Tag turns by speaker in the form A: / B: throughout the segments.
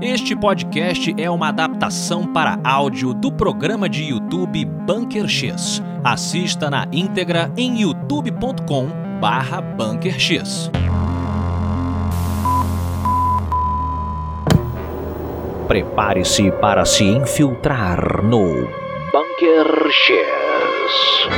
A: Este podcast é uma adaptação para áudio do programa de YouTube Bunker X. Assista na íntegra em youtube.com barra Bunker X. Prepare-se para se infiltrar no Bunker X.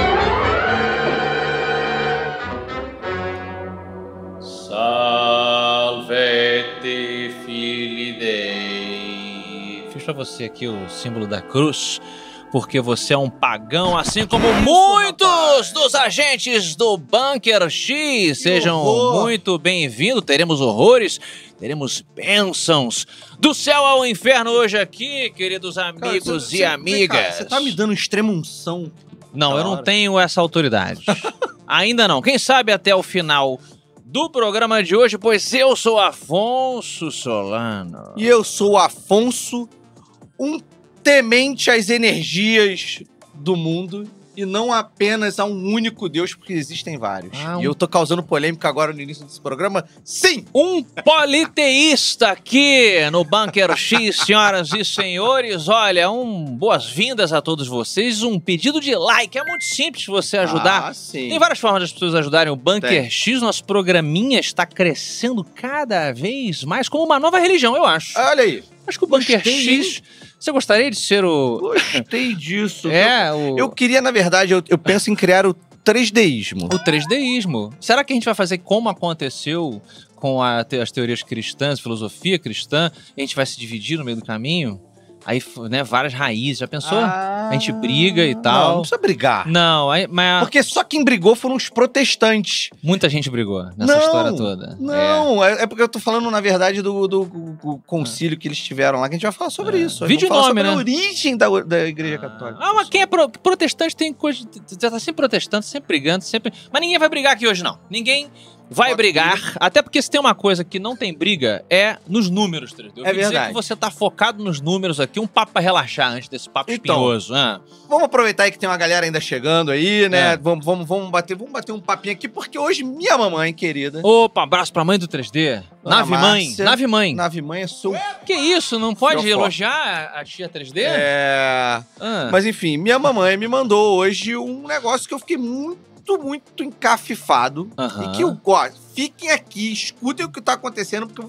B: Salvete Filii Dei.
A: Fiz pra você aqui o símbolo da cruz, porque você é um pagão, assim como muitos dos agentes do Bunker X. Sejam
B: horror!
A: muito bem-vindos. Teremos horrores, teremos bênçãos do céu ao inferno hoje aqui, queridos
C: Cara,
A: amigos e
C: cê- cê- vem cá,
A: amigas.
C: Você tá me dando extrema unção.
A: Não, eu não
C: Claro.
A: tenho essa autoridade. Ainda não. Quem sabe até o final do programa de hoje, pois eu sou Afonso Solano.
C: E eu sou o Afonso, um temente às energias do mundo e não apenas a um único Deus, porque existem vários.
A: Ah, um-
C: E eu tô causando polêmica agora no início desse programa. Sim!
A: Um politeísta aqui no Bunker X, senhoras e senhores. Olha, um boas-vindas a todos vocês. Um pedido de like. É muito simples você ajudar.
C: Ah, sim.
A: Tem várias formas das pessoas ajudarem o Bunker
C: Tem.
A: X. Nosso programinha está crescendo cada vez mais como uma nova religião, eu acho.
C: Olha aí.
A: Acho que o Bunker
C: Gostei,
A: X. Você gostaria de ser o.
C: Gostei disso.
A: É, o.
C: Eu queria, na verdade, eu, eu penso em criar o 3Dismo.
A: O 3Dismo. Será que a gente vai fazer como aconteceu com a te- as teorias cristãs, filosofia cristã? E a gente vai se dividir no meio do caminho? Aí, f- né, várias raízes. Já pensou?
C: Ah,
A: A gente briga e
C: Não,
A: tal.
C: não precisa brigar.
A: Não, aí- mas
C: Porque só quem brigou foram os protestantes.
A: muita gente brigou nessa
C: Não,
A: história toda. É.
C: Não, é. é porque eu tô falando, na verdade, do, do, do concílio que eles tiveram lá, que a gente vai falar sobre
A: É.
C: isso.
A: Vídeo
C: Vamos falar
A: nome,
C: sobre
A: né?
C: a origem da, da Igreja Católica.
A: Ah, mas quem é pro- protestante tem coisa. Já tá sempre protestando, sempre brigando, sempre. Mas ninguém vai brigar aqui hoje, não. Ninguém vai
C: Ok.
A: brigar. Até porque se tem uma coisa que não tem briga, é nos números, Tristão. Eu
C: É
A: ouvi dizer
C: verdade.
A: que você tá focado nos números aqui, um papo pra relaxar antes desse papo
C: Então.
A: espinhoso. ah.
C: Vamos aproveitar aí que tem uma galera ainda chegando aí, né?
A: É.
C: Vamos, vamos, vamos, bater, vamos bater um papinho aqui, porque hoje minha mamãe, querida,
A: Opa, abraço pra mãe do 3D.
C: Dona
A: Nave mãe,
C: Ah, Márcia.
A: nave mãe.
C: nave mãe é sua.
A: Que isso? Não pode
C: foco.
A: elogiar a a tia 3D?
C: É.
A: Ah.
C: Mas enfim, minha mamãe me mandou hoje um negócio que eu fiquei muito, muito encafifado.
A: Aham.
C: E que eu gosto. Fiquem aqui, escutem o que tá acontecendo, porque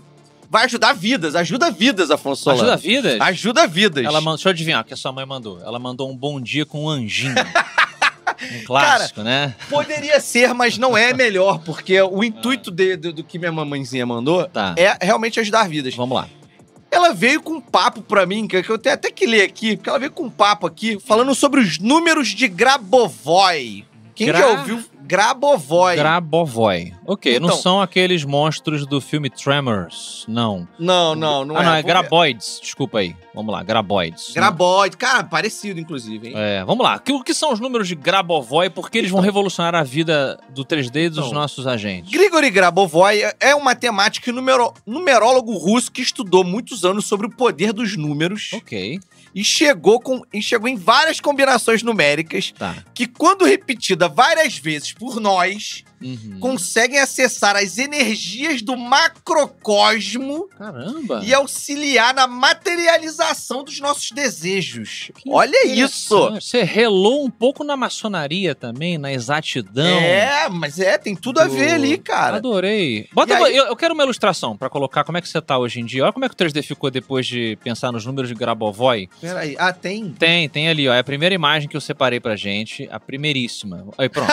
C: vai ajudar vidas. Ajuda vidas, Afonso Solano.
A: Ajuda a vida?
C: Ajuda vidas.
A: Ela mandou, deixa eu adivinhar o que a sua mãe mandou. Ela mandou um bom dia com um anjinho. um clássico, né?
C: Poderia ser, mas não é melhor, porque o intuito de- do, do que minha mamãezinha mandou
A: Tá.
C: é realmente ajudar vidas.
A: Vamos lá.
C: Ela veio com um papo pra mim, que que eu tenho até que ler aqui, porque ela veio com um papo aqui falando sobre os números de Grabovoi. Quem
A: Gra-
C: já ouviu Grabovoi?
A: Grabovoi. Ok, não
C: Então-
A: são aqueles monstros do filme Tremors, não.
C: Não, não, não
A: ah,
C: é.
A: não, é
C: Vou-
A: Graboids. Desculpa aí. Vamos lá, Graboids.
C: Graboid. Cara, parecido, inclusive, hein?
A: É, vamos lá. Que- O que são os números de Grabovoi? Porque eles vão revolucionar a vida do 3D e dos
C: Então,
A: nossos agentes.
C: Grigori Grabovoi é um matemático e numero- numerólogo russo que estudou muitos anos sobre o poder dos números.
A: Ok,
C: e chegou, com, e chegou em várias combinações numéricas
A: tá.
C: que, quando repetida várias vezes por nós,
A: Uhum.
C: conseguem acessar as energias do macrocosmo
A: Caramba.
C: e auxiliar na materialização dos nossos desejos.
A: Que
C: Olha é isso!
A: interessante. Você relou um pouco na maçonaria também, na exatidão.
C: É, mas é, tem tudo a
A: Do-
C: ver ali, cara.
A: Adorei. Bota,
C: E aí-
A: eu, eu quero uma ilustração pra colocar como é que você tá hoje em dia. Olha como é que o 3D ficou depois de pensar nos números de Grabovoi.
C: Peraí, ah, tem?
A: Tem, tem ali, ó. É a primeira imagem que eu separei pra gente. A primeiríssima. Aí, pronto.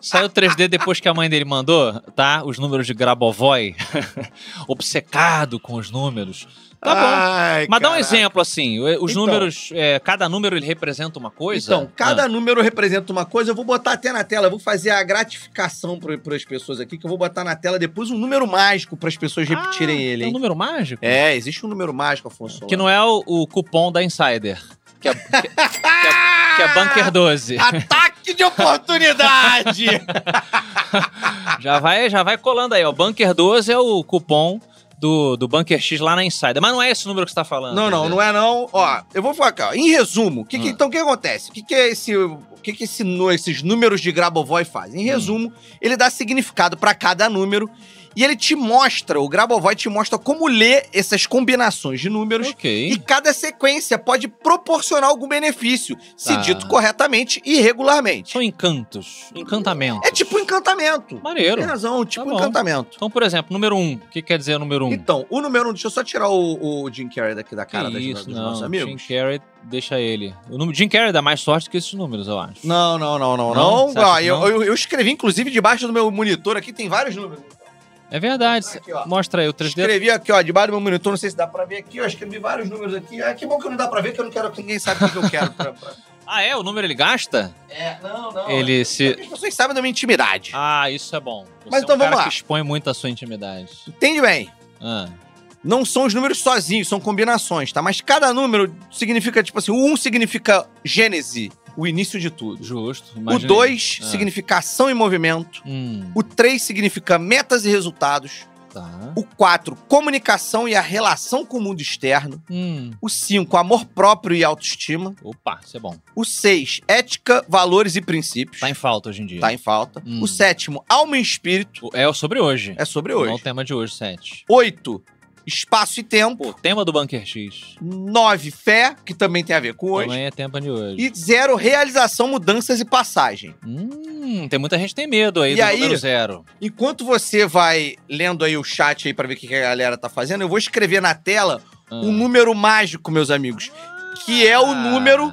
A: Saiu 3D depois que a mãe dele mandou, tá? Os números de Grabovoi. Obcecado com os números. Tá bom.
C: Ai,
A: Mas dá um
C: caraca.
A: exemplo, assim. Os
C: Então.
A: números. é, cada número ele representa uma coisa?
C: Então, cada
A: Ah,
C: número representa uma coisa. Eu vou botar até na tela, eu vou fazer a gratificação para as pessoas aqui, que eu vou botar na tela depois um número mágico para as pessoas repetirem
A: ah,
C: ele.
A: Tem um
C: hein?
A: número mágico?
C: É, existe um número mágico, Afonso.
A: Que não é o, o cupom da Insider. Que é, que, que é- que é Bunker 12.
C: Ah! Ataque de oportunidade!
A: Já vai, já vai colando aí, ó. Bunker 12 é o cupom do, do Bunker X lá na Insider. Mas não é esse número que você tá falando.
C: não, não, não é não. Ó, eu vou falar aqui, ó. Em resumo, que que-
A: Hum.
C: então o que acontece? O que, que é esse. O que, que esse nu- esses números de Grabovoi fazem? Em
A: Hum.
C: resumo, ele dá significado para cada número E ele te mostra, o Grabovoi te mostra como ler essas combinações de números.
A: Ok.
C: é E cada sequência pode proporcionar algum benefício, se
A: Tá.
C: dito corretamente e regularmente.
A: São encantos, encantamentos.
C: É tipo encantamento.
A: Maneiro. Tá
C: Tem razão, tipo
A: bom.
C: encantamento.
A: Então, por exemplo, número um. O que quer dizer número um?
C: Então, o número um, deixa eu só tirar o, o Jim Carrey daqui da cara
A: Que
C: das-
A: isso,
C: dos
A: não.
C: nossos
A: Jim
C: amigos.
A: Carrey, deixa ele. O número, Jim Carrey dá mais sorte que esses números, eu acho.
C: Não, não, não,
A: Não?
C: não, não.
A: Você acha
C: Ah,
A: que
C: eu,
A: não?
C: eu- eu escrevi, inclusive, debaixo do meu monitor aqui, tem vários números.
A: É verdade.
C: Aqui, ó.
A: Mostra aí o 3D.
C: Escrevi aqui, ó, debaixo do meu monitor, não sei se dá pra ver aqui, eu escrevi vários números aqui. Ah, que bom que não dá pra ver, que eu não quero que ninguém saiba o que eu quero. pra- pra-
A: Ah, é? O número ele gasta?
C: É, não, não.
A: ele
C: é
A: se.
C: porque As pessoas sabem da minha intimidade.
A: Ah, isso é bom. Você
C: Mas
A: é um
C: então vamos
A: cara
C: lá.
A: que expõe muito a sua intimidade.
C: Entende bem?
A: Ah,
C: Não são os números sozinhos, são combinações, tá? Mas cada número significa, tipo assim, o 1 significa gênese, o início de tudo.
A: justo.
C: O
A: imaginei.
C: 2
A: Ah.
C: significa ação em movimento.
A: Hum,
C: O 3 significa metas e resultados.
A: tá.
C: O 4, comunicação e a relação com o mundo externo.
A: Hum.
C: O 5, amor próprio e autoestima.
A: Opa, isso é bom.
C: O 6, ética, valores e princípios.
A: Tá em falta hoje em dia.
C: Tá em falta.
A: Hum.
C: O sétimo, alma e espírito.
A: É o sobre hoje.
C: É sobre
A: Não é o
C: hoje.
A: tema de hoje, 7.
C: 8, espaço e
A: Pô,
C: tempo.
A: tema do Bunker X.
C: 9, fé, que também tem a ver com hoje.
A: Também é tema de hoje.
C: E 0, realização, mudanças e passagem.
A: Hum, tem muita gente que tem medo aí
C: E
A: do
C: aí-
A: número zero.
C: Enquanto você vai lendo aí o chat aí pra ver o que que a galera tá fazendo, eu vou escrever na tela
A: Ah.
C: um número mágico, meus amigos, que é o número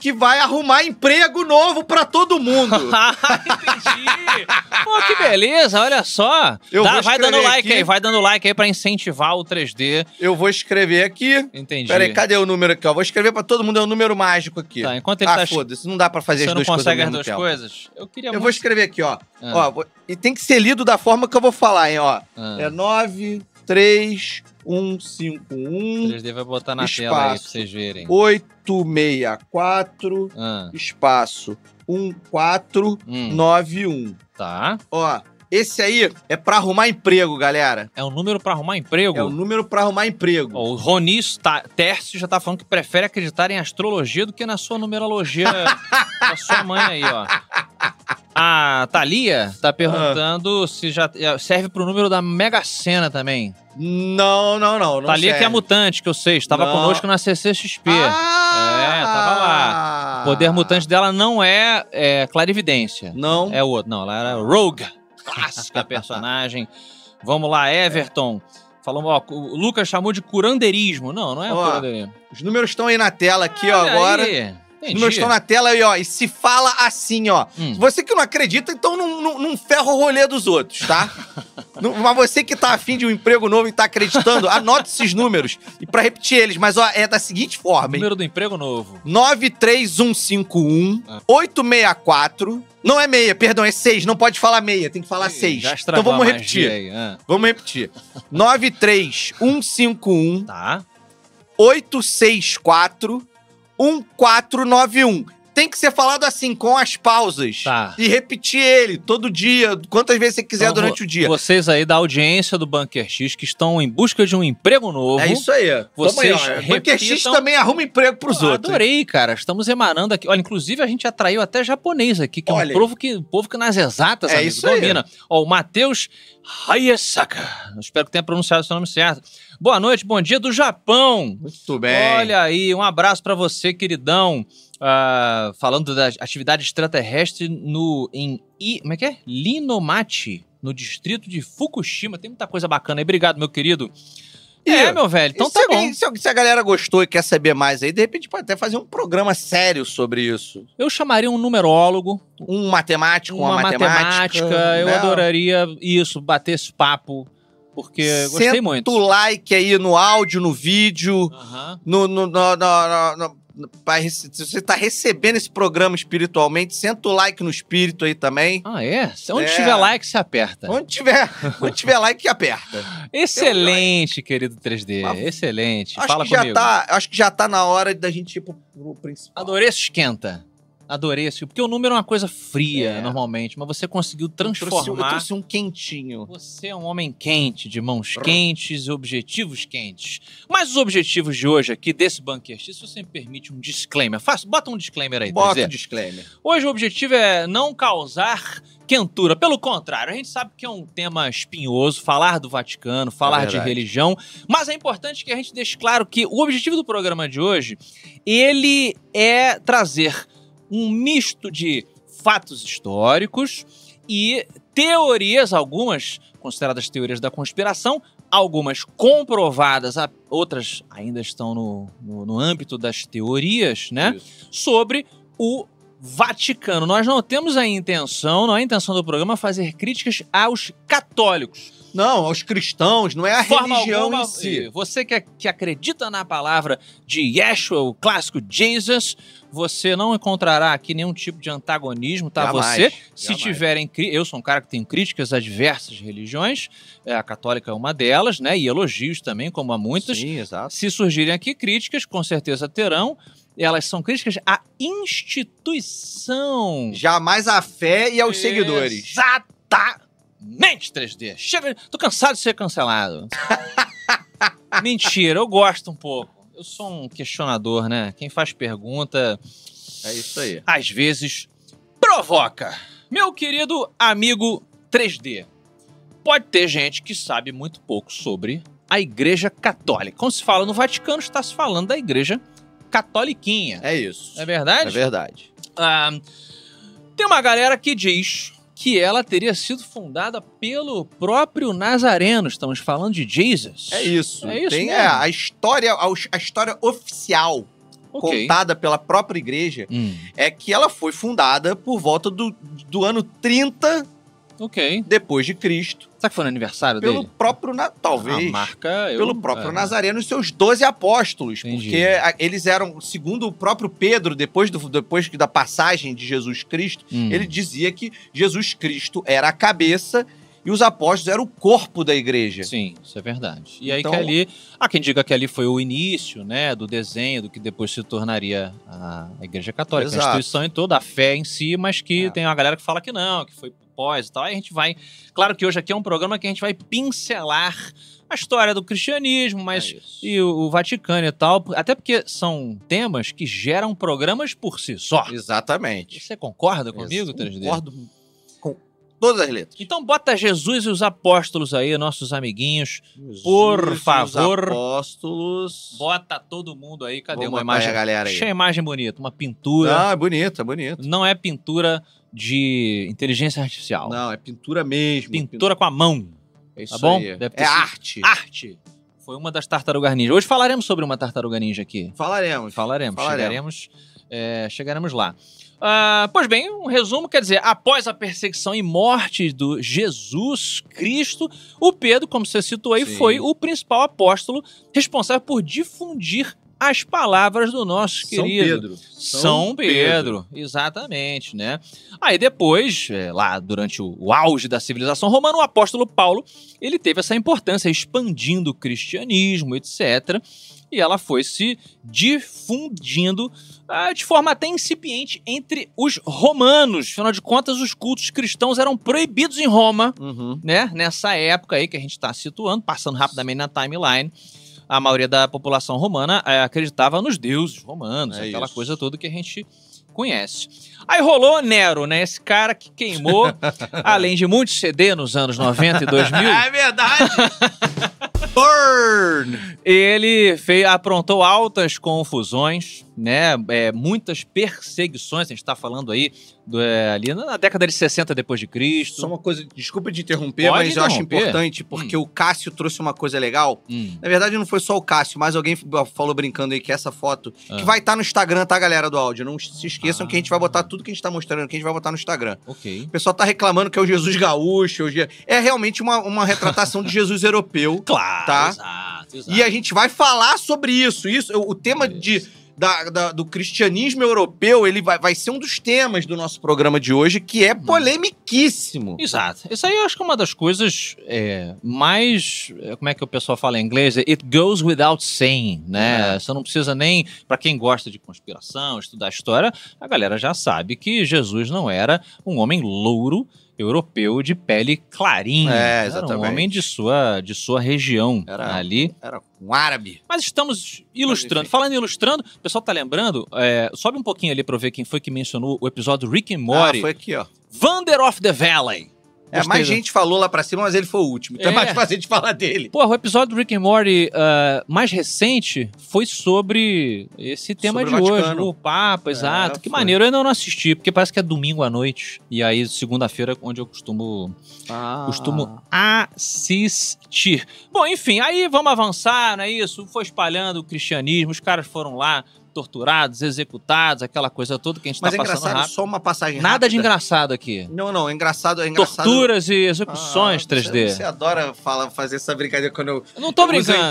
C: que vai arrumar emprego novo pra todo mundo.
A: Ah, entendi. Pô, que beleza, olha só.
C: Eu
A: Dá-
C: vou
A: vai dando
C: escrever
A: like
C: aqui.
A: aí, vai dando like aí pra incentivar o 3D.
C: Eu vou escrever aqui.
A: Entendi.
C: Pera aí, cadê o número aqui? Ó? Vou escrever pra todo mundo, é um número mágico aqui.
A: Tá, enquanto ele tá
C: ah, foda-se, não dá pra fazer
A: Você não
C: as duas coisas
A: consegue
C: ao
A: as
C: mesmo
A: duas
C: tempo.
A: coisas? Eu queria
C: Eu vou
A: muito.
C: escrever aqui, ó.
A: Ah,
C: ó vou- E tem que ser lido da forma que eu vou falar, hein, ó.
A: ah.
C: É um, 9, 3, 1, 5, 1,
A: 3D vai botar na
C: é Espaço.
A: tela aí pra vocês verem.
C: 8, 6, 4,
A: Ah,
C: espaço 1491.
A: hum, Tá.
C: Ó, esse aí é pra arrumar emprego, galera.
A: É um número pra arrumar emprego?
C: É o número pra arrumar emprego.
A: Ó, o Roni Sta- Tércio já tá falando que prefere acreditar em astrologia do que na sua numerologia da sua mãe aí, ó. A Thalia
C: Ah.
A: tá perguntando se já é, serve pro número da Mega Sena também.
C: Não, não, não. não
A: Thalia que é
C: serve.
A: mutante, que eu sei, estava
C: Não.
A: conosco na CCXP.
C: Ah!
A: É, tava
C: lá.
A: O poder mutante dela não é, é clarividência.
C: Não.
A: É o outro. Não, ela era Rogue. Clássica personagem. Vamos lá, Everton. Falou, ó, o Lucas chamou de curanderismo. Não, não é
C: Ó,
A: curanderismo.
C: Os números estão aí na tela aqui, ó,
A: Olha
C: agora.
A: aí.
C: Os
A: Entendi.
C: números estão na tela aí, ó. E se fala assim, ó.
A: Hum.
C: Você que não acredita, então não, não, não ferra o rolê dos outros, tá? Não- mas você que tá afim de um emprego novo e tá acreditando, anota esses números. E pra repetir eles, mas ó, é da seguinte forma, hein?
A: Número do emprego novo.
C: 93151
A: Ah.
C: 864. Não é meia, perdão, é seis. Não pode falar meia, tem que falar
A: Ih,
C: seis.
A: Já
C: Então
A: estragou
C: vamos
A: a magia
C: repetir.
A: aí, ah.
C: Vamos repetir. 93151
A: Tá.
C: 864 1491. Tem que ser falado assim, com as pausas.
A: Tá.
C: E repetir ele todo dia, quantas vezes você quiser
A: Então,
C: durante
A: vo-
C: o dia.
A: Vocês aí da audiência do Bunker X que estão em busca de um emprego novo.
C: É isso aí.
A: Vocês
C: Toma aí, ó. É, Bunker X
A: repitam-
C: também arruma emprego pros
A: Pô,
C: outros. hein?
A: Adorei, cara. Estamos emanando aqui. Olha, inclusive a gente atraiu até japonês aqui, que
C: Olha
A: é
C: aí.
A: um povo que, um povo que nas exatas,
C: É
A: amigo,
C: isso aí.
A: domina. Ó, o Matheus Hayasaka. Eu Espero que tenha pronunciado o seu nome certo. Boa noite, bom dia do Japão.
C: Muito bem.
A: Olha aí, um abraço pra você, queridão. Ah, falando da atividade extraterrestre no, em I, como é que é? Linomati, no distrito de Fukushima. Tem muita coisa bacana aí. Obrigado, meu querido.
C: E-
A: é, meu velho. Então
C: E
A: tá
C: se
A: bom.
C: alguém- se, alguém- se a galera gostou e quer saber mais aí, de repente pode até fazer um programa sério sobre isso.
A: Eu chamaria um numerólogo,
C: Um matemático, uma, matemática.
A: eu
C: né?
A: adoraria isso, bater esse papo, porque
C: Senta
A: gostei muito.
C: o like aí no áudio, no vídeo,
A: Aham.
C: no. no, no- no- no- no- pra rece- se você tá recebendo esse programa espiritualmente, senta o like no espírito aí também.
A: Ah, é? Onde
C: É.
A: tiver like, se aperta.
C: Onde tiver, onde tiver like, aperta.
A: Excelente, querido 3D.
C: Mas-
A: Excelente.
C: Acho
A: Fala
C: que, já
A: comigo.
C: tá, acho que já tá na hora da gente ir pro, pro principal.
A: Adorei esse esquenta. Adorei esse. Porque o número é uma coisa fria,
C: É.
A: normalmente, mas você conseguiu
C: Eu trouxe- eu
A: transformar.
C: trouxe um quentinho.
A: Você é um homem quente, de mãos quentes e objetivos quentes. Mas os objetivos de hoje aqui, desse Bunker X, se você me permite um disclaimer, faça, bota um disclaimer aí, 3D.
C: Bota o disclaimer.
A: Hoje o objetivo é não causar quentura. Pelo contrário, a gente sabe que é um tema espinhoso falar do Vaticano, falar de
C: verdade.
A: religião, mas é importante que a gente deixe claro que o objetivo do programa de hoje, ele é trazer um misto de fatos históricos e teorias, algumas consideradas teorias da conspiração, algumas comprovadas, a- outras ainda estão no, no, no âmbito das teorias, né? Sobre o Vaticano. Nós não temos a intenção, não é a intenção do programa fazer críticas aos católicos.
C: Não, aos cristãos, não é a
A: Forma
C: religião
A: alguma,
C: em si.
A: Você que, é, que acredita na palavra de Yeshua, o clássico Jesus, você não encontrará aqui nenhum tipo de antagonismo, tá?
C: Jamais,
A: Você, se
C: jamais.
A: tiverem. cri- Eu sou um cara que tem críticas a diversas religiões, é, a católica é uma delas, né? E elogios também, como a muitas.
C: Sim, exato.
A: Se surgirem aqui críticas, com certeza terão. Elas são críticas à instituição.
C: Jamais à fé e aos seguidores.
A: Exatamente 3D. Chega, de- tô cansado de ser cancelado. Mentira, eu gosto um pouco. Eu sou um questionador, né? Quem faz pergunta,
C: É isso aí.
A: às vezes, provoca. Meu querido amigo 3D, pode ter gente que sabe muito pouco sobre a Igreja Católica. Quando se fala no Vaticano, está se falando da Igreja Catoliquinha.
C: É isso.
A: É verdade?
C: É verdade.
A: Ah, tem uma galera que diz que ela teria sido fundada pelo próprio Nazareno. Estamos falando de Jesus.
C: É isso.
A: É isso
C: Tem
A: mesmo.
C: é, a história, a, a história oficial
A: Ok.
C: contada pela própria igreja
A: Hum,
C: é que ela foi fundada por volta do, do ano 30
A: ok.
C: depois de Cristo,
A: Será que foi no aniversário
C: pelo
A: dele?
C: próprio na-
A: A
C: talvez
A: marca... Ah, eu-
C: pelo próprio
A: é.
C: Nazareno e seus 12 apóstolos,
A: Entendi.
C: porque a- eles eram, segundo o próprio Pedro, depois, do, depois da passagem de Jesus Cristo,
A: Hum,
C: ele dizia que Jesus Cristo era a cabeça e os apóstolos eram o corpo da igreja.
A: Sim, isso é verdade. E aí
C: Então-
A: que ali... Há quem diga que ali foi o início, né, do desenho, do que depois se tornaria a a Igreja Católica. A
C: Exato.
A: instituição em toda, a fé em si, mas que
C: É.
A: tem uma galera que fala que não, que foi pós e tal. Aí a gente vai... Claro que hoje aqui é um programa que a gente vai pincelar a história do cristianismo, mas
C: É isso.
A: e o, o Vaticano e tal, até porque são temas que geram programas por si só.
C: Exatamente.
A: Você concorda comigo, 3D?
C: Concordo com todas as letras.
A: Então bota Jesus e os apóstolos aí, nossos amiguinhos. Por
C: Jesus,
A: favor.
C: Os apóstolos.
A: Bota todo mundo aí, cadê
C: Vou
A: uma
C: botar aí
A: imagem?
C: a galera
A: Achei a
C: aí.
A: imagem bonita, uma pintura.
C: Não, é bonito, é bonito.
A: Não é pintura de inteligência artificial.
C: Não, é pintura mesmo.
A: Pintura com a mão.
C: É isso
A: tá bom?
C: aí.
A: Deve ter
C: É
A: sido-
C: arte.
A: Arte. Foi uma das tartarugas ninja. Hoje falaremos sobre uma tartaruga ninja aqui.
C: Falaremos.
A: Falaremos,
C: Falaremos.
A: chegaremos, é, chegaremos lá. Ah, pois bem, um resumo quer dizer, após a perseguição e morte do Jesus Cristo, o Pedro, como você citou aí,
C: Sim.
A: foi o principal apóstolo responsável por difundir as palavras do nosso
C: São
A: querido
C: Pedro.
A: São, Pedro. exatamente, né? Aí depois, é, lá durante o, o auge da civilização romana, o apóstolo Paulo, ele teve essa importância, expandindo o cristianismo, etc. E ela foi se difundindo ah, de forma até incipiente entre os romanos. Afinal de contas, os cultos cristãos eram proibidos em Roma
C: Uhum.
A: né, nessa época aí que a gente está situando, passando rapidamente na timeline, a maioria da população romana eh, acreditava nos deuses romanos,
C: É
A: aquela
C: isso.
A: coisa toda que a gente conhece. Aí rolou Nero, né, esse cara que queimou, além de muitos CD nos anos 90 e 2000,
C: É verdade. Burn.
A: ele fez, aprontou altas confusões, né? é, muitas perseguições. A gente está falando aí do, é, ali na década de 60 depois de Cristo.
C: Só uma coisa, desculpa de interromper,
A: Pode
C: mas eu acho
A: interromper.
C: importante, porque o Cássio trouxe uma coisa legal.
A: Hum,
C: Na verdade, não foi só o Cássio, mas alguém falou brincando aí que essa foto,
A: Ah.
C: que vai estar no Instagram, tá, galera do áudio? Não se esqueçam
A: Ah.
C: que a gente vai botar tudo que a gente tá mostrando aqui, a gente vai botar no Instagram.
A: ok.
C: O pessoal tá reclamando que é o Jesus gaúcho. é o Je- É realmente uma, uma retratação de Jesus europeu.
A: Claro.
C: Tá.
A: Exato, exato.
C: E a gente vai falar sobre isso. Isso, o tema
A: Isso.
C: de, da- da- do cristianismo europeu, ele vai, vai ser um dos temas do nosso programa de hoje, que
A: Hum.
C: é polemiquíssimo.
A: Exato. Isso aí eu acho que é uma das coisas é, mais. é, Como é que o pessoal fala em inglês? It goes without saying, né?
C: É.
A: Você não precisa nem. Pra quem gosta de conspiração, estudar história, a galera já sabe que Jesus não era um homem louro europeu de pele clarinha.
C: É,
A: Era um
C: exatamente.
A: homem de sua, de sua região
C: Era-
A: ali.
C: Era um árabe.
A: Mas estamos
C: Mas,
A: ilustrando.
C: enfim.
A: Falando em ilustrando, o pessoal tá lembrando, é, sobe um pouquinho ali pra eu ver quem foi que mencionou o episódio Rick and Morty.
C: Ah, foi aqui, ó.
A: Vander of the Valley.
C: É,
A: Gostei,
C: mais
A: né?
C: gente falou lá pra cima, mas ele foi o último. Então é,
A: É.
C: mais fácil de falar dele.
A: Pô, o episódio do Rick and Morty ah, mais recente foi sobre esse tema
C: Sobre o
A: de hoje,
C: Vaticano. É,
A: o Papa, exato. que
C: foi.
A: maneiro, eu ainda não assisti, porque parece que é domingo à noite. E aí, segunda-feira, é onde eu costumo,
C: Ah.
A: costumo assistir. Bom, enfim, aí vamos avançar, não é isso? Foi espalhando o cristianismo, os caras foram lá torturados, executados, aquela coisa toda que a gente
C: Mas é
A: tá passando
C: engraçado,
A: rápido.
C: só uma passagem
A: Nada de
C: rápida.
A: engraçado aqui.
C: Não, não, é engraçado, é engraçado.
A: Torturas e
C: Ah,
A: execuções
C: você-
A: 3D.
C: Você, adora falar, fazer essa brincadeira quando é eu
A: Eu Não tô
C: uso a
A: brincando.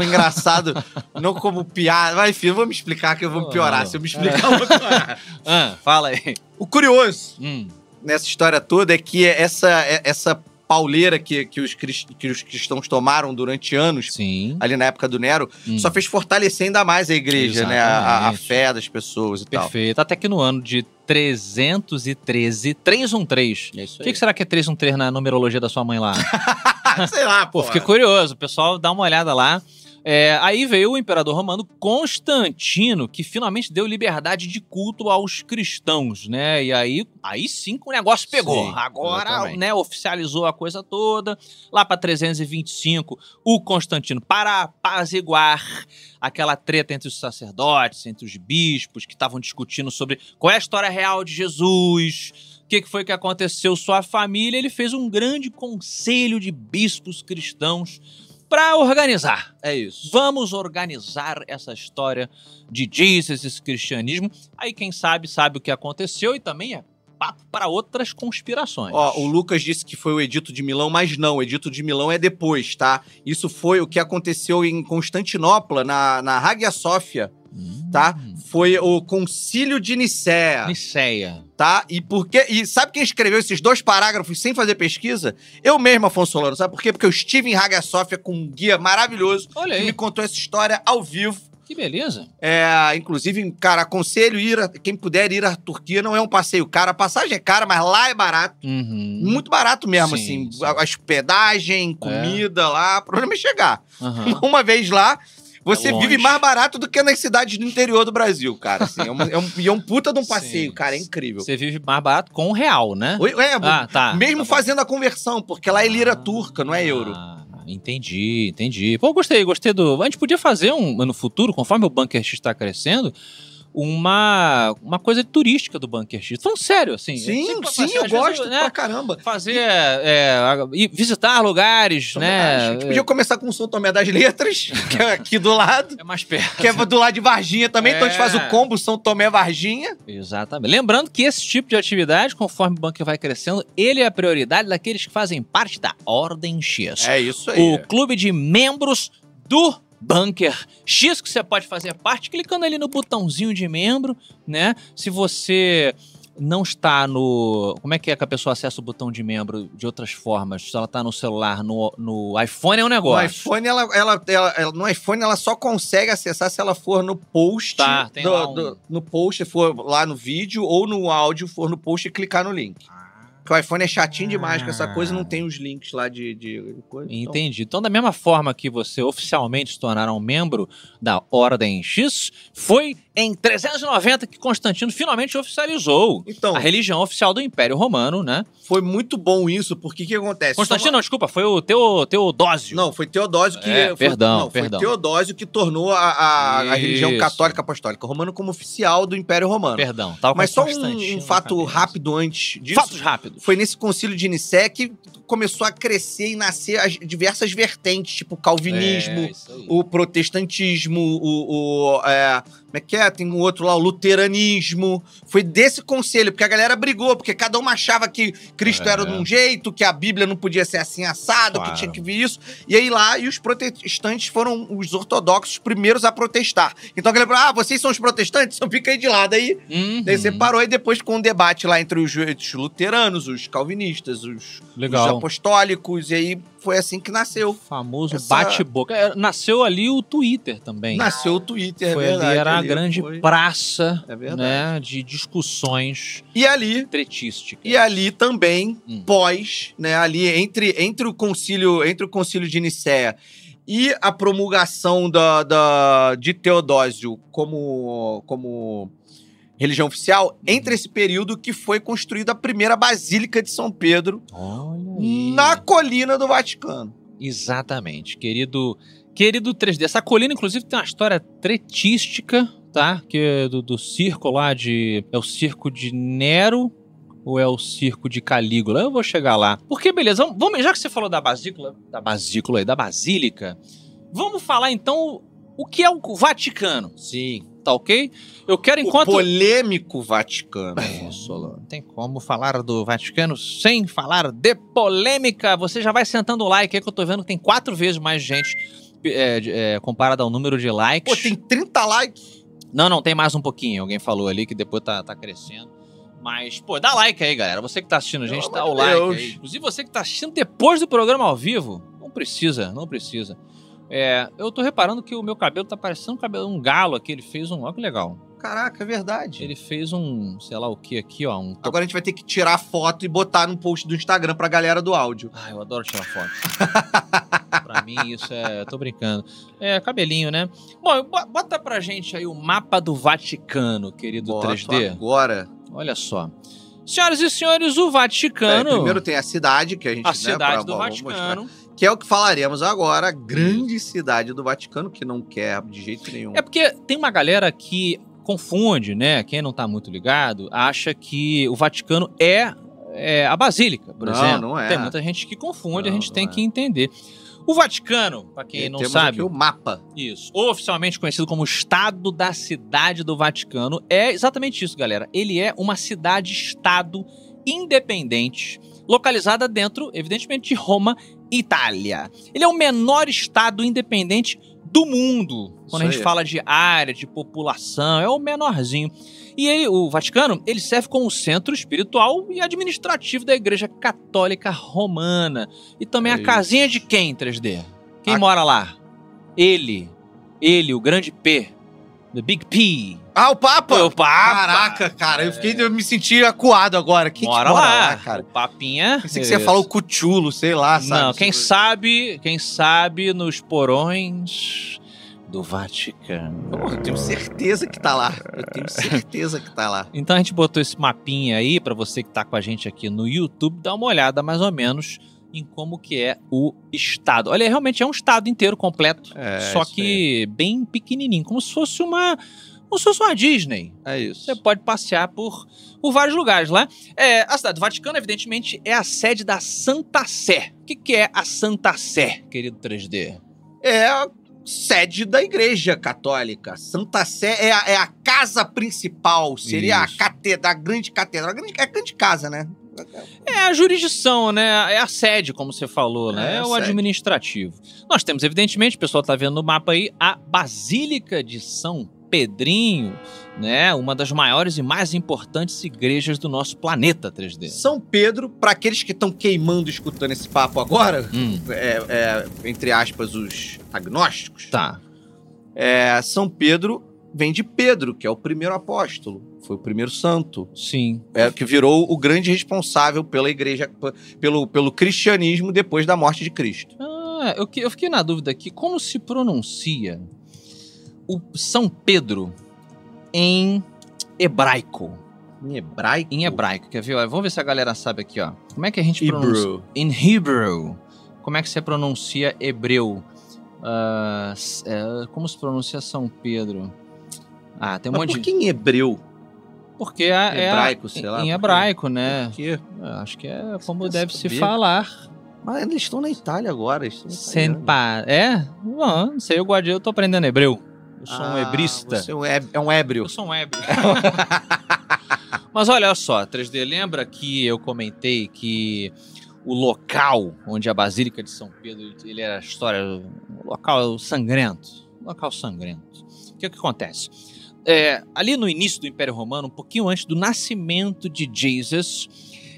C: engraçado, não como piada. Vai, filho, eu vou me explicar que eu vou
A: Oh,
C: piorar.
A: não.
C: Se eu me explicar, eu vou piorar.
A: Ah, fala aí.
C: O curioso
A: Hum.
C: nessa história toda é que essa, é- essa pauleira que, que, os cris- que os cristãos tomaram durante anos,
A: Sim.
C: ali na época do Nero,
A: Hum.
C: só fez fortalecer ainda mais a igreja, né? A, a- a
A: Exatamente.
C: fé das pessoas e tal.
A: Perfeito. Tá Até que no ano de 313, 313.
C: É isso
A: O um que, que será que é 313 na numerologia da sua mãe lá?
C: Sei lá,
A: Pô,
C: pô.
A: fiquei curioso. O pessoal dá uma olhada lá. É, aí veio o imperador romano Constantino, que finalmente deu liberdade de culto aos cristãos, né? E aí, aí sim que o negócio pegou.
C: Sim,
A: Agora,
C: exatamente.
A: né, oficializou a coisa toda. Lá para 325, o Constantino, para apaziguar aquela treta entre os sacerdotes, entre os bispos, que estavam discutindo sobre qual é a história real de Jesus, o que, que foi que aconteceu, sua família, ele fez um grande conselho de bispos cristãos para organizar.
C: É isso.
A: Vamos organizar essa história de Jesus, esse cristianismo. Aí quem sabe, sabe o que aconteceu e também é papo para outras conspirações.
C: Ó, o Lucas disse que foi o Edito de Milão, mas não, o Edito de Milão é depois, tá? Isso foi o que aconteceu em Constantinopla, na, na Hagia Sófia,
A: Hum.
C: tá? Foi o Concílio de Nicéia,
A: Niceia.
C: tá? E por quê? E sabe quem escreveu esses dois parágrafos sem fazer pesquisa? Eu mesmo, Afonso Solano, sabe por quê? Porque eu estive em Hagia Sófia com um guia maravilhoso
A: Olha
C: que me
A: aí,
C: contou essa história ao vivo.
A: que beleza.
C: É, inclusive, cara, aconselho ir, a- quem puder ir à Turquia, não é um passeio caro. A passagem é cara, mas lá é barato.
A: Uhum.
C: Muito barato mesmo,
A: Sim,
C: assim.
A: sim. É.
C: A a hospedagem, comida lá, o problema é chegar.
A: Aham.
C: Uma vez lá, você
A: Ah. É longe.
C: vive mais barato do que nas cidades do interior do Brasil, cara. assim. é, um, é um- e é um puta de um passeio,
A: Sim.
C: cara, é incrível.
A: Você vive mais barato com o real, né?
C: Oi, É,
A: Ah, tá.
C: mesmo
A: Tá bom.
C: fazendo a conversão, porque lá é lira
A: Ah,
C: turca, não é euro.
A: Ah, entendi, entendi. Pô, gostei, gostei do. A gente podia fazer um no futuro, conforme o Bunker X está crescendo, uma, uma coisa turística do Bunker X. Falando sério, assim.
C: Sim,
A: sempre
C: sim,
A: passei,
C: eu
A: às vezes,
C: gosto pra
A: né,
C: caramba.
A: fazer. é, ir visitar lugares,
C: A
A: né?
C: gente podia começar com São Tomé das Letras, que é aqui do lado.
A: É mais perto.
C: Que é do lado de Varginha também, então a
A: É.
C: gente faz o combo São Tomé Varginha.
A: Exatamente. Lembrando que esse tipo de atividade, conforme o Bunker vai crescendo, ele é a prioridade daqueles que fazem parte da Ordem X.
C: É isso
A: o clube de membros do Bunker X, que você pode fazer parte clicando ali no botãozinho de membro, né? Se você não está no. Como é que é que a pessoa acessa o botão de membro de outras formas? Se ela está no celular, no, no iPhone é um
C: No
A: negócio.
C: iPhone, então. ela, ela, ela- ela- no iPhone, ela só consegue acessar se ela for no post.
A: Tá, tem
C: do-
A: lá um-
C: do- no post, for lá no vídeo, ou no áudio, for no post e clicar no link.
A: Ah.
C: Porque o iPhone é chatinho demais com essa coisa, não tem os links lá de, de coisa. então-
A: Entendi. Então, da mesma forma que você oficialmente se tornaram um membro da Ordem X, foi em 390 que Constantino finalmente oficializou
C: Então,
A: a religião oficial do Império Romano, né?
C: foi muito bom isso, porque o que acontece?
A: Constantino, não, desculpa, foi o teu, Teodósio.
C: É Não, foi Teodósio que.
A: É,
C: foi-
A: perdão,
C: não,
A: perdão.
C: Foi Teodósio que tornou a, a- a religião
A: Isso.
C: católica apostólica romana como oficial do Império Romano.
A: Perdão, tava com
C: Mas só um,
A: Constantino
C: um
A: na
C: fato
A: cabeça.
C: rápido antes disso.
A: Fatos rápidos.
C: Foi nesse concílio de Nicé que começou a crescer e nascer as diversas vertentes, tipo o calvinismo,
A: É,
C: o protestantismo, o... o, é, como é que é? Tem um outro lá, o luteranismo. Foi desse conselho, porque a galera brigou, porque cada uma achava que Cristo
A: É.
C: era de um jeito, que a Bíblia não podia ser assim assado,
A: Claro.
C: que tinha que vir isso. E aí lá, e os protestantes foram os ortodoxos os primeiros a protestar. Então a galera falou, ah, vocês são os protestantes? Então fica aí de lado aí.
A: Uhum.
C: Daí separou e depois com um debate lá entre os, os luteranos, os calvinistas, os, os
A: Legal.
C: apostólicos, e aí foi assim que
A: O
C: nasceu.
A: famoso
C: Essa-
A: bate-boca. É, Nasceu ali o Twitter também.
C: Nasceu o Twitter,
A: foi
C: é verdade.
A: ali, era a
C: ali
A: grande
C: foi.
A: praça
C: É verdade.
A: né, de discussões
C: E ali
A: tretísticas.
C: E ali também,
A: Hum.
C: pós, né, ali entre, entre o concílio, entre o concílio de Nicéia e a promulgação da, da, de Teodósio como, como religião oficial,
A: Uhum.
C: entre esse período que foi construída a primeira Basílica de São Pedro
A: Olha aí.
C: na colina do Vaticano.
A: Exatamente, querido, querido 3D. Essa colina, inclusive, tem uma história tretística, tá? Que é do, do circo lá de. É o circo de Nero ou é o circo de Calígula? Eu vou chegar lá. Porque, beleza, vamos, vamos- já que você falou da basícula, da basícula aí, da basílica, vamos falar então o que é o Vaticano. Sim. Tá ok? Eu quero, enquanto.
C: O polêmico Vaticano.
A: É.
C: Solano.
A: Não tem como falar do Vaticano sem falar de polêmica. Você já vai sentando o like aí que eu tô vendo que tem quatro vezes mais gente é, de- é, comparada ao número de likes.
C: Pô, tem 30 likes.
A: Não, não, tem mais um pouquinho. Alguém falou ali que depois tá, tá crescendo. Mas, pô, dá like aí, galera. Você que tá assistindo a gente,
C: Pelo
A: dá
C: amor
A: o
C: de
A: like
C: Deus.
A: aí. Inclusive você que tá assistindo depois do programa ao vivo, não precisa, não precisa. É, eu tô reparando que o meu cabelo tá parecendo um cabelo, um galo aqui. Ele fez um, olha que legal.
C: Caraca, é verdade.
A: Ele fez um, sei lá o que aqui, ó, um
C: Agora a gente vai ter que tirar a foto e botar no post do Instagram pra galera do áudio.
A: Ah, eu adoro tirar foto. pra mim, isso é. eu Tô brincando. É, cabelinho, né? Bom, bo- bota pra gente aí o mapa do Vaticano, querido
C: Boto
A: 3D.
C: Agora.
A: Olha só. Senhoras e senhores, o
C: É,
A: Vaticano.
C: primeiro tem a cidade, que a gente
A: a
C: né,
A: cidade
C: pra-
A: do
C: bom, vamos
A: Vaticano.
C: mostrar, que é o que falaremos agora, a grande cidade do Vaticano, que não quer de jeito nenhum.
A: É porque tem uma galera que confunde, né? Quem não tá muito ligado, acha que o Vaticano é, é a Basílica, por
C: Não,
A: exemplo.
C: não é.
A: Tem muita gente que confunde, a
C: Não,
A: gente
C: não
A: tem
C: é.
A: que entender. O Vaticano, pra
C: E
A: quem não
C: É, temos
A: sabe,
C: aqui o mapa.
A: Isso. Oficialmente conhecido como Estado da Cidade do Vaticano. É exatamente isso, galera. Ele é uma cidade-estado independente, localizada dentro, evidentemente, de Roma, Itália. Ele é o menor estado independente do mundo. Quando a
C: Isso
A: gente
C: aí.
A: fala de área, de população, é o menorzinho. E ele, o Vaticano, ele serve como centro espiritual e administrativo da Igreja Católica Romana. E também
C: É
A: a casinha de quem, 3D? Quem
C: A-
A: mora lá? Ele. Ele, o grande P. The Big P.
C: Ah, o Papa!
A: Pô, o Papa. É.
C: Caraca, cara, eu, fiquei, eu me senti acuado agora. Quem que
A: mora, lá.
C: cara?
A: O papinha. é
C: Pensei que você fala o cuchulo, sei lá, sabe? Tipo,
A: Não, quem sabe, quem sabe nos porões do Vaticano.
C: Porra, eu tenho certeza que tá lá. Eu tenho certeza que tá lá.
A: Então a gente botou esse mapinha aí pra você que tá com a gente aqui no YouTube, dar uma olhada mais ou menos em como que é o estado. Olha, realmente é um estado inteiro completo,
C: É,
A: só
C: isso
A: que bem pequenininho, como se fosse uma como se fosse uma Disney.
C: É isso.
A: Você pode passear por, por vários lugares lá. É, a cidade do Vaticano, evidentemente, é a sede da Santa Sé. O que, que é a Santa Sé, querido 3D?
C: é a sede da Igreja Católica. Santa Sé é a, é a casa principal, seria
A: Isso.
C: a catedral, a grande catedral. A grande, é a grande casa, né?
A: É a jurisdição, né? É a sede, como você falou, né?
C: É
A: É,
C: a
A: o
C: sede.
A: administrativo. Nós temos, evidentemente, o pessoal tá vendo no mapa aí, a Basílica de São Pedrinho, né? Uma das maiores e mais importantes igrejas do nosso planeta 3D.
C: São Pedro, para aqueles que estão queimando escutando esse papo agora,
A: Hum,
C: é- é, entre aspas, os agnósticos,
A: tá.
C: é, São Pedro vem de Pedro, que é o primeiro apóstolo, foi o primeiro santo,
A: Sim.
C: é, que virou o grande responsável pela igreja, p- pelo, pelo cristianismo depois da morte de Cristo.
A: Ah, eu, que- eu fiquei na dúvida aqui, como se pronuncia o São Pedro em hebraico?
C: Em hebraico?
A: Em hebraico, quer ver? Olha, Vamos ver se a galera sabe aqui, ó. Como é que a gente pronuncia?
C: Hebrew.
A: Em Hebrew. Como é que você pronuncia hebreu? Ah, s- é, como se pronuncia São Pedro? Ah, tem um
C: Mas
A: monte
C: por
A: de...
C: que em hebreu?
A: Porque é, é-
C: Hebraico, sei lá,
A: Em
C: por
A: hebraico, né?
C: Por quê?
A: Eu Acho que é como
C: quer
A: deve se
C: saber?
A: falar.
C: Mas eles estão na Itália agora. Eles estão italianos.
A: Senpa. É? Não, não sei, eu guardei, eu tô aprendendo hebreu. Eu sou um
C: Ah,
A: hebrista.
C: Você é um heb- é um ébrio.
A: Eu sou um ébrio. Mas olha só, 3D, lembra que eu comentei que o local onde a Basílica de São Pedro, ele era a história, um local sangrento, um local sangrento. O que, que acontece? É, ali no início do Império Romano, um pouquinho antes do nascimento de Jesus,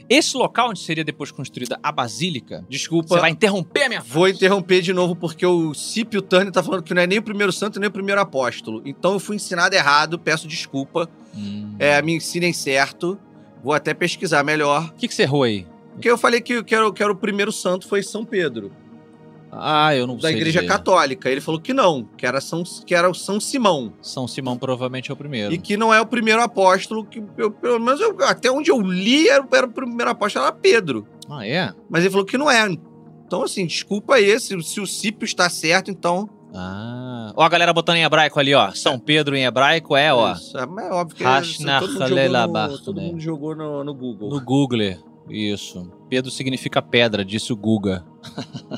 A: Esse local onde seria depois construída a Basílica,
C: Desculpa.
A: você vai interromper a minha
C: Vou interromper de novo porque o Cipio Turner tá falando que não é nem o primeiro santo nem o primeiro apóstolo. Então eu fui ensinado errado, peço desculpa.
A: Hum.
C: É, me ensinem certo. Vou até pesquisar melhor.
A: O que, que você errou aí?
C: Porque eu falei que, que, era, o- que era o primeiro santo foi São Pedro,
A: Ah, eu não
C: da
A: sei
C: Igreja
A: dizer.
C: Católica. Ele falou que não, que era São, que era o São Simão.
A: São Simão provavelmente é o primeiro.
C: E que não é o primeiro apóstolo, que eu- pelo menos eu- até onde eu li era, era o primeiro apóstolo, era Pedro.
A: Ah, é?
C: Mas ele falou que não é. Então, assim, desculpa aí, se, se o Cípio está certo, então.
A: Ah. Ó, a galera botando em hebraico ali, ó. São Pedro em hebraico é, ó.
C: Isso, é, mas é óbvio que
A: Rashna
C: todo mundo jogou, no,
A: Halelabar,
C: todo
A: né?
C: mundo jogou no, no Google.
A: No Google. Isso. Pedro significa pedra, disse o Guga.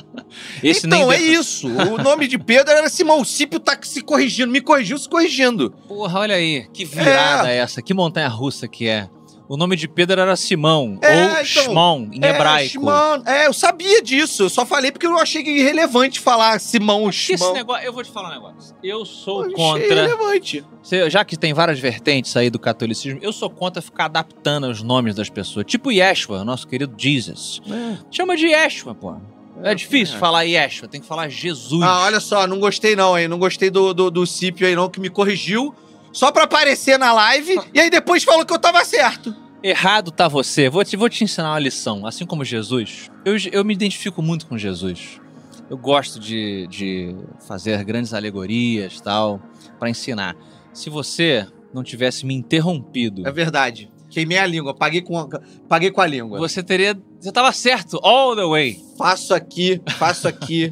A: Esse
C: então,
A: nem.
C: é isso. O nome de Pedro era Simão. O Cípio tá se corrigindo, me corrigiu se corrigindo.
A: Porra, olha aí.
C: É.
A: Que virada é essa. Que montanha russa que é. O nome de Pedro era Simão,
C: É,
A: ou
C: então,
A: Shimon, em
C: É,
A: hebraico.
C: Shimon. É, eu sabia disso. Eu só falei porque eu achei que era irrelevante falar Simão ou
A: Que esse
C: Shimão.
A: negócio, eu vou te falar um negócio. Eu
C: Eu
A: sou
C: achei
A: contra.
C: irrelevante.
A: Cê- Já que tem várias vertentes aí do catolicismo, eu sou contra ficar adaptando os nomes das pessoas. Tipo Yeshua, nosso querido Jesus. Chama de Yeshua, pô. É, difícil falar Yeshua, tem que falar Jesus.
C: Ah, olha só, não gostei não, hein? Não gostei do, do, do Cípio aí não, que me corrigiu. Só pra aparecer na live, e aí depois falou que eu tava certo.
A: Errado tá você. Vou te, vou te ensinar uma lição. Assim como Jesus, eu, eu me identifico muito com Jesus. Eu gosto de, de fazer grandes alegorias tal, pra ensinar. Se você não tivesse me interrompido,
C: É verdade. Queimei a língua, paguei com a, paguei com a língua.
A: você teria. Você tava certo, all the way.
C: Faço aqui, faço aqui.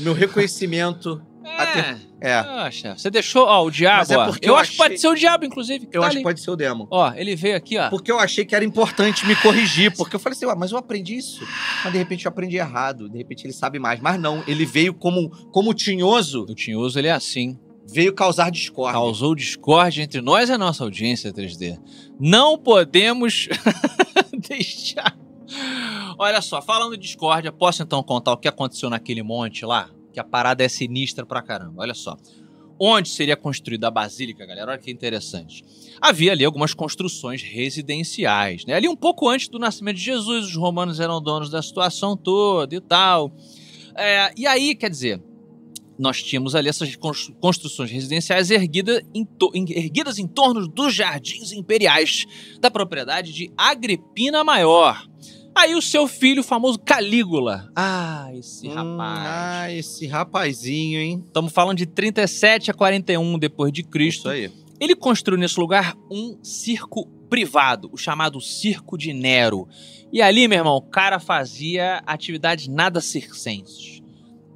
C: meu reconhecimento.
A: É,
C: É.
A: poxa, você deixou, ó, o diabo.
C: Mas é
A: ó.
C: porque
A: eu
C: eu
A: acho que pode
C: achei-
A: ser o diabo, inclusive. que
C: Eu
A: tá
C: acho
A: ali.
C: que pode ser o demo.
A: Ó, ele veio aqui, ó.
C: Porque eu achei que era importante me corrigir, porque eu falei assim, "Ué, mas eu aprendi isso. Mas de repente eu aprendi errado, de repente ele sabe mais. Mas não, ele veio como, como tinhoso,
A: O tinhoso, ele é assim.
C: veio causar discórdia.
A: causou discórdia entre nós e a nossa audiência 3D. Não podemos deixar. Olha só, falando de discórdia, posso então contar o que aconteceu naquele monte lá? Que a parada é sinistra pra caramba. Olha só. Onde seria construída a basílica, galera? Olha que interessante. Havia ali algumas construções residenciais, né? Ali um pouco antes do nascimento de Jesus, os romanos eram donos da situação toda e tal. É, e aí, quer dizer, nós tínhamos ali essas cons- construções residenciais erguida em to- em- erguidas em torno dos jardins imperiais da propriedade de Agripina Maior. Aí o seu filho, o famoso Calígula. Ah, esse
C: Hum,
A: rapaz.
C: Ah, esse rapazinho, hein?
A: Estamos falando de 37 a 41 depois de Cristo.
C: Isso aí.
A: Ele construiu nesse lugar um circo privado, o chamado Circo de Nero. E ali, meu irmão, o cara fazia atividades nada circenses.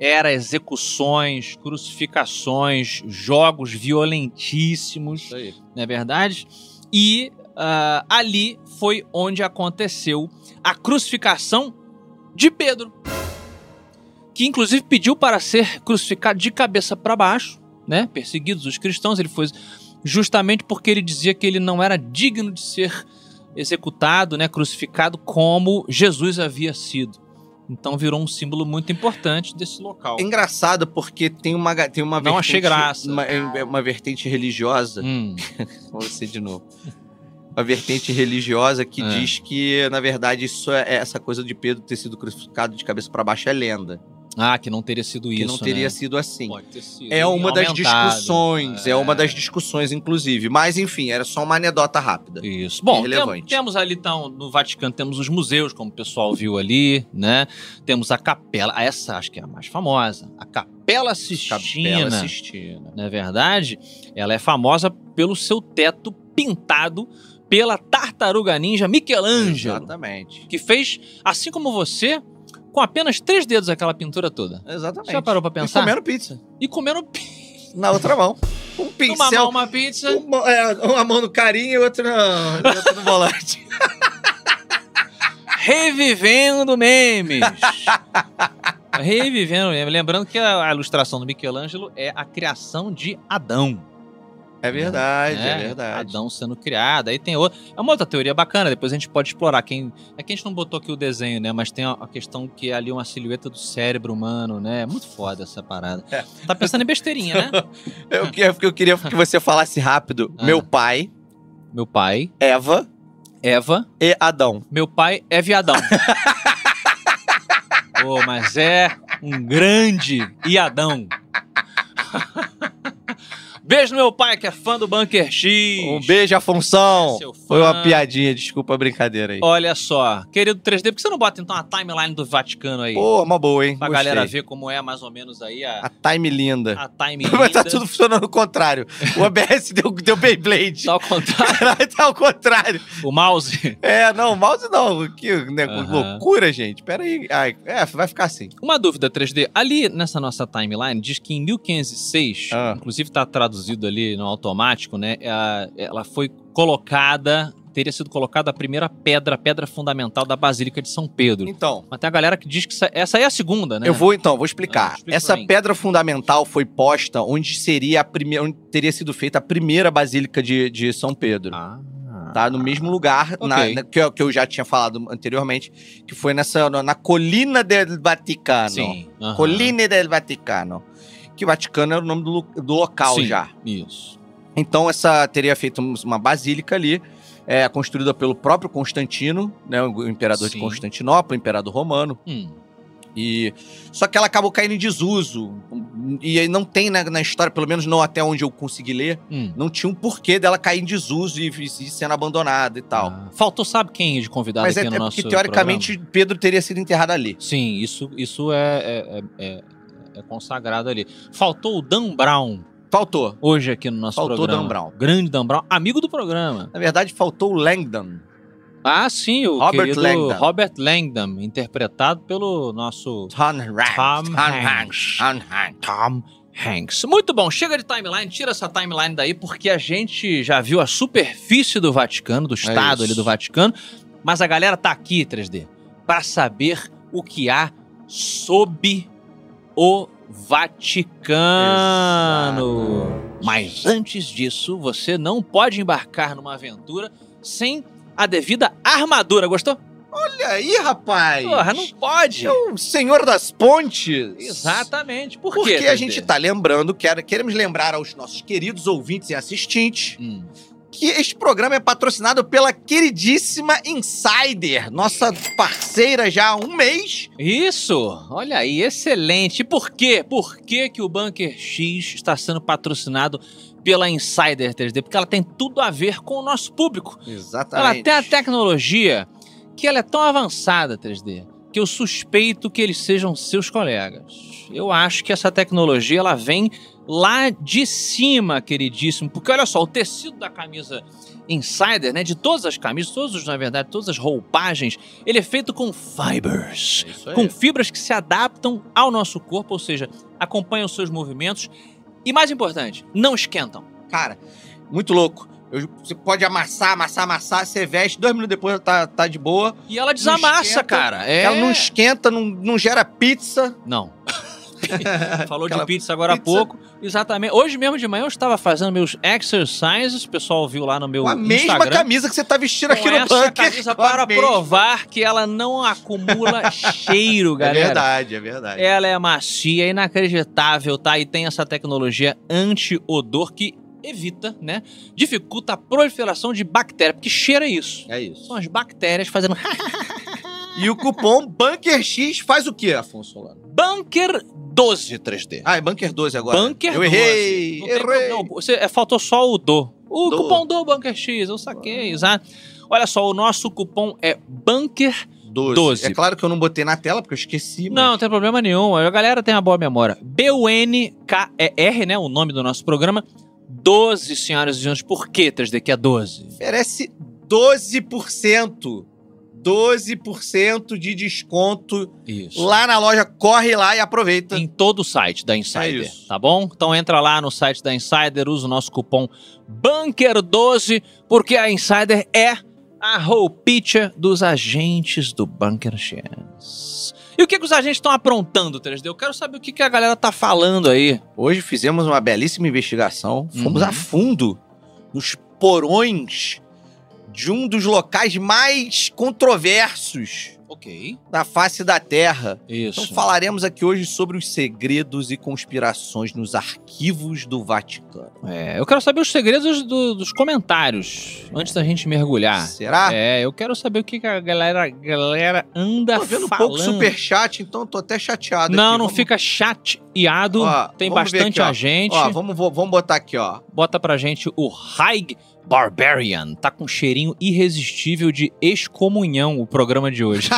A: Era execuções, crucificações, jogos violentíssimos,
C: aí.
A: não é verdade? E ah, ali foi onde aconteceu a crucificação de Pedro, que inclusive pediu para ser crucificado de cabeça para baixo, né? Perseguidos os cristãos, ele foi justamente porque ele dizia que ele não era digno de ser executado, né, crucificado como Jesus havia sido. Então virou um símbolo muito importante desse local.
C: É engraçado porque tem uma, ga- tem uma
A: Não achei graça.
C: Uma, é uma vertente religiosa.
A: Hum,
C: Vou você de novo. Uma vertente religiosa que
A: É.
C: diz que, na verdade, isso é, essa coisa de Pedro ter sido crucificado de cabeça pra baixo é lenda.
A: Ah, que não teria sido
C: que
A: isso,
C: não teria
A: né?
C: sido assim.
A: Pode ter sido
C: É uma
A: aumentado.
C: das
A: né?
C: discussões, é. uma das discussões, inclusive. Mas, enfim, era só uma anedota rápida.
A: Isso. Bom,
C: Irrelevante.
A: tem- temos ali então no Vaticano temos os museus, como o pessoal viu ali, né? Temos a capela, ah, essa acho que é a mais famosa, a Capela Sistina.
C: Capela Sistina.
A: Na verdade, ela é famosa pelo seu teto pintado pela tartaruga ninja Michelangelo,
C: Exatamente.
A: que fez, assim como você, com apenas três dedos aquela pintura toda.
C: Exatamente.
A: Você já parou pra pensar?
C: E comendo pizza.
A: E comendo pi-
C: Na outra mão. Um
A: numa mão
C: pincel.
A: uma pizza.
C: Uma, é, uma mão no carinho e outra no, e outra no volante.
A: Revivendo memes. Revivendo memes. Lembrando que a, a ilustração do Michelangelo é a criação de Adão.
C: É verdade, é,
A: né?
C: verdade.
A: Adão sendo criado. Aí tem outra. É uma outra teoria bacana, depois a gente pode explorar. Quem... É que a gente não botou aqui o desenho, né? Mas tem a a questão que é ali uma silhueta do cérebro humano, né? É muito foda essa parada.
C: É.
A: Tá pensando em besteirinha, né?
C: Eu, que- eu queria que você falasse rápido.
A: Ah.
C: Meu pai,
A: Meu pai,
C: Eva,
A: Eva,
C: E Adão.
A: meu pai é viadão. Pô, mas é um grande iadão. Beijo no meu pai, que é fã do Bunker X.
C: Um beijo, Afonso.
A: Seu fã.
C: Foi uma piadinha, desculpa a brincadeira aí.
A: Olha só, querido 3D, por que você não bota então a timeline do Vaticano aí?
C: Pô, uma boa, hein?
A: pra
C: Gostei.
A: galera ver como é mais ou menos aí a,
C: A time linda.
A: a time
C: Mas tá
A: linda.
C: tudo funcionando ao contrário. O OBS deu, deu Beyblade.
A: Tá ao contrário,
C: Caralho, tá ao contrário.
A: o mouse.
C: É, não, mouse não. Que né,
A: Aham. Né?
C: loucura, gente. Pera aí. Ai, é, vai ficar assim.
A: Uma dúvida, 3D. Ali nessa nossa timeline diz que em 1506,
C: Ah.
A: inclusive tá traduzido ali no automático, né? a- Ela foi colocada, teria sido colocada a primeira pedra, a pedra fundamental da Basílica de São Pedro.
C: Então,
A: Mas tem a galera que diz que essa, essa aí é a segunda, né?
C: eu vou então, vou explicar.
A: Ah, explica
C: Essa
A: pra mim.
C: pedra fundamental foi posta onde seria a primeira, onde teria sido feita a primeira basílica de, de São Pedro.
A: Ah.
C: Tá no mesmo lugar na-
A: Ok.
C: na- que, eu, que eu já tinha falado anteriormente, que foi nessa na, na colina del Vaticano.
A: Sim. aham.
C: tá, Colina del Vaticano. Que Vaticano era o nome do, lu- do local
A: Sim,
C: já.
A: Isso.
C: Então, essa teria feito um- uma basílica ali, é, construída pelo próprio Constantino, né, o imperador
A: Sim.
C: de Constantinopla, o imperador romano.
A: Hum.
C: E Só que ela acabou caindo em desuso. E aí não tem na, na história, pelo menos não até onde eu consegui ler,
A: Hum.
C: não tinha um porquê dela cair em desuso e, e sendo abandonada e tal.
A: Ah, Faltou, sabe quem de convidado
C: Mas é,
A: aqui
C: é
A: no nosso
C: porque, teoricamente, Pedro teria sido enterrado ali.
A: programa? Sim, isso, isso é, é- é- é- é consagrado ali. Faltou o Dan Brown
C: Faltou.
A: hoje aqui no nosso
C: Faltou o
A: programa.
C: Dan Brown.
A: Grande Dan Brown, amigo do programa.
C: Na verdade, faltou o Langdon.
A: Ah, sim, o
C: Robert
A: querido
C: Langdon.
A: Robert Langdon, interpretado pelo nosso
C: Tom Hanks.
A: Tom
C: Tom
A: Hanks.
C: Hanks. Tom Hanks.
A: Tom Hanks. Muito bom, chega de timeline, tira essa timeline daí, porque a gente já viu a superfície do Vaticano, do Estado
C: É isso.
A: ali do Vaticano, mas a galera tá aqui, 3D, pra saber o que há sob o Vaticano. Mas antes disso, você não pode embarcar numa aventura sem a devida armadura, gostou?
C: Olha aí, rapaz.
A: Porra, não pode!
C: É o Senhor das Pontes.
A: Exatamente. Por
C: Porque
A: quê,
C: a
A: 3D?
C: gente tá lembrando, quer- queremos lembrar aos nossos queridos ouvintes e assistentes
A: Hum.
C: que este programa é patrocinado pela queridíssima Insider, nossa parceira já há um mês.
A: Isso! Olha aí, excelente. E por quê? Por que, que o Bunker X está sendo patrocinado pela Insider 3D? Porque ela tem tudo a ver com o nosso público. Ela
C: Exatamente.
A: tem a tecnologia que ela é tão avançada, 3D, que eu suspeito que eles sejam seus colegas. Eu acho que essa tecnologia ela vem lá de cima, queridíssimo, porque olha só, o tecido da camisa Insider, né, de todas as camisas, todos, os- na verdade, todas as roupagens, ele é feito com fibers
C: Isso aí.
A: com fibras que se adaptam ao nosso corpo, ou seja, acompanham os seus movimentos e, mais importante, não esquentam.
C: Cara, muito louco. Eu- você pode amassar, amassar, amassar, você veste, dois minutos depois tá, tá de boa.
A: E ela desamassa,
C: esquenta.
A: cara. É...
C: Ela não esquenta, não, não gera pizza.
A: Não. Falou
C: É, Aquela
A: de pizza agora
C: pizza.
A: há pouco. Exatamente. Hoje mesmo de manhã eu estava fazendo meus exercises, o pessoal viu lá no meu
C: Com a mesma
A: Instagram.
C: camisa que você tá vestindo
A: com
C: aqui no
A: essa
C: bunker.
A: camisa
C: Com a
A: para
C: mesma.
A: provar que ela não acumula cheiro,
C: É
A: galera.
C: verdade, é verdade.
A: Ela é macia, é inacreditável, tá? E tem essa tecnologia anti-odor que evita, né? Dificulta a proliferação de bactérias, porque cheira é isso.
C: É isso.
A: São as bactérias fazendo
C: E o cupom Bunker X faz o quê, Afonso Solano?
A: bunker 12 3D.
C: Ah, é Bunker 12 agora.
A: Bunker
C: Eu
A: 12.
C: errei,
A: Não tem
C: errei.
A: problema. Você, é, faltou só o do. O
C: Do.
A: cupom do Bunker X, eu saquei, exato. Olha só, o nosso cupom é Bunker.
C: 12.
A: 12.
C: É claro que eu não botei na tela porque eu esqueci.
A: Não, não tem problema nenhum. A galera tem uma boa memória. B-U-N-K-E-R, né? O nome do nosso programa. 12, senhoras e senhores. Por que 3D que é 12?
C: Oferece 12%. 12% de desconto
A: Isso.
C: lá na loja. Corre lá e aproveita.
A: Em todo o site da Insider,
C: É isso.
A: tá bom? Então entra lá no site da Insider, usa o nosso cupom BUNKER12, porque a Insider é a roupinha dos agentes do Bunker Chance. E o que, que os agentes estão aprontando, 3D? Eu quero saber o que, que a galera tá falando aí.
C: Hoje fizemos uma belíssima investigação. Fomos
A: Uhum.
C: a fundo nos porões de um dos locais mais controversos
A: Ok.
C: na face da Terra.
A: Isso.
C: Então falaremos aqui hoje sobre os segredos e conspirações nos arquivos do Vaticano.
A: É, eu quero saber os segredos do- dos comentários antes da gente mergulhar.
C: Será?
A: É, eu quero saber o que, que a galera, a galera anda
C: Tô vendo um
A: falando.
C: pouco superchat, então tô até chateado.
A: não,
C: aqui.
A: não
C: Vamos-
A: fica chateado.
C: Ó,
A: Tem
C: vamos ver
A: bastante
C: aqui, ó.
A: agente.
C: Ó, vamos, vo- vamos botar aqui, ó.
A: Bota pra gente o Haig Barbarian. Tá com um cheirinho irresistível de excomunhão o programa de hoje.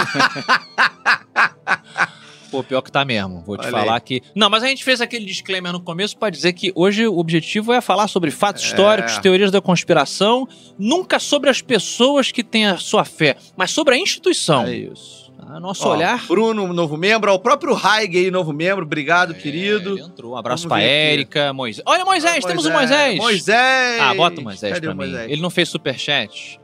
A: Pô, pior que tá mesmo. Vou te
C: Olha
A: falar que. Não, mas a gente fez aquele disclaimer no começo pra dizer que hoje o objetivo é falar sobre fatos
C: É.
A: históricos, teorias da conspiração, nunca sobre as pessoas que têm a sua fé, mas sobre a instituição.
C: É isso.
A: Ah, nosso
C: Ó,
A: olhar.
C: Bruno, novo membro. ó, O próprio Haig aí, novo membro. Obrigado,
A: É,
C: querido.
A: ele entrou. Um abraço
C: Vamos
A: pra
C: ver aqui.
A: Érica, Moisés. Olha, Moisés, temos o Moisés.
C: Moisés!
A: Ah, bota o Moisés
C: Cadê
A: pra
C: o
A: mim.
C: Moisés?
A: Ele é não fez superchat,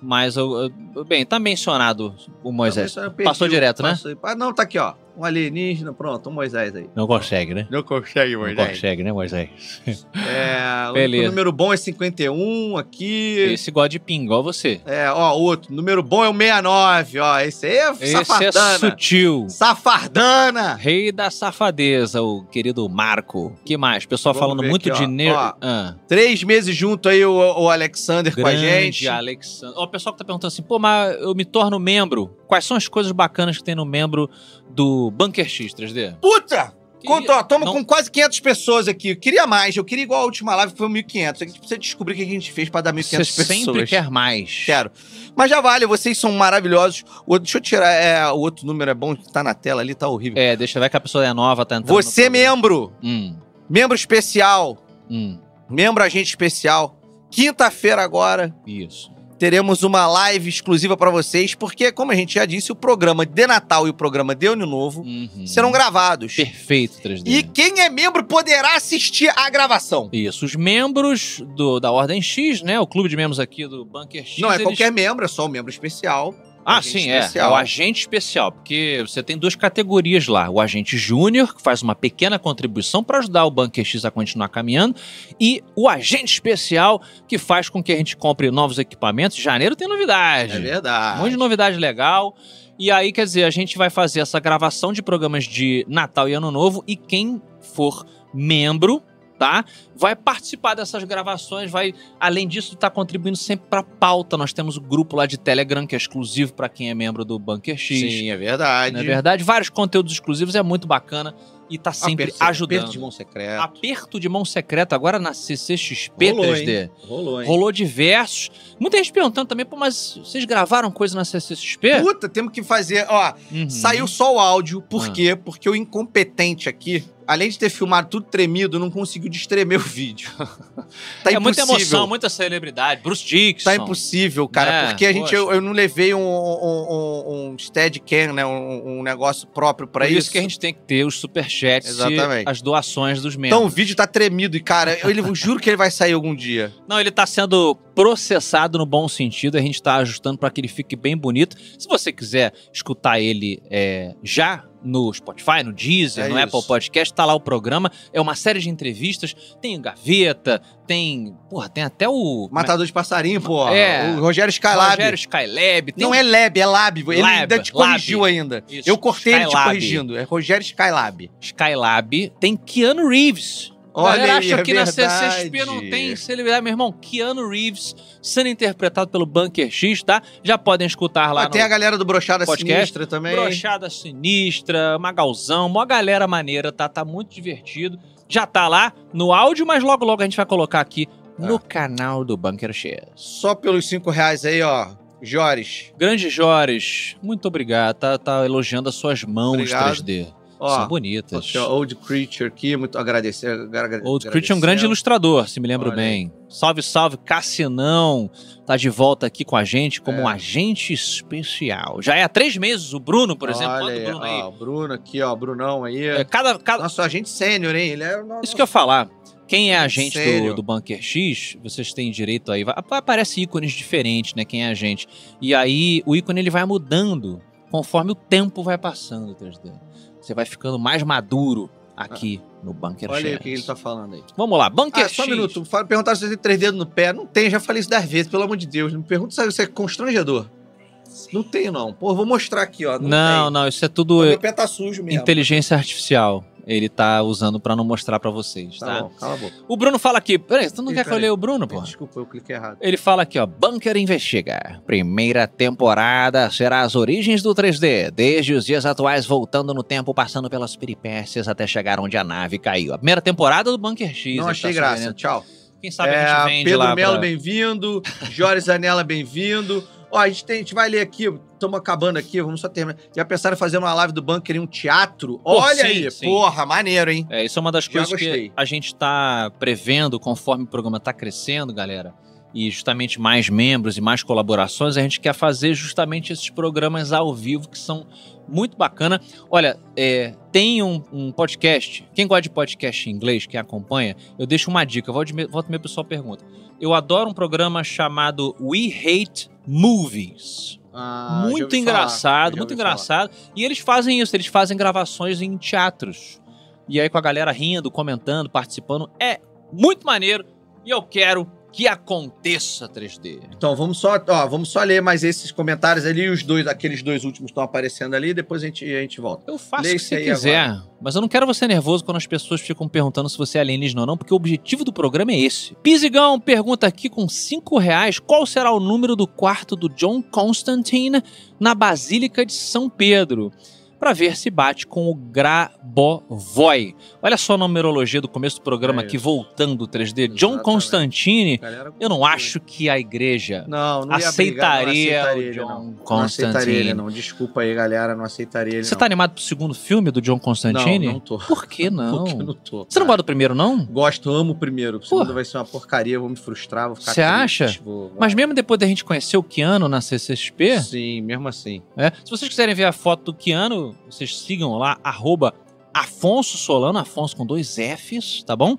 A: mas eu, eu- bem, tá mencionado o Moisés.
C: Não, eu perdi
A: Passou
C: o-
A: direto, né?
C: passou- Ah, não, tá aqui, ó. Um alienígena, pronto, um Moisés aí.
A: Não consegue, né?
C: Não consegue,
A: Não consegue, né, Moisés?
C: É, o
A: Beleza.
C: único número bom é 51 aqui.
A: Esse gosta de ping, igual você.
C: É, ó, outro. Número bom é o 69, ó. Esse aí é
A: Esse é
C: safardana.
A: sutil.
C: Safardana!
A: Rei da safadeza, o querido Marco. que mais? Pessoal
C: Vamos
A: falando
C: ver
A: muito
C: aqui,
A: de
C: ó.
A: ner...
C: Ó,
A: Ah,
C: Três meses junto aí o, o Alexander com a gente.
A: grande Alexandre. Ó, o pessoal que tá perguntando assim, pô, mas eu me torno membro. Quais são as coisas bacanas que tem no membro do Bunker X 3D?
C: Puta! Conta, ó, tamo
A: não-
C: com quase 500 pessoas aqui. Eu queria mais, eu queria igual a última live, que foi 1.500. A gente precisa descobrir o que a gente fez pra dar 1.500
A: Você
C: pessoas.
A: sempre quer mais.
C: Quero. Mas já vale, vocês são maravilhosos. O- deixa eu tirar, é, o outro número é bom, tá na tela ali, tá horrível.
A: É, deixa ver que a pessoa é nova, tá entrando.
C: Você,
A: no programa.
C: membro,
A: Hum,
C: membro especial,
A: hum,
C: membro agente especial, quinta-feira agora
A: isso.
C: teremos uma live exclusiva pra vocês, porque, como a gente já disse, o programa de Natal e o programa de Ano Novo
A: Uhum.
C: serão gravados.
A: Hum. Perfeito, 3D.
C: E quem é membro poderá assistir a gravação.
A: Isso, os membros do, da Ordem X, né? O clube de membros aqui do Bunker X.
C: Não é
A: eles-
C: qualquer membro, é só um membro especial.
A: Ah,
C: agente
A: sim, é.
C: especial.
A: É o agente especial, porque você tem duas categorias lá. O agente júnior, que faz uma pequena contribuição para ajudar o Bunker X a continuar caminhando, e o agente especial, que faz com que a gente compre novos equipamentos. Janeiro tem novidade.
C: É
A: Um
C: verdade.
A: monte de novidade legal. E aí, quer dizer, a gente vai fazer essa gravação de programas de Natal e Ano Novo e quem for membro, tá? Vai participar dessas gravações, vai, além disso, tá contribuindo sempre pra pauta. Nós temos o grupo lá de Telegram que é exclusivo pra quem é membro do Bunker X.
C: Sim, é
A: Não é
C: verdade.
A: verdade? Vários conteúdos exclusivos, é muito bacana e tá sempre
C: Aperto- Aperto
A: ajudando. Ah,
C: de mão secreta.
A: Aperto de mão secreta agora na CCXP
C: Rolou,
A: 3D.
C: hein? Rolou, hein?
A: Rolou diversos. Muita gente perguntando também, pô, mas vocês gravaram coisa na CCXP?
C: Puta, temos que fazer. Ó,
A: Uhum.
C: saiu só o áudio. Por
A: Ah.
C: quê? Porque o incompetente aqui, além de ter filmado tudo tremido, não conseguiu destremer o vídeo. tá
A: É
C: impossível.
A: muita emoção, muita celebridade. Bruce Dixon.
C: Tá impossível, cara,
A: É,
C: porque a gente,
A: poxa.
C: eu, eu não levei um, um, um, um Steadicam, né, um, um negócio próprio pra
A: Por isso,
C: isso.
A: que a gente tem que ter os superchats
C: Exatamente.
A: e as doações dos membros.
C: Então o vídeo tá tremido e, cara, eu, eu juro que ele vai sair algum dia.
A: Não, ele tá sendo processado no bom sentido, a gente tá ajustando para que ele fique bem bonito. Se você quiser escutar ele é, já no Spotify, no Deezer,
C: É
A: no
C: isso.
A: Apple Podcast, tá lá o programa. É uma série de entrevistas. Tem o Gaveta, tem. Porra, tem até o.
C: Matador de passarinho, pô.
A: É.
C: O Rogério Skylab.
A: Rogério Skylab. Tem
C: Não é Lab, é Lab. Ele
A: Lab,
C: ainda te
A: Lab.
C: corrigiu ainda.
A: Isso,
C: Eu cortei ele te
A: Skylab.
C: corrigindo. É Rogério Skylab.
A: Skylab, tem Keanu Reeves.
C: Olha
A: Olha,
C: aí,
A: acha
C: é
A: que na
C: verdade.
A: CCXP não tem celebridade, meu irmão. Keanu Reeves sendo interpretado pelo Bunker X, tá? Já podem escutar lá
C: Mas tem a galera do Brochada
A: podcast.
C: Sinistra também.
A: no Brochada Sinistra, Magalzão, mó galera maneira, tá? Tá muito divertido. Já tá lá no áudio, mas logo logo a gente vai colocar aqui
C: Tá.
A: no canal do Bunker X.
C: Só pelos cinco reais aí, ó. Jores.
A: Grande Jores, muito obrigado. Tá, tá elogiando as suas mãos
C: Obrigado.
A: 3D. São
C: Ó,
A: bonitas.
C: aqui, ó, Old Creature aqui, muito agradecer. agra-
A: Old
C: agradecendo.
A: Creed é um grande ilustrador, se me lembro
C: Olha
A: bem. Salve, salve, Cassinão. Tá de volta aqui com a gente como
C: É.
A: um agente especial. Já é há três meses o Bruno, por exemplo.
C: Olha
A: Manda o
C: aí,
A: Bruno aí.
C: ó, o Bruno aqui, ó, o Brunão aí.
A: É, cada, cada-
C: Nosso agente sênior, hein? Ele é o nosso-
A: Isso que eu ia falar. Quem é agente
C: Sério?
A: do, do Bunker X, vocês têm direito aí. vai- Aparece ícones diferentes, né? Quem é agente. E aí o ícone ele vai mudando conforme o tempo vai passando, 3D. Você vai ficando mais maduro aqui no Bunker
C: Ah, Olha
A: X.
C: aí o que ele tá falando aí.
A: Vamos lá, Bunker
C: Ah, só um
A: X.
C: minuto. Fala- Perguntaram se você tem três dedos no pé. Não tem, já falei isso dez vezes, pelo amor de Deus. Não pergunta se isso é constrangedor. Não tenho, não. Pô, eu vou mostrar aqui, ó. Não,
A: Não,
C: tem.
A: não, isso é tudo
C: Meu pé tá sujo mesmo.
A: inteligência artificial. Ele tá usando pra não mostrar pra vocês,
C: Tá
A: tá?
C: bom, cala a boca.
A: O Bruno fala aqui. Peraí, tu não
C: Ih,
A: quer que eu
C: peraí.
A: leia o Bruno, pô?
C: Desculpa, eu cliquei errado.
A: Ele fala aqui, ó. Bunker investiga. Primeira temporada será as origens do 3D, desde os dias atuais, voltando no tempo, passando pelas peripécias até chegar onde a nave caiu. A primeira temporada do Bunker X.
C: não
A: ele
C: achei
A: tá
C: graça.
A: sugerindo.
C: Tchau.
A: Quem sabe a
C: É,
A: gente vende lá
C: Pedro Melo,
A: pra-
C: bem-vindo. Jorge Zanella, bem-vindo. Ó, a gente, tem- a gente vai ler aqui, estamos acabando aqui, vamos só terminar. Já pensaram em fazer uma live do bunker em um teatro? Olha
A: sim,
C: aí,
A: sim.
C: porra, maneiro, hein?
A: É, isso é uma das
C: Já
A: coisas
C: gostei.
A: que a gente está prevendo conforme o programa está crescendo, galera. E justamente mais membros e mais colaborações, a gente quer fazer justamente esses programas ao vivo que são muito bacana. Olha, é, tem um, um podcast. Quem gosta de podcast em inglês, quem acompanha, eu deixo uma dica. Volta e meia volta e meia o pessoal pergunta. Eu adoro um programa chamado We Hate Movies
C: Ah, já
A: muito
C: ouvi falar,
A: engraçado,
C: já
A: muito
C: ouvi falar.
A: engraçado. E eles fazem isso, eles fazem gravações em teatros. E aí com a galera rindo, comentando, participando. É muito maneiro e eu quero que aconteça 3D.
C: Então, vamos só, ó, vamos só ler mais esses comentários ali, os dois, aqueles dois últimos estão aparecendo ali, depois a gente, a gente volta.
A: Eu faço
C: Lê
A: o que
C: isso
A: você
C: aí
A: quiser, mas eu não quero você nervoso quando as pessoas ficam perguntando se você é alienígena ou não, porque o objetivo do programa é esse. Pisigão pergunta aqui com 5 reais qual será o número do quarto do John Constantine na Basílica de São Pedro, para ver se bate com o Grabovoi. Olha só a numerologia do começo do programa
C: É
A: aqui,
C: isso.
A: voltando o 3D. John
C: Exatamente.
A: Constantine,
C: Galera,
A: eu não acho que a igreja
C: Não, não ia brigar, não
A: aceitaria,
C: aceitaria
A: o
C: ele, não.
A: John
C: Não aceitaria ele,
A: Constantine.
C: não. Desculpa aí, galera, não aceitaria ele,
A: Você
C: não.
A: tá animado pro segundo filme do John Constantine?
C: Não, não tô.
A: Por que não?
C: Porque eu não tô.
A: Você não
C: cara.
A: gosta do primeiro, não?
C: Gosto, amo o primeiro. O segundo
A: Porra.
C: vai ser uma porcaria, eu vou me frustrar, vou ficar
A: Cê
C: triste,
A: acha?
C: vou- vou-
A: Mas mesmo depois da gente conhecer o Keanu na CCXP,
C: Sim, mesmo assim.
A: é, se vocês quiserem ver a foto do Keanu, vocês sigam lá, arroba Afonso Solano, Afonso com dois Fs, tá bom?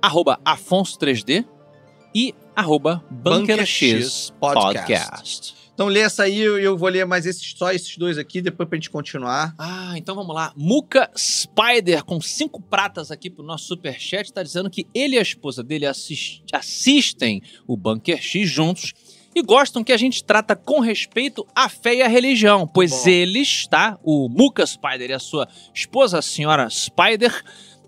A: Arroba Afonso 3D e arroba Bunker,
C: Bunker
A: X
C: X
A: Podcast.
C: Podcast. Então lê essa aí, eu, eu vou ler mais esses, só esses dois aqui, depois pra gente continuar.
A: Ah, então vamos lá. Muca Spider, com cinco pratas aqui pro nosso superchat, tá dizendo que ele e a esposa dele assis- assistem o Bunker X juntos e gostam que a gente trata com respeito a fé e a religião, pois
C: Bom.
A: eles, tá? O Muca Spider e a sua esposa, a senhora Spider,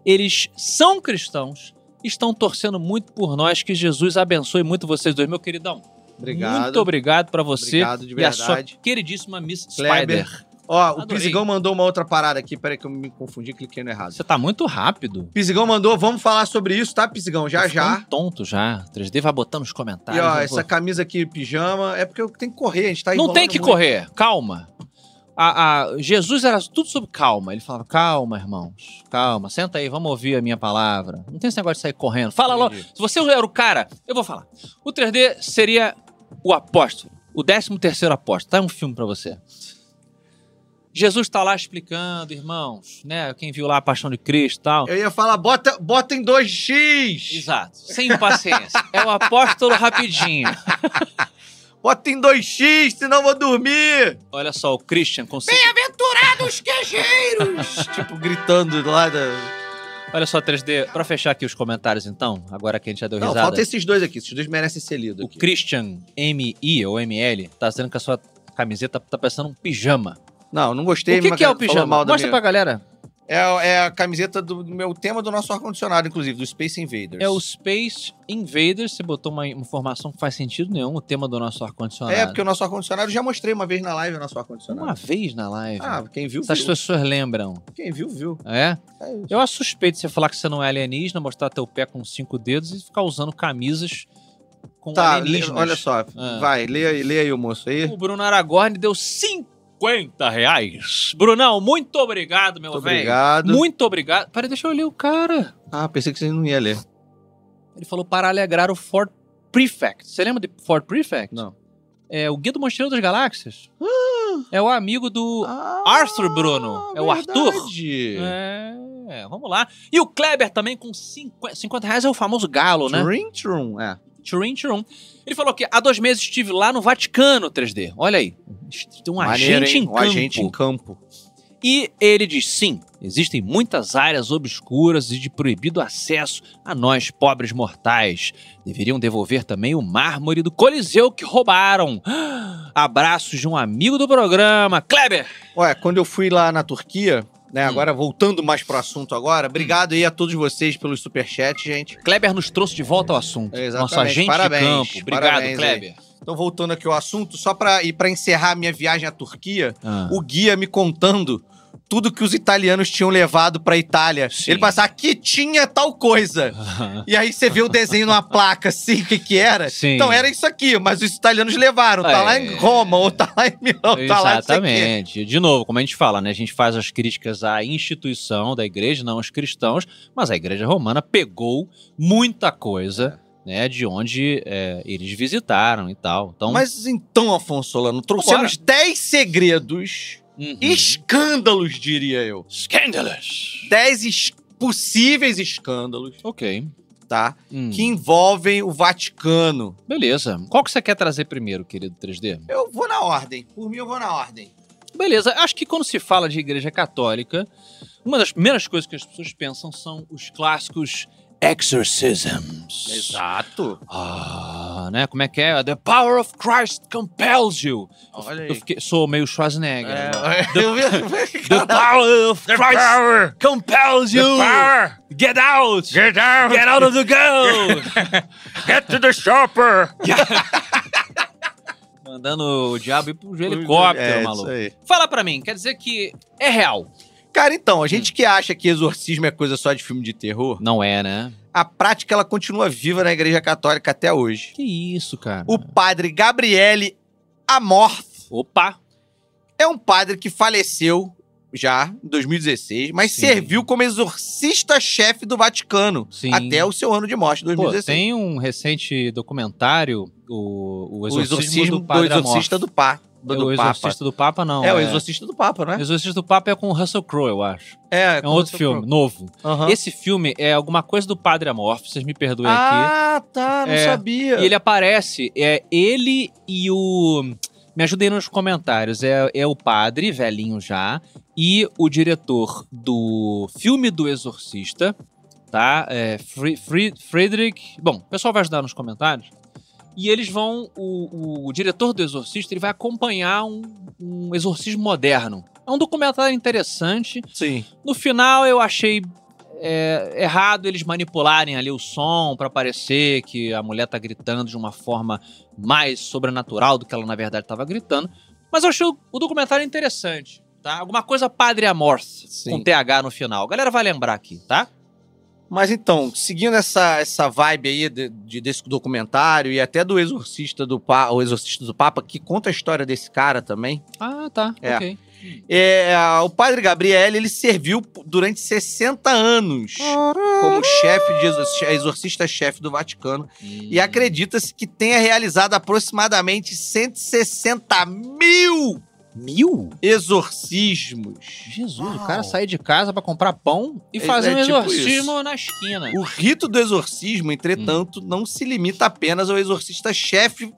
A: eles são cristãos, estão torcendo muito por nós, que Jesus abençoe muito vocês dois, meu queridão.
C: Obrigado.
A: Muito obrigado pra você
C: Obrigado de
A: e a sua
C: verdade.
A: queridíssima Miss
C: Kleber.
A: Spider.
C: Ó, o
A: Adorei.
C: Pisigão mandou uma outra parada aqui, peraí que eu me confundi, cliquei no errado.
A: Você tá muito rápido.
C: Pisigão mandou, vamos falar sobre isso, tá, Pisigão? Já,
A: Tô ficando
C: já.
A: um tonto já. 3D vai botando nos comentários.
C: E ó,
A: eu
C: essa
A: tá, vou-
C: camisa aqui, pijama, é porque eu tenho que correr, a gente tá
A: Não tem
C: enrolando
A: que
C: muito.
A: correr, calma. A, a- Jesus era tudo sobre calma. Ele falava, calma, irmãos, calma, senta aí, vamos ouvir a minha palavra. Não tem esse negócio de sair correndo. Fala logo.
C: Entendi.
A: Se você era o cara, eu vou falar. O 3D seria o apóstolo, o 13 terceiro apóstolo. Tá um filme pra você. Jesus tá lá explicando, irmãos, né? Quem viu lá a Paixão de Cristo e tal.
C: Eu ia falar, bota, bota em 2x!
A: Exato, sem impaciência. é o apóstolo rapidinho.
C: Bota em 2x, senão eu vou dormir!
A: Olha só, o Christian com cinco-
C: Bem-aventurados queijeiros! tipo, gritando lá da...
A: Olha só, 3D, pra fechar aqui os comentários então, agora que a gente já deu
C: Não,
A: risada.
C: falta esses dois aqui. Esses dois merecem ser lidos
A: O
C: aqui.
A: Christian MI ou ML tá dizendo que a sua camiseta tá parecendo um pijama.
C: Não, não gostei.
A: o que,
C: mas
A: que é o
C: falou
A: pijama?
C: mal da
A: Mostra
C: minha-
A: pra galera.
C: é, é a camiseta do do meu tema do nosso ar-condicionado, inclusive, do Space Invaders.
A: É o Space Invaders, você botou uma informação que faz sentido nenhum, o tema do nosso ar-condicionado.
C: É, porque o nosso ar-condicionado, já mostrei uma vez na live o nosso ar-condicionado.
A: Uma vez na live.
C: Ah, quem viu,
A: Essas
C: viu.
A: pessoas lembram,
C: Quem viu, viu.
A: é?
C: É isso.
A: Eu acho suspeito você falar que você não é alienígena, mostrar teu pé com cinco dedos e ficar usando camisas com
C: Tá, lê-
A: alienígenas.
C: olha só.
A: Ah.
C: Vai, lê, aí- lê aí o moço aí.
A: O Bruno Aragorn deu 50 reais. Brunão, muito obrigado, meu
C: Muito
A: velho.
C: obrigado.
A: Muito obrigado. Peraí, deixa eu ler o cara.
C: Ah, pensei que você não ia ler.
A: Ele falou para alegrar o Ford Prefect. Você lembra de Ford Prefect?
C: Não.
A: É o Guia do Mochileiro das Galáxias. É o amigo do...
C: Ah,
A: Arthur, Bruno. É o Arthur?
C: verdade.
A: É, vamos lá. E o Kleber também com 50, 50 reais é o famoso galo, né?
C: Trin Trum, é.
A: Turin Turum. Ele falou que há dois meses estive lá no Vaticano 3D. Olha aí. Tem um
C: Maneiro,
A: agente
C: hein?
A: em
C: O agente
A: campo.
C: em campo.
A: E ele diz: sim, existem muitas áreas obscuras e de proibido acesso a nós, pobres mortais. Deveriam devolver também o mármore do Coliseu que roubaram. Abraços de um amigo do programa, Kleber.
C: Olha, é, quando eu fui lá na Turquia,
A: Hum.
C: né? Agora voltando mais pro assunto agora. Obrigado aí a todos vocês pelos superchats, gente.
A: Kleber nos trouxe de volta ao assunto.
C: É, exatamente.
A: Nosso agente
C: Parabéns,
A: de campo. Obrigado,
C: parabéns aí.
A: Kleber.
C: Então voltando aqui ao assunto, só para e para encerrar a minha viagem à Turquia,
A: Ah.
C: o guia me contando tudo que os italianos tinham levado pra Itália.
A: Sim.
C: Ele passava, aqui tinha tal coisa. E aí você vê o desenho numa placa, assim, o que que era.
A: Sim.
C: Então era isso aqui, mas os italianos levaram. Tá
A: É.
C: lá em Roma, ou tá lá em Milão, tá lá não sei o quê.
A: Exatamente. De novo, como a gente fala, né? A gente faz as críticas à instituição da igreja, não aos cristãos, mas a igreja romana pegou muita coisa,
C: É.
A: né? De onde é, eles visitaram e tal. Então,
C: Mas então, Afonso Solano, trouxemos 10 segredos,
A: uhum.
C: escândalos, diria eu.
A: Scandalous.
C: 10 es- possíveis escândalos,
A: Ok.
C: tá?
A: Hum,
C: Que envolvem o Vaticano.
A: Beleza. Qual que você quer trazer primeiro, querido 3D?
C: Eu vou na ordem. Por mim, eu vou na ordem.
A: Beleza, acho que quando se fala de igreja católica, uma das primeiras coisas que as pessoas pensam são os clássicos exorcisms.
C: Exato.
A: Ah, né? Como é que é? The power of Christ compels you.
C: Olha
A: Eu
C: aí. É.
A: fiquei- sou meio Schwarzenegger. agora.
C: eu vi-
A: The power of Christ compels you. Get out. Get out. Get out of the girl.
D: Get to the shopper!
A: Mandando o diabo ir pro helicóptero,
C: É,
A: maluco.
C: isso aí.
A: Fala pra mim, quer dizer que é real?
C: Cara, então, a gente que acha que exorcismo é coisa só de filme de terror,
A: Não é, né?
C: a prática ela continua viva na Igreja Católica até hoje.
A: Que isso, cara.
C: O padre Gabriele Amorth
A: Opa.
C: é um padre que faleceu já em 2016, mas
A: Sim.
C: serviu como exorcista-chefe do Vaticano
A: Sim.
C: até o seu ano de morte,
A: Pô,
C: 2016.
A: tem um recente documentário, o, o
C: o
A: exorcismo,
C: exorcismo
A: do Padre
C: do exorcista
A: Amorfo.
C: do, pa, do,
A: É o
C: Papa.
A: exorcista do Papa, não.
C: é, o exorcista do Papa,
A: O
C: né?
A: Exorcista do Papa é com o Russell Crowe, eu acho.
C: É,
A: É um outro filme, novo.
C: Aham.
A: Esse filme é alguma coisa do Padre Amorfo, vocês me perdoem né, aqui.
C: Ah, tá, não
A: É,
C: sabia.
A: E ele aparece, é ele e o... Me ajudem nos comentários. É, é o padre, velhinho já, e o diretor do filme do Exorcista, tá? É Fri- Fri- Friedrich... Bom, o pessoal vai ajudar nos comentários. E eles vão... O, o- o diretor do Exorcista, ele vai acompanhar um, um exorcismo moderno. É um documentário interessante,
C: Sim.
A: no final eu achei é, errado eles manipularem ali o som pra parecer que a mulher tá gritando de uma forma mais sobrenatural do que ela na verdade tava gritando. Mas eu achei o o documentário interessante, tá? Alguma coisa Padre Amorth,
C: Sim.
A: com TH no final. A galera vai lembrar aqui, tá?
C: Mas então, seguindo essa, essa vibe aí de- de- desse documentário e até do exorcista do, pa, o exorcista do Papa, que conta a história desse cara também,
A: Ah, tá.
C: É.
A: Ok.
C: É, o padre Gabriel, ele serviu durante 60 anos como chefe de exorci- exorcista-chefe do Vaticano e acredita-se que tenha realizado aproximadamente 160 mil
A: Mil?
C: exorcismos.
A: Jesus, o
C: Uau.
A: cara sair de casa pra comprar pão e
C: É-
A: fazer
C: é
A: um
C: tipo
A: exorcismo
C: isso.
A: na esquina.
C: O rito do exorcismo, entretanto, não se limita apenas ao exorcista-chefe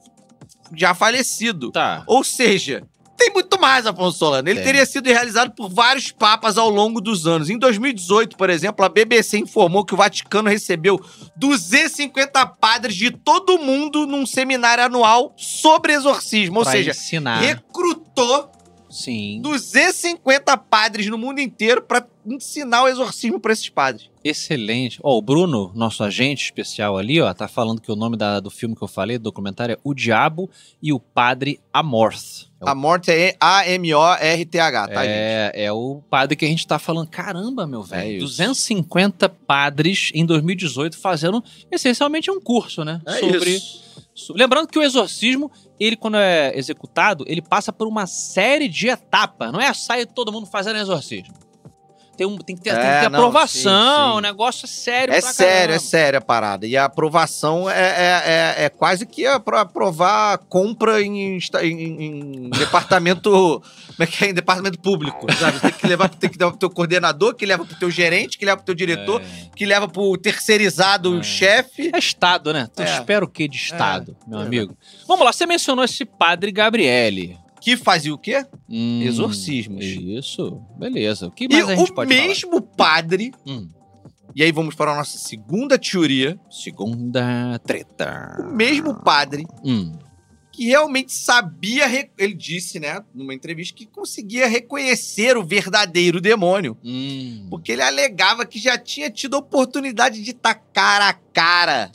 C: já falecido.
A: Tá.
C: Ou seja, tem muito mais, Afonso Solano. Ele
A: Tem.
C: teria sido realizado por vários papas ao longo dos anos. Em 2018, por exemplo, a BBC informou que o Vaticano recebeu 250 padres de todo o mundo num seminário anual sobre exorcismo. Ou
A: Pra
C: seja,
A: ensinar.
C: recrutou
A: Sim.
C: 250 padres no mundo inteiro para ensinar o exorcismo para esses padres.
A: Excelente. Ó, o Bruno, nosso agente especial ali, ó, tá falando que o nome da- do filme que eu falei, do documentário, é O Diabo e o Padre Amorth. É o,
C: A morte é A-M-O-R-T-H, tá, gente?
A: é, é o padre que a gente tá falando. Caramba, meu
C: É
A: velho.
C: isso.
A: 250 padres em 2018 fazendo essencialmente um curso, né? sobre.
C: É isso.
A: so- Lembrando que o exorcismo, ele, quando é executado, ele passa por uma série de etapas. Não é sair todo mundo fazendo exorcismo. Tem, um- tem que ter, tem que
C: É,
A: ter
C: não,
A: aprovação,
C: sim, sim.
A: o negócio é sério
C: É
A: pra
C: sério,
A: caramba.
C: é sério a parada. E a aprovação é, é- é- é quase que é pra aprovar compra em, esta- em- em- em departamento. como é que é? Em departamento público. Sabe? Tem que levar tem que dar pro teu coordenador, que leva pro teu gerente, que leva pro teu diretor, que leva pro terceirizado
A: É.
C: chefe.
A: É Estado, né? Tu
C: É.
A: espera o quê de Estado, meu
C: É.
A: amigo? Vamos lá, você mencionou esse padre Gabriele.
C: Que fazia o quê?
A: Hum,
C: Exorcismos.
A: Isso, beleza. O que
C: E
A: mais a gente
C: o
A: pode
C: mesmo padre.
A: falar? Hum,
C: E aí vamos para a nossa segunda teoria.
A: segunda treta.
C: O mesmo padre
A: Hum,
C: que realmente sabia. re- Ele disse, né, numa entrevista, que conseguia reconhecer o verdadeiro demônio.
A: Hum.
C: Porque ele alegava que já tinha tido a oportunidade de estar cara a cara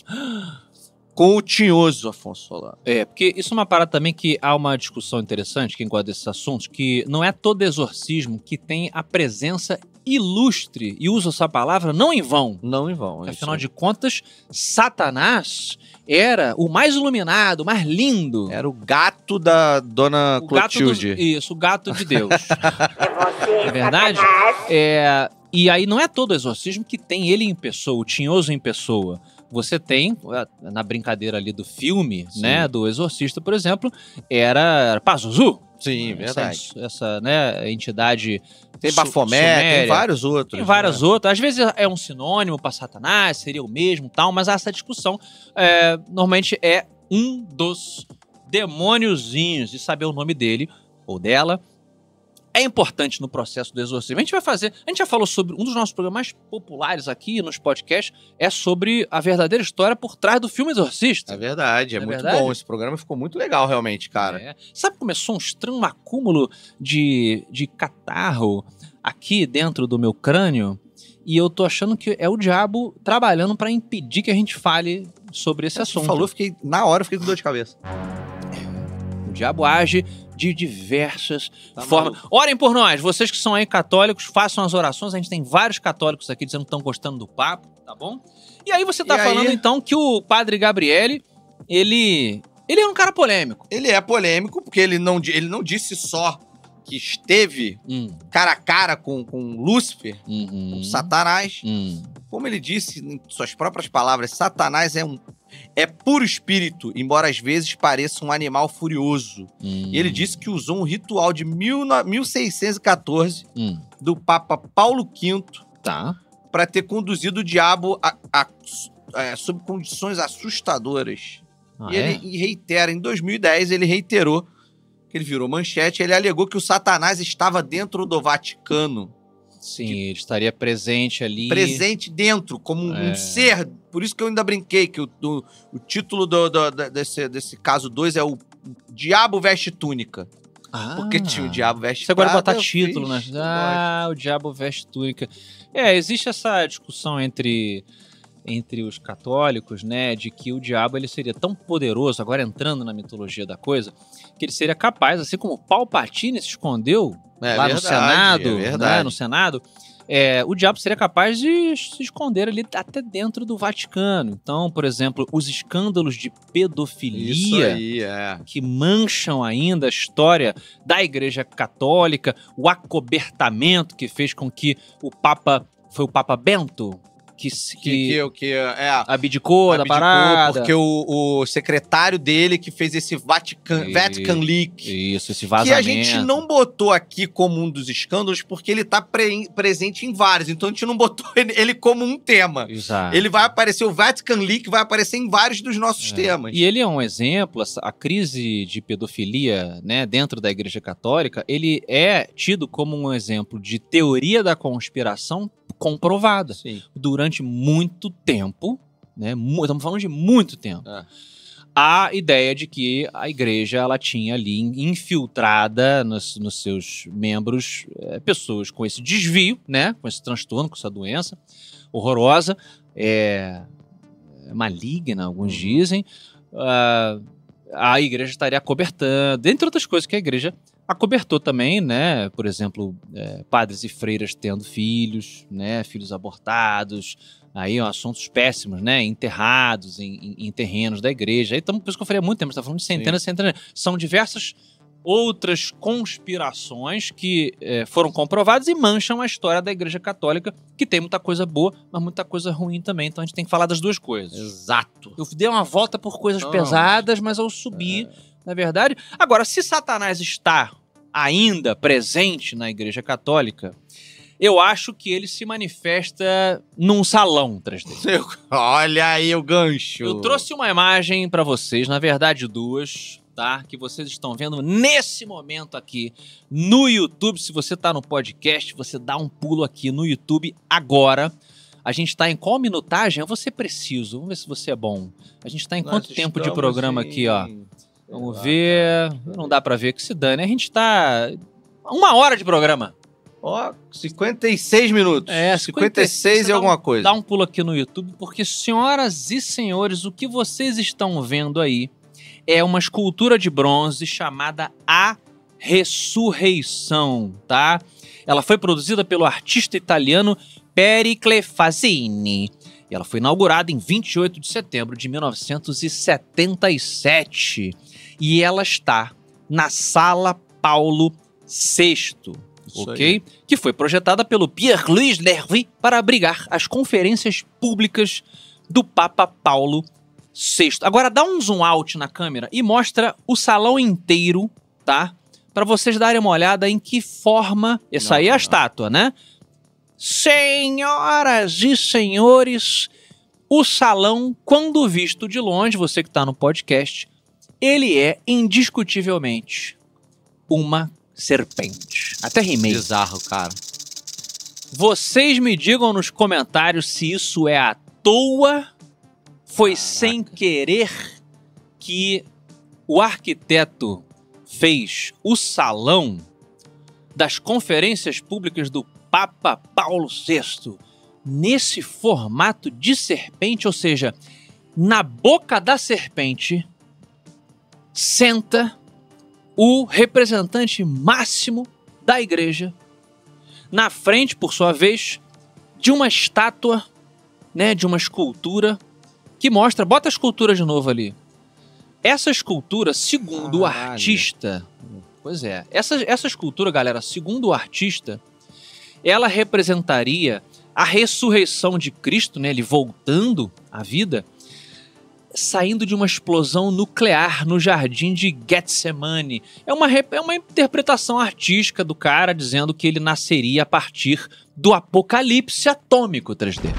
C: com o tinhoso Afonso Solano.
A: É, porque isso é uma parada também que há uma discussão interessante, quem gosta desses assuntos, que não é todo exorcismo que tem a presença ilustre, e uso essa palavra não em vão.
C: Não em vão. é isso
A: Afinal
C: aí.
A: de contas, Satanás era o mais iluminado, o mais lindo.
C: Era o gato da dona
A: o gato dos-
C: Clotilde.
A: Isso, o gato de Deus.
E: É
A: verdade? É, e aí não é todo exorcismo que tem ele em pessoa, o tinhoso em pessoa. Você tem, eh, na brincadeira ali do filme,
C: Sim.
A: né, do Exorcista, por exemplo, era, era Pazuzu.
C: Sim,
A: Essa, essa, né, entidade.
C: Tem
A: su-
C: Bafomé,
A: suméria.
C: tem vários outros.
A: Tem várias
C: né?
A: outras. Às vezes é um sinônimo para Satanás, seria o mesmo tal, mas essa discussão é, normalmente é um dos demôniozinhos de saber o nome dele ou dela. É importante no processo do exorcismo. A gente vai fazer. A gente já falou sobre. Um dos nossos programas mais populares aqui nos podcasts é sobre a verdadeira história por trás do filme Exorcista.
C: É verdade, é,
A: É
C: muito
A: verdade?
C: bom. Esse programa ficou muito legal, realmente, cara.
A: É. Sabe, que começou um estranho um acúmulo de, de catarro aqui dentro do meu crânio. E eu tô achando que é o diabo trabalhando pra impedir que a gente fale sobre esse
C: É, Você
A: assunto.
C: falou, eu fiquei, na hora eu fiquei com dor de cabeça.
A: O diabo age de diversas
C: Tá
A: formas. Orem por nós, vocês que são aí católicos, façam as orações. A gente tem vários católicos aqui dizendo que estão gostando do papo, tá bom? E aí você tá
C: E aí?
A: falando então que o padre Gabriele, ele. Ele é um cara polêmico.
C: Ele é polêmico, porque ele não, di- ele não disse só que esteve
A: Hum,
C: cara a cara com, com Lúcifer, com
A: uhum,
C: Satanás.
A: hum.
C: Como ele disse em suas próprias palavras, Satanás é um é puro espírito, embora às vezes pareça um animal furioso.
A: hum.
C: E
A: Uhum.
C: ele disse que usou um ritual de 19- 1614
A: Hum.
C: do Papa Paulo V
A: Tá.
C: para ter conduzido o diabo a- a- é, sob condições assustadoras.
A: Ah,
C: e ele e reitera, em 2010, ele reiterou que ele virou manchete, ele alegou que o Satanás estava dentro do Vaticano,
A: Sim, ele estaria presente ali.
C: presente dentro, como um
A: É.
C: ser. Por isso que eu ainda brinquei que o, do- o título do- do- da- desse, desse caso 2 é o Diabo Veste Túnica.
A: Ah,
C: Porque tinha o Diabo Veste
A: Você agora
C: Prada,
A: botar
C: eu
A: título, né?
C: fiz, um eu gosto.
A: Ah, o diabo veste túnica. É, existe essa discussão entre entre os católicos, né, de que o diabo ele seria tão poderoso, agora entrando na mitologia da coisa, que ele seria capaz, assim como Palpatine se escondeu
C: É
A: lá
C: verdade,
A: no Senado,
C: é
A: né,
C: verdade.
A: no Senado, é, o diabo seria capaz de se esconder ali até dentro do Vaticano. Então, por exemplo, os escândalos de
C: Isso
A: pedofilia
C: aí, é.
A: que mancham ainda a história da Igreja Católica, o acobertamento que fez com que o Papa foi o Papa Bento que se- que,
C: Que, que, que, é,
A: abdicou, da
C: abdicou,
A: parada.
C: Porque o, o secretário dele que fez esse Vatican,
A: E-
C: Vatican Leak.
A: Isso, esse
C: Que a
A: vazamento.
C: gente não botou aqui como um dos escândalos, porque ele tá pre- presente em vários. Então a gente não botou ele, ele como um tema.
A: Exato.
C: Ele vai aparecer, o Vatican Leak vai aparecer em vários dos nossos
A: É.
C: temas.
A: E ele é um exemplo, essa- a crise de pedofilia né, dentro da Igreja Católica, ele é tido como um exemplo de teoria da conspiração comprovada
C: Sim.
A: durante muito tempo, né? mu- Estamos falando de muito tempo.
C: É.
A: A ideia de que a igreja ela tinha ali in- infiltrada nos, nos seus membros eh, pessoas com esse desvio, né? Com esse transtorno, com essa doença horrorosa, é, maligna, alguns dizem. Ah, a igreja estaria acobertando, dentre outras coisas que a igreja acobertou também, né? Por exemplo, eh, padres e freiras tendo filhos, né? Filhos abortados, aí ó, assuntos péssimos, né? Enterrados em, em- em terrenos da igreja. Aí, tamo, por isso que eu falei há muito tempo, você tá falando de centenas e centenas. São diversas outras conspirações que eh, foram comprovadas e mancham a história da igreja católica, que tem muita coisa boa, mas muita coisa ruim também. Então a gente tem que falar das duas coisas.
C: Exato.
A: Eu dei uma volta por coisas
C: Não, não,
A: pesadas, mas eu subi, na verdade. Agora, se Satanás está ainda presente na Igreja Católica, eu acho que ele se manifesta num salão 3D.
C: Olha aí o gancho.
A: Eu trouxe uma imagem para vocês, na verdade duas, tá? Que vocês estão vendo nesse momento aqui no YouTube. Se você tá no podcast, você dá um pulo aqui no YouTube agora. A gente tá em qual minutagem? Eu vou ser preciso. Vamos ver se você é bom. A gente tá em
C: Nós
A: quanto tempo de
C: estamos
A: programa
C: em-
A: aqui, ó? Vamos ver. Não dá pra ver que se dane. A gente tá. a Uma hora de programa.
C: Ó, 56 minutos.
A: É, 56
C: 56 e
A: dá um-
C: alguma coisa.
A: Dá um pulo aqui no YouTube, porque, senhoras e senhores, o que vocês estão vendo aí é uma escultura de bronze chamada A Ressurreição, tá? Ela foi produzida pelo artista italiano Pericle Fazzini. E ela foi inaugurada em 28 de setembro de 1977. E ela está na Sala Paulo VI
C: Isso aí.
A: um ok? Que foi projetada pelo Pierre-Louis Lervy para abrigar as conferências públicas do Papa Paulo VI. Agora dá um zoom out na câmera e mostra o salão inteiro, tá? Para vocês darem uma olhada em que forma. Essa
C: Não,
A: aí é a
C: não.
A: estátua, né? Senhoras e senhores, o salão, quando visto de longe, você que está no podcast, ele é indiscutivelmente uma serpente. Até rimei.
E: Bizarro, cara.
A: Vocês me digam nos comentários se isso é à toa, foi
E: Caraca.
A: sem querer que o arquiteto fez o salão das conferências públicas do Papa Paulo VI nesse formato de serpente, ou seja, na boca da serpente senta o representante máximo da igreja na frente, por sua vez, de uma estátua, né, de uma escultura que mostra, bota a escultura de novo ali. Essa escultura, segundo o
E: Caralho.
A: artista, pois é, essa, essa escultura, galera, segundo o artista, ela representaria a ressurreição de Cristo, né, ele voltando à vida, saindo de uma explosão nuclear no jardim de Getsemane, é uma, rep- é uma interpretação artística do cara dizendo que ele nasceria a partir do apocalipse atômico 3D.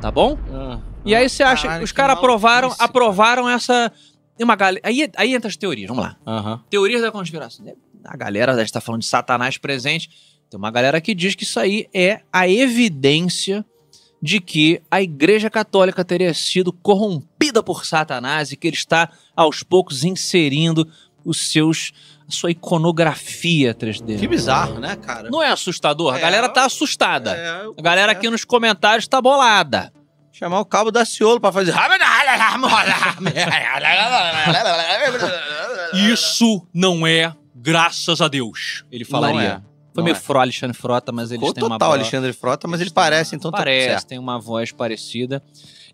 A: Tá bom?
C: Ah.
A: E aí você acha
C: Caralho,
A: os
C: que
A: caras aprovaram,
C: maluquice, cara.
A: aprovaram essa. tem Uma galera, aí, aí entra as teorias, vamos lá.
E: Aham.
A: Teorias da conspiração. É, A galera está falando de Satanás presente. Tem uma galera que diz que isso aí é a evidência de que a Igreja Católica teria sido corrompida por Satanás e que ele está aos poucos inserindo os seus a sua iconografia 3D.
C: Que bizarro, né, cara?
A: Não é assustador? A
C: É,
A: galera tá assustada.
C: É, eu-
A: A galera aqui nos comentários tá bolada.
C: Chamar o cabo da Ciolo pra fazer. É.
A: Isso não é graças a Deus, ele falaria.
C: Não é,
A: Foi
C: não
A: meio
C: é.
A: Frota, Alexandre Frota, mas eles
C: Ficou
A: têm uma
C: total
A: bola-
C: Alexandre Frota, mas
A: Eles
C: ele
A: têm
C: parece,
A: uma-
C: então tá tudo
A: Parece,
C: certo.
A: tem uma voz parecida.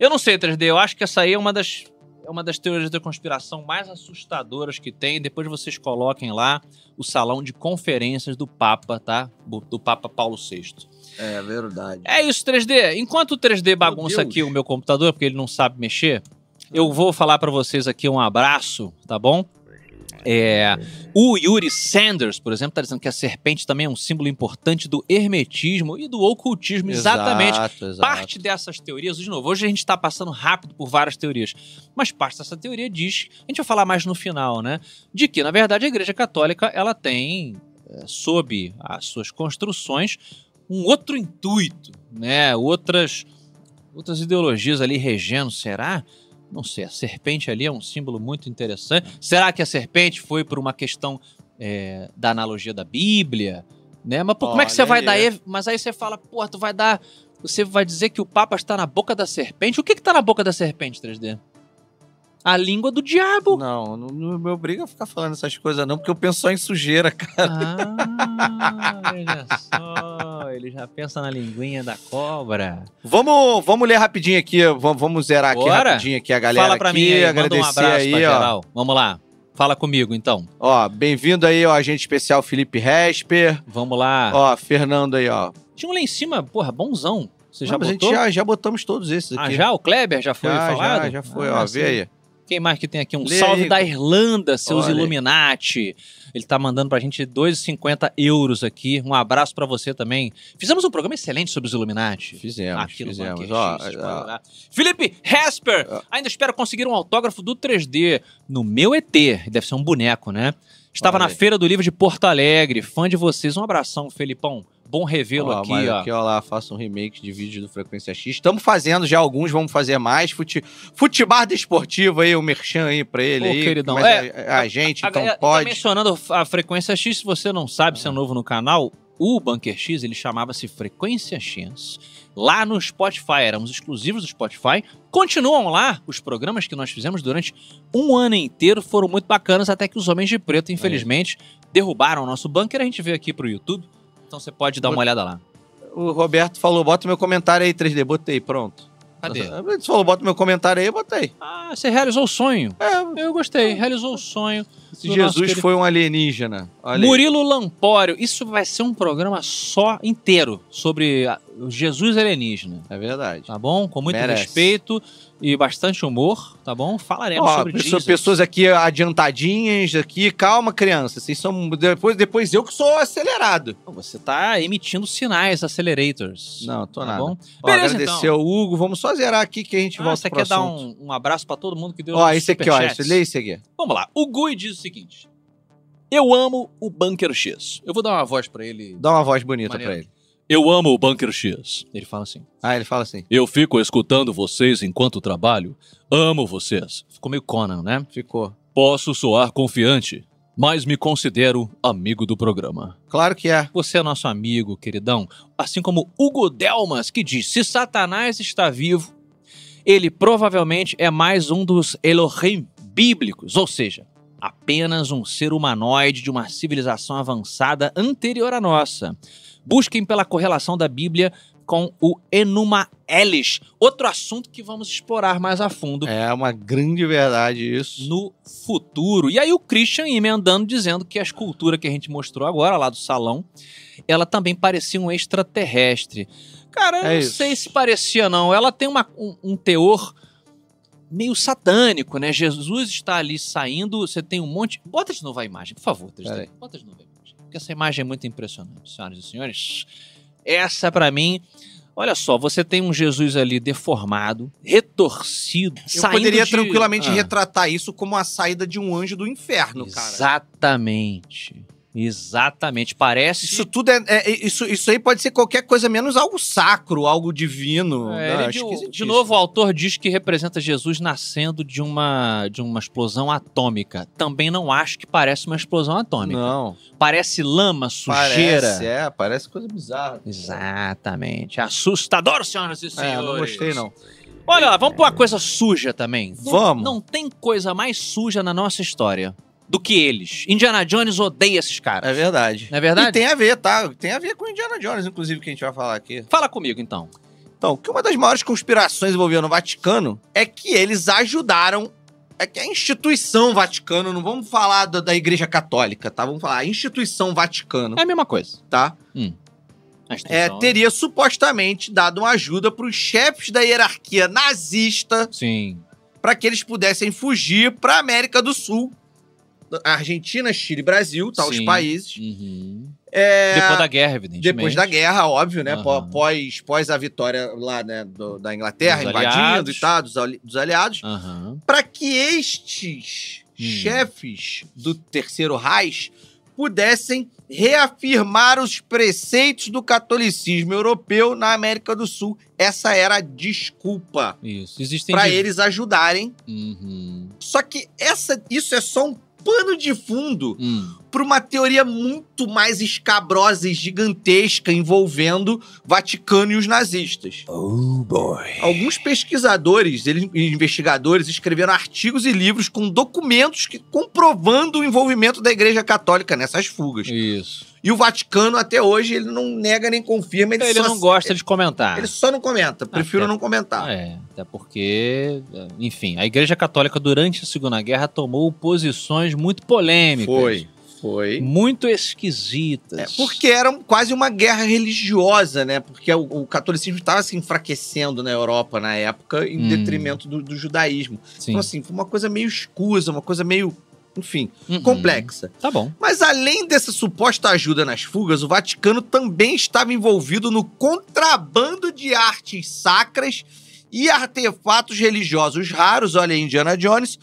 A: Eu não sei, 3D, eu acho que essa aí é uma das, é uma das teorias da conspiração mais assustadoras que tem. Depois vocês coloquem lá o salão de conferências do Papa, tá? Bu- Do Papa Paulo VI.
C: É verdade.
A: É isso, 3D. Enquanto o 3D bagunça
C: Deus.
A: aqui o meu computador, porque ele não sabe mexer, eu vou falar pra vocês aqui um abraço, tá bom? É, o Yuri Sanders, por exemplo, tá dizendo que a serpente também é um símbolo importante do hermetismo e do ocultismo. Exatamente.
C: Exato, exato.
A: Parte dessas teorias, de novo, hoje a gente está passando rápido por várias teorias, mas parte dessa teoria diz, a gente vai falar mais no final, né? De que, na verdade, a Igreja Católica ela tem, eh, sob as suas construções, um outro intuito, né? Outras, outras ideologias ali regendo, será? Não sei, a serpente ali é um símbolo muito interessante. Será que a serpente foi por uma questão eh, da analogia da Bíblia? Né? Mas pô, como é que
C: Olha
A: você vai
C: aí.
A: dar. ev- Mas aí você fala, pô, tu vai dar você vai dizer que o Papa está na boca da serpente? O que que tá na boca da serpente, 3D? A língua do diabo.
C: Não, não, não me obriga a ficar falando essas coisas, não, porque eu penso só em sujeira, cara.
A: Ah, veja só. Ele já pensa na linguinha da cobra.
C: Vamos, vamos ler rapidinho aqui, vamos, vamos zerar aqui
A: Bora.
C: rapidinho aqui a galera
A: Fala pra
C: aqui,
A: mim aí, manda
C: agradecer
A: um abraço
C: aí,
A: pra
C: ó.
A: geral. Vamos lá. Fala comigo, então.
C: Ó, bem-vindo aí, ó, agente especial Felipe Resper.
A: Vamos lá.
C: Ó, Fernando aí, ó.
A: Tinha um lá em cima, porra, bonzão. Você já
C: Não, mas a
A: botou?
C: gente já, já botamos todos esses
A: Ah,
C: aqui.
A: já? O Kleber já foi
C: já,
A: falado?
C: Já, já foi,
A: Ah,
C: ó,
A: sim.
C: vê aí.
A: Quem mais que tem aqui? Um
C: Lê
A: salve
C: aí.
A: da Irlanda, seus
C: Olha aí.
A: Illuminati. Ele tá mandando pra gente 2,50 euros aqui. Um abraço pra você também. Fizemos um programa excelente sobre os Illuminati.
C: Fizemos,
A: aqui no
C: fizemos.
A: Bunker
C: Ó,
A: X,
C: ó,
A: pode olhar. Felipe Hesper, ainda espero conseguir um autógrafo do 3D no meu ET. Deve ser um boneco, né? Estava
C: Olha
A: na
C: aí.
A: Feira do Livro de Porto Alegre, fã de vocês. Um abração, Felipão. Bom revê-lo
C: Ó,
A: aqui,
C: mas
A: ó.
C: aqui, ó lá, faça um remake de vídeo do Frequência X. Estamos fazendo já alguns, vamos fazer mais. Fute... Futebar desportivo aí, o merchan aí pra ele
A: Ô,
C: aí.
A: queridão,
C: mas
A: é,
C: a, a gente,
A: A
C: então
A: galera tá
C: pode.
A: mencionando a frequência X, se você não sabe, se é novo no canal, o Bunker X, ele chamava-se Frequência X. Lá no Spotify, éramos exclusivos do Spotify. Continuam lá os programas que nós fizemos durante um ano inteiro, foram muito bacanas, até que os Homens de Preto, infelizmente, derrubaram o nosso bunker. A gente veio aqui pro YouTube, então você pode dar uma olhada lá.
C: O Roberto falou, bota meu comentário aí, 3D, botei, pronto.
A: Cadê?
C: Ele falou, bota meu comentário aí, botei.
A: Ah, você realizou o sonho.
C: É,
A: Eu gostei, realizou o sonho.
C: esse
A: Do nosso
C: Jesus
A: querido-
C: foi um alienígena. Olha aí.
A: Murilo Lampório, isso vai ser um programa só inteiro sobre a- o Jesus alienígena,
C: É verdade.
A: tá bom? Com muito
C: Merece.
A: respeito e bastante humor, tá bom? Falaremos
C: Ó,
A: sobre
C: pessoa-
A: Jesus.
C: pessoas aqui adiantadinhas aqui, calma criança, vocês são depois depois eu que sou acelerado.
A: Você tá emitindo sinais accelerators.
C: Não, tô
A: tá
C: nada.
A: bom?
C: Ó,
A: Beleza,
C: agradecer
A: então.
C: ao Hugo, vamos só zerar aqui que a gente
A: Ah,
C: volta
A: você
C: pro
A: quer dar
C: assunto.
A: um, um abraço pra todo mundo que deu
C: Ó,
A: nos
C: esse aqui, ó,
A: superchats?
C: esse, lê esse aqui.
A: Vamos lá. O Gui diz o seguinte: Eu amo o Bunker X. Eu vou dar uma voz pra ele.
C: Dá uma voz bonita
A: Maneiro.
C: pra ele.
A: Eu amo o Bunker X. Ele fala assim.
C: Ah, ele fala assim.
A: Eu fico escutando vocês enquanto trabalho. Amo vocês. Ficou meio Conan, né?
C: Ficou.
A: Posso soar confiante, mas me considero amigo do programa.
C: Claro que é.
A: Você é nosso amigo, queridão. Assim como Hugo Delmas, que diz: se Satanás está vivo, ele provavelmente é mais um dos Elohim bíblicos, ou seja, apenas um ser humanoide de uma civilização avançada anterior à nossa. Busquem pela correlação da Bíblia com o Enuma Elis, outro assunto que vamos explorar mais a fundo
C: É uma grande verdade isso.
A: no futuro. E aí o Christian emendando dizendo que a escultura que a gente mostrou agora lá do salão, ela também parecia um extraterrestre. Cara, eu
C: É
A: não
C: isso.
A: sei se parecia não. Ela tem uma- um, um teor meio satânico, né? Jesus está ali saindo, você tem um monte... Bota de novo a imagem, por favor, 3D.
C: Peraí.
A: Bota de novo a imagem. Porque essa imagem é muito impressionante, senhoras e senhores. Essa, é pra mim... Olha só, você tem um Jesus ali deformado, retorcido,
C: Eu
A: saindo
C: poderia
A: de-
C: tranquilamente
A: Ah.
C: retratar isso como a saída de um anjo do inferno, cara.
A: Exatamente. Exatamente. Parece.
C: Isso tudo é, é- isso, isso aí pode ser qualquer coisa menos algo sacro, algo divino.
A: É,
C: Não,
A: ele
C: é
A: de- de,
C: esquisitíssimo.
A: novo, o autor diz que representa Jesus nascendo de uma, de uma explosão atômica. Também não acho que parece uma explosão atômica.
C: Não,
A: Parece lama, sujeira.
C: parece, é, parece coisa bizarra.
A: Exatamente. Assustador, senhoras e senhores.
C: É, não gostei não.
A: Olha lá, vamos pra uma coisa suja também. Não-
C: Vamos.
A: Não tem coisa mais suja na nossa história do que eles. Indiana Jones odeia esses caras.
C: É verdade.
A: Não é verdade?
C: E tem a ver, tá? Tem a ver com Indiana Jones, inclusive, que a gente vai falar aqui.
A: Fala comigo, então.
C: Então, que uma das maiores conspirações envolvendo o Vaticano é que eles ajudaram. É que a instituição Vaticano, não vamos falar da, da Igreja Católica, tá? Vamos falar a instituição Vaticano,
A: É a mesma coisa.
C: tá?
A: A né?
C: É,
A: instituição-
C: teria supostamente dado uma ajuda para os chefes da hierarquia nazista
A: Sim.
C: para que eles pudessem fugir para a América do Sul. Argentina, Chile, Brasil, tá? Os
A: Sim.
C: países.
A: Uhum.
C: É,
A: Depois da guerra, evidentemente.
C: Depois da guerra, óbvio, né? Pó-
A: Aham.
C: Pós, pós a vitória lá, né, do- da Inglaterra,
A: Dos
C: invadindo
A: aliados.
C: e tal, dos, ali- dos aliados,
A: Aham.
C: para que estes
A: Hum.
C: chefes do Terceiro Reich pudessem reafirmar os preceitos do catolicismo europeu na América do Sul. Essa era a desculpa
A: Isso. Existem.
C: para
A: div-
C: eles ajudarem.
A: Uhum.
C: Só que essa, isso é só um pano de fundo
A: Hum.
C: para uma teoria muito mais escabrosa e gigantesca envolvendo Vaticano e os nazistas.
A: Oh, boy.
C: Alguns pesquisadores eles- e investigadores escreveram artigos e livros com documentos que, comprovando o envolvimento da Igreja Católica nessas fugas.
A: Isso.
C: E o Vaticano, até hoje, ele não nega nem confirma. Ele,
A: Ele,
C: só-
A: não gosta de comentar.
C: Ele só não comenta. Prefiro
A: até-
C: não comentar.
A: É, até porque, é, enfim, a Igreja Católica durante a Segunda Guerra tomou posições muito polêmicas.
C: foi.
A: Muito esquisitas.
C: É, porque era um- quase uma guerra religiosa, né? Porque o, o catolicismo estava se enfraquecendo na Europa na época, em
A: Hum.
C: detrimento do, do judaísmo.
A: Sim.
C: Então, assim, foi uma coisa meio escusa, uma coisa meio, enfim,
A: Uhum.
C: complexa.
A: Tá bom.
C: Mas além dessa suposta ajuda nas fugas, o Vaticano também estava envolvido no contrabando de artes sacras e artefatos religiosos raros, olha aí, Indiana Jones,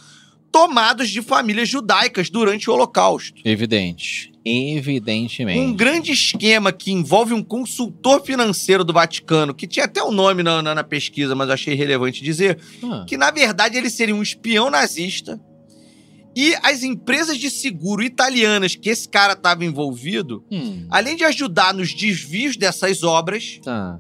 C: tomados de famílias judaicas durante o Holocausto.
A: Evidente. Evidentemente.
C: Um grande esquema que envolve um consultor financeiro do Vaticano, que tinha até o nome na, na- na pesquisa, mas eu achei relevante dizer,
A: Ah,
C: que na verdade ele seria um espião nazista. E as empresas de seguro italianas que esse cara estava envolvido,
A: hum,
C: além de ajudar nos desvios dessas obras,
A: tá.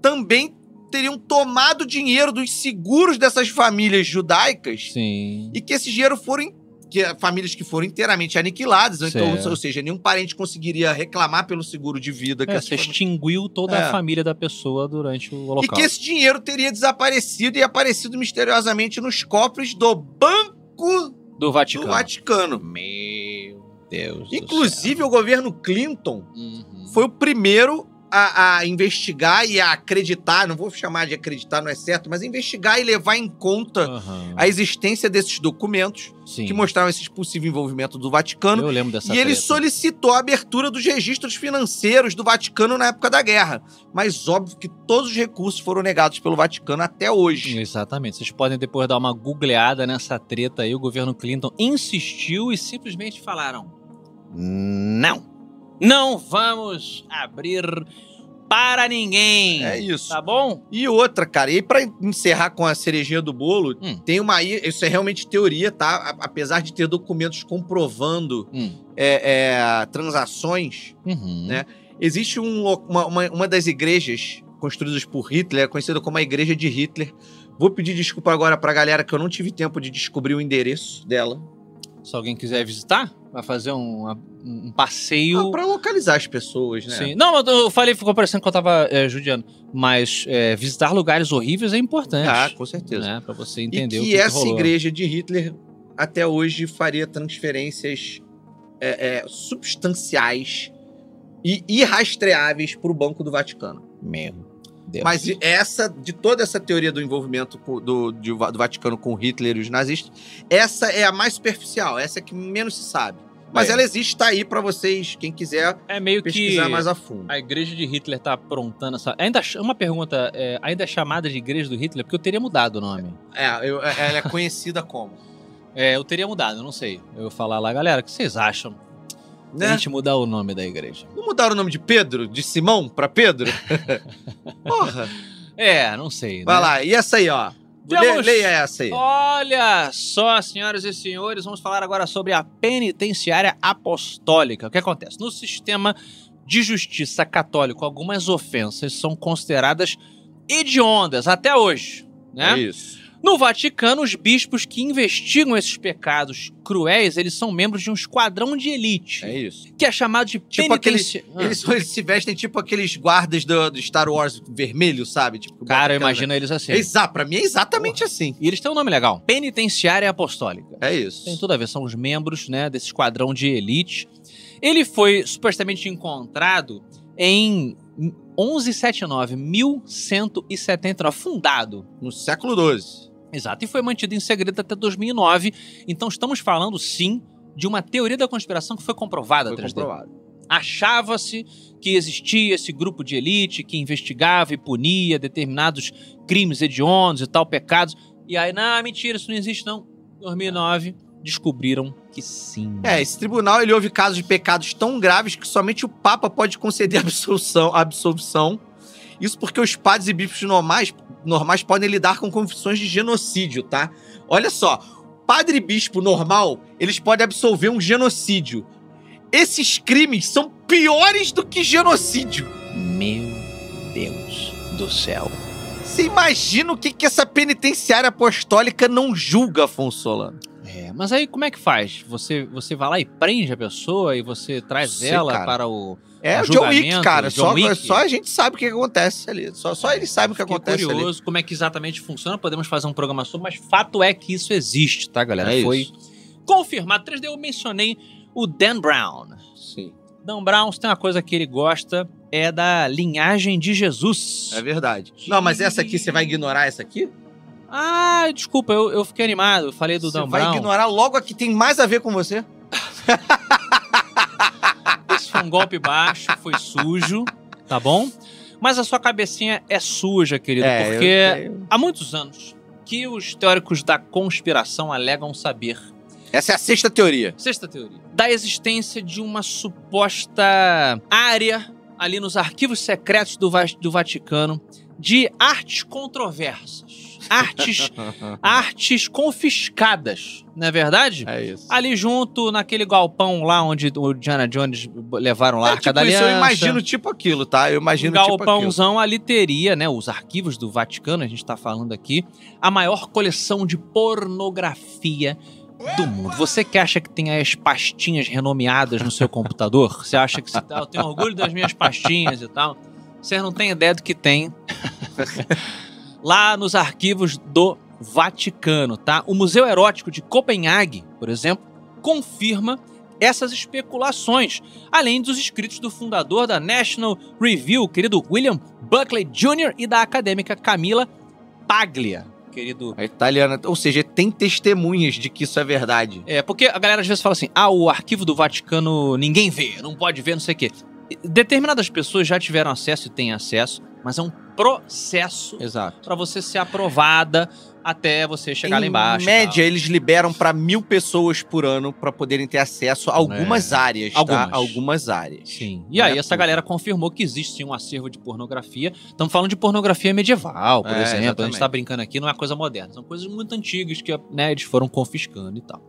C: também teriam tomado dinheiro dos seguros dessas famílias judaicas
A: Sim.
C: e que esse dinheiro foram que é, famílias que foram inteiramente aniquiladas, ou então,
A: Certo.
C: ou seja, nenhum parente conseguiria reclamar pelo seguro de vida que
A: É,
C: essas
A: você
C: famílias-
A: extinguiu toda
C: É.
A: a família da pessoa durante o
C: e que
A: holocausto.
C: esse dinheiro teria desaparecido e aparecido misteriosamente nos cofres do Banco
A: Do Vaticano.
C: do Vaticano.
A: Meu Deus. do
C: Inclusive, o governo Clinton
A: céu. Uhum.
C: foi o primeiro a, a investigar e a acreditar, não vou chamar de acreditar, não é certo, mas investigar e levar em conta
A: Aham.
C: a existência desses documentos
A: Ah. Sim.
C: que mostravam esse possível envolvimento do Vaticano.
A: Eu lembro dessa
C: E ele
A: treta.
C: solicitou a abertura dos registros financeiros do Vaticano na época da guerra. Mas óbvio que todos os recursos foram negados pelo Vaticano até hoje.
A: Exatamente. Vocês podem depois dar uma googleada nessa treta aí. O governo Clinton insistiu e simplesmente falaram: não. Não vamos abrir para ninguém.
C: É isso.
A: Tá bom?
C: E outra, cara, e pra encerrar com a cerejinha do bolo,
A: Hum.
C: tem uma aí, isso é realmente teoria, tá? A- apesar de ter documentos comprovando
A: Hum.
C: é, é, transações,
A: Uhum.
C: Né? existe um lo- uma, uma, uma das igrejas construídas por Hitler, é conhecida como a Igreja de Hitler. Vou pedir desculpa agora pra galera que eu não tive tempo de descobrir o endereço dela.
A: Se alguém quiser visitar, vai fazer um, uma- um passeio.
C: Ah, pra localizar as pessoas, né?
A: Sim. Não, eu eu falei, ficou parecendo que eu tava é, judiando. Mas é, visitar lugares horríveis é importante.
C: Ah, com certeza.
A: né? Pra você
C: E
A: entender
C: que,
A: o que, que
C: essa
A: rolou.
C: igreja de Hitler até hoje faria transferências é, é, substanciais e irrastreáveis para o Banco do Vaticano.
A: Meu Deus.
C: Mas e- essa, de toda essa teoria do envolvimento co- do, de Va- do Vaticano com Hitler e os nazistas, essa é a mais superficial, essa é que menos se sabe. Mas
A: É.
C: ela existe, tá aí para vocês, quem quiser
A: é meio que.
C: pesquisar mais a fundo.
A: A igreja de Hitler tá aprontando essa. Ainda, ch- uma pergunta, é, ainda é chamada de igreja do Hitler, porque eu teria mudado o nome.
C: É, eu- é- ela é conhecida como.
A: É, eu teria mudado, eu não sei. Eu ia falar lá, galera, o que vocês acham? da
C: Né?
A: gente mudar o nome da igreja.
C: Não mudaram o nome de Pedro? De Simão para Pedro? Porra!
A: É, não sei.
C: Vai
A: né?
C: lá, e essa aí, ó. Le-
A: Vamos-
C: leia essa aí.
A: Olha só, senhoras e senhores, vamos falar agora sobre a penitenciária apostólica. O que acontece? No sistema de justiça católico, algumas ofensas são consideradas hediondas até hoje, né?
C: É Isso.
A: No Vaticano, os bispos que investigam esses pecados cruéis, eles são membros de um esquadrão de elite,
C: É isso.
A: que é chamado de
C: Tipo
A: penitenci- Ah.
C: Eles, eles se vestem tipo aqueles guardas do, do Star Wars vermelho, sabe? Tipo,
A: Ah. Cara,
C: bota aquela-
A: eu imagino eles assim.
C: É Exa, pra mim é exatamente assim.
A: E eles têm um nome legal, penitenciária apostólica.
C: É isso.
A: Tem tudo a ver, são os membros né, desse esquadrão de elite. Ele foi supostamente encontrado em 1179, 1179, fundado.
C: No século XII.
A: Exato, e foi mantido em segredo até 2009. Então estamos falando, sim, de uma teoria da conspiração que foi comprovada,
C: Foi
A: 3D.
C: comprovado.
A: Achava-se que existia esse grupo de elite que investigava e punia determinados crimes hediondos e tal, pecados. E aí, não, é mentira, isso não existe não. Em 2009, descobriram que sim.
C: É, esse tribunal, ele houve casos de pecados tão graves que somente o Papa pode conceder absolução, absolvição. Isso porque os padres e bispos normais, normais podem lidar com confissões de genocídio, tá? Olha só, padre e bispo normal, eles podem absolver um genocídio. Esses crimes são piores do que genocídio.
A: Meu Deus do céu.
C: Você imagina o que, que essa penitenciária apostólica não julga, Afonso Solano?
A: É, mas aí como é que faz? Você, você vai lá e prende a pessoa e você traz
C: Sei,
A: ela
C: cara.
A: para o...
C: É
A: É
C: o John Wick,
A: julgamento,
C: cara.
A: John
C: só,
A: Wick.
C: só a gente sabe o que acontece ali. Só, só eles sabem o que
A: Fiquei
C: acontece ali.
A: curioso como é que exatamente funciona. Podemos fazer um programa sobre, mas fato é que isso existe, tá, galera?
C: É
A: Foi
C: isso.
A: confirmado. 3D, eu mencionei o Dan Brown.
C: Sim.
A: Dan Brown, se tem uma coisa que ele gosta, é da linhagem de Jesus.
C: É verdade. Não, mas essa aqui, você vai ignorar essa aqui?
A: Ah, desculpa, eu, eu fiquei animado. Eu falei do
C: Você
A: Dan
C: vai
A: Brown.
C: ignorar logo a que tem mais a ver com você?
A: Esse foi um golpe baixo, foi sujo, tá bom? Mas a sua cabecinha é suja, querido, porque
C: eu-
A: há muitos anos que os teóricos da conspiração alegam saber?
C: Essa é a sexta teoria.
A: Sexta teoria. Da existência de uma suposta área ali nos arquivos secretos do, Va- do Vaticano de artes controversas. Artes, artes confiscadas, não é verdade?
C: É isso.
A: Ali junto, naquele galpão lá onde o Diana Jones levaram lá a
C: É,
A: Arca
C: tipo
A: da
C: isso,
A: Aliança.
C: eu imagino tipo aquilo, tá? Eu
A: Um
C: imagino tipo aquilo.
A: galpãozão ali teria, né? Os arquivos do Vaticano, a gente tá falando aqui, a maior coleção de pornografia do mundo. Você que acha que tem as pastinhas renomeadas no seu computador? Você acha que você tá, eu tenho orgulho das minhas pastinhas e tal? Você não tem ideia do que tem lá nos arquivos do Vaticano, tá? O Museu Erótico de Copenhague, por exemplo, confirma essas especulações, além dos escritos do fundador da National Review, querido William Buckley Jr. e da acadêmica Camila Paglia, querido.
C: A italiana, ou seja, tem testemunhas de que isso é verdade.
A: É, porque a galera às vezes fala assim: "Ah, o arquivo do Vaticano ninguém vê, não pode ver, não sei o quê". Determinadas pessoas já tiveram acesso e têm acesso, mas é um processo
C: Exato.
A: para você ser aprovada até você chegar lá embaixo.
C: Em
A: e
C: média, eles liberam pra mil pessoas por ano pra poderem ter acesso a algumas áreas,
A: É. Algumas.
C: tá? Algumas áreas.
A: Sim. E
C: Não
A: aí,
C: é
A: essa
C: tudo.
A: galera confirmou que existe sim um acervo de pornografia. Estamos falando de pornografia medieval, por
C: É,
A: exemplo. A gente
C: exatamente.
A: está brincando aqui, não é coisa moderna. São coisas muito antigas que né, eles foram confiscando e tal.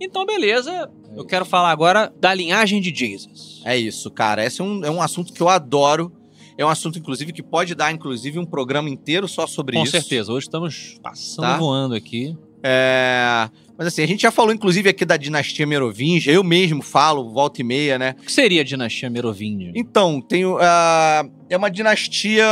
A: Então, beleza. Eu quero falar agora da linhagem de Jesus.
C: É isso, cara. Esse é um, é um assunto que eu adoro. É um assunto, inclusive, que pode dar, inclusive, um programa inteiro só sobre
A: Com
C: isso.
A: certeza. Hoje estamos passando
C: Tá.
A: voando aqui.
C: É, Mas assim, a gente já falou, inclusive, aqui da dinastia Merovingia. Eu mesmo falo, volta e meia, né?
A: O que seria a dinastia Merovingia?
C: Então, tenho. ah, é uma dinastia.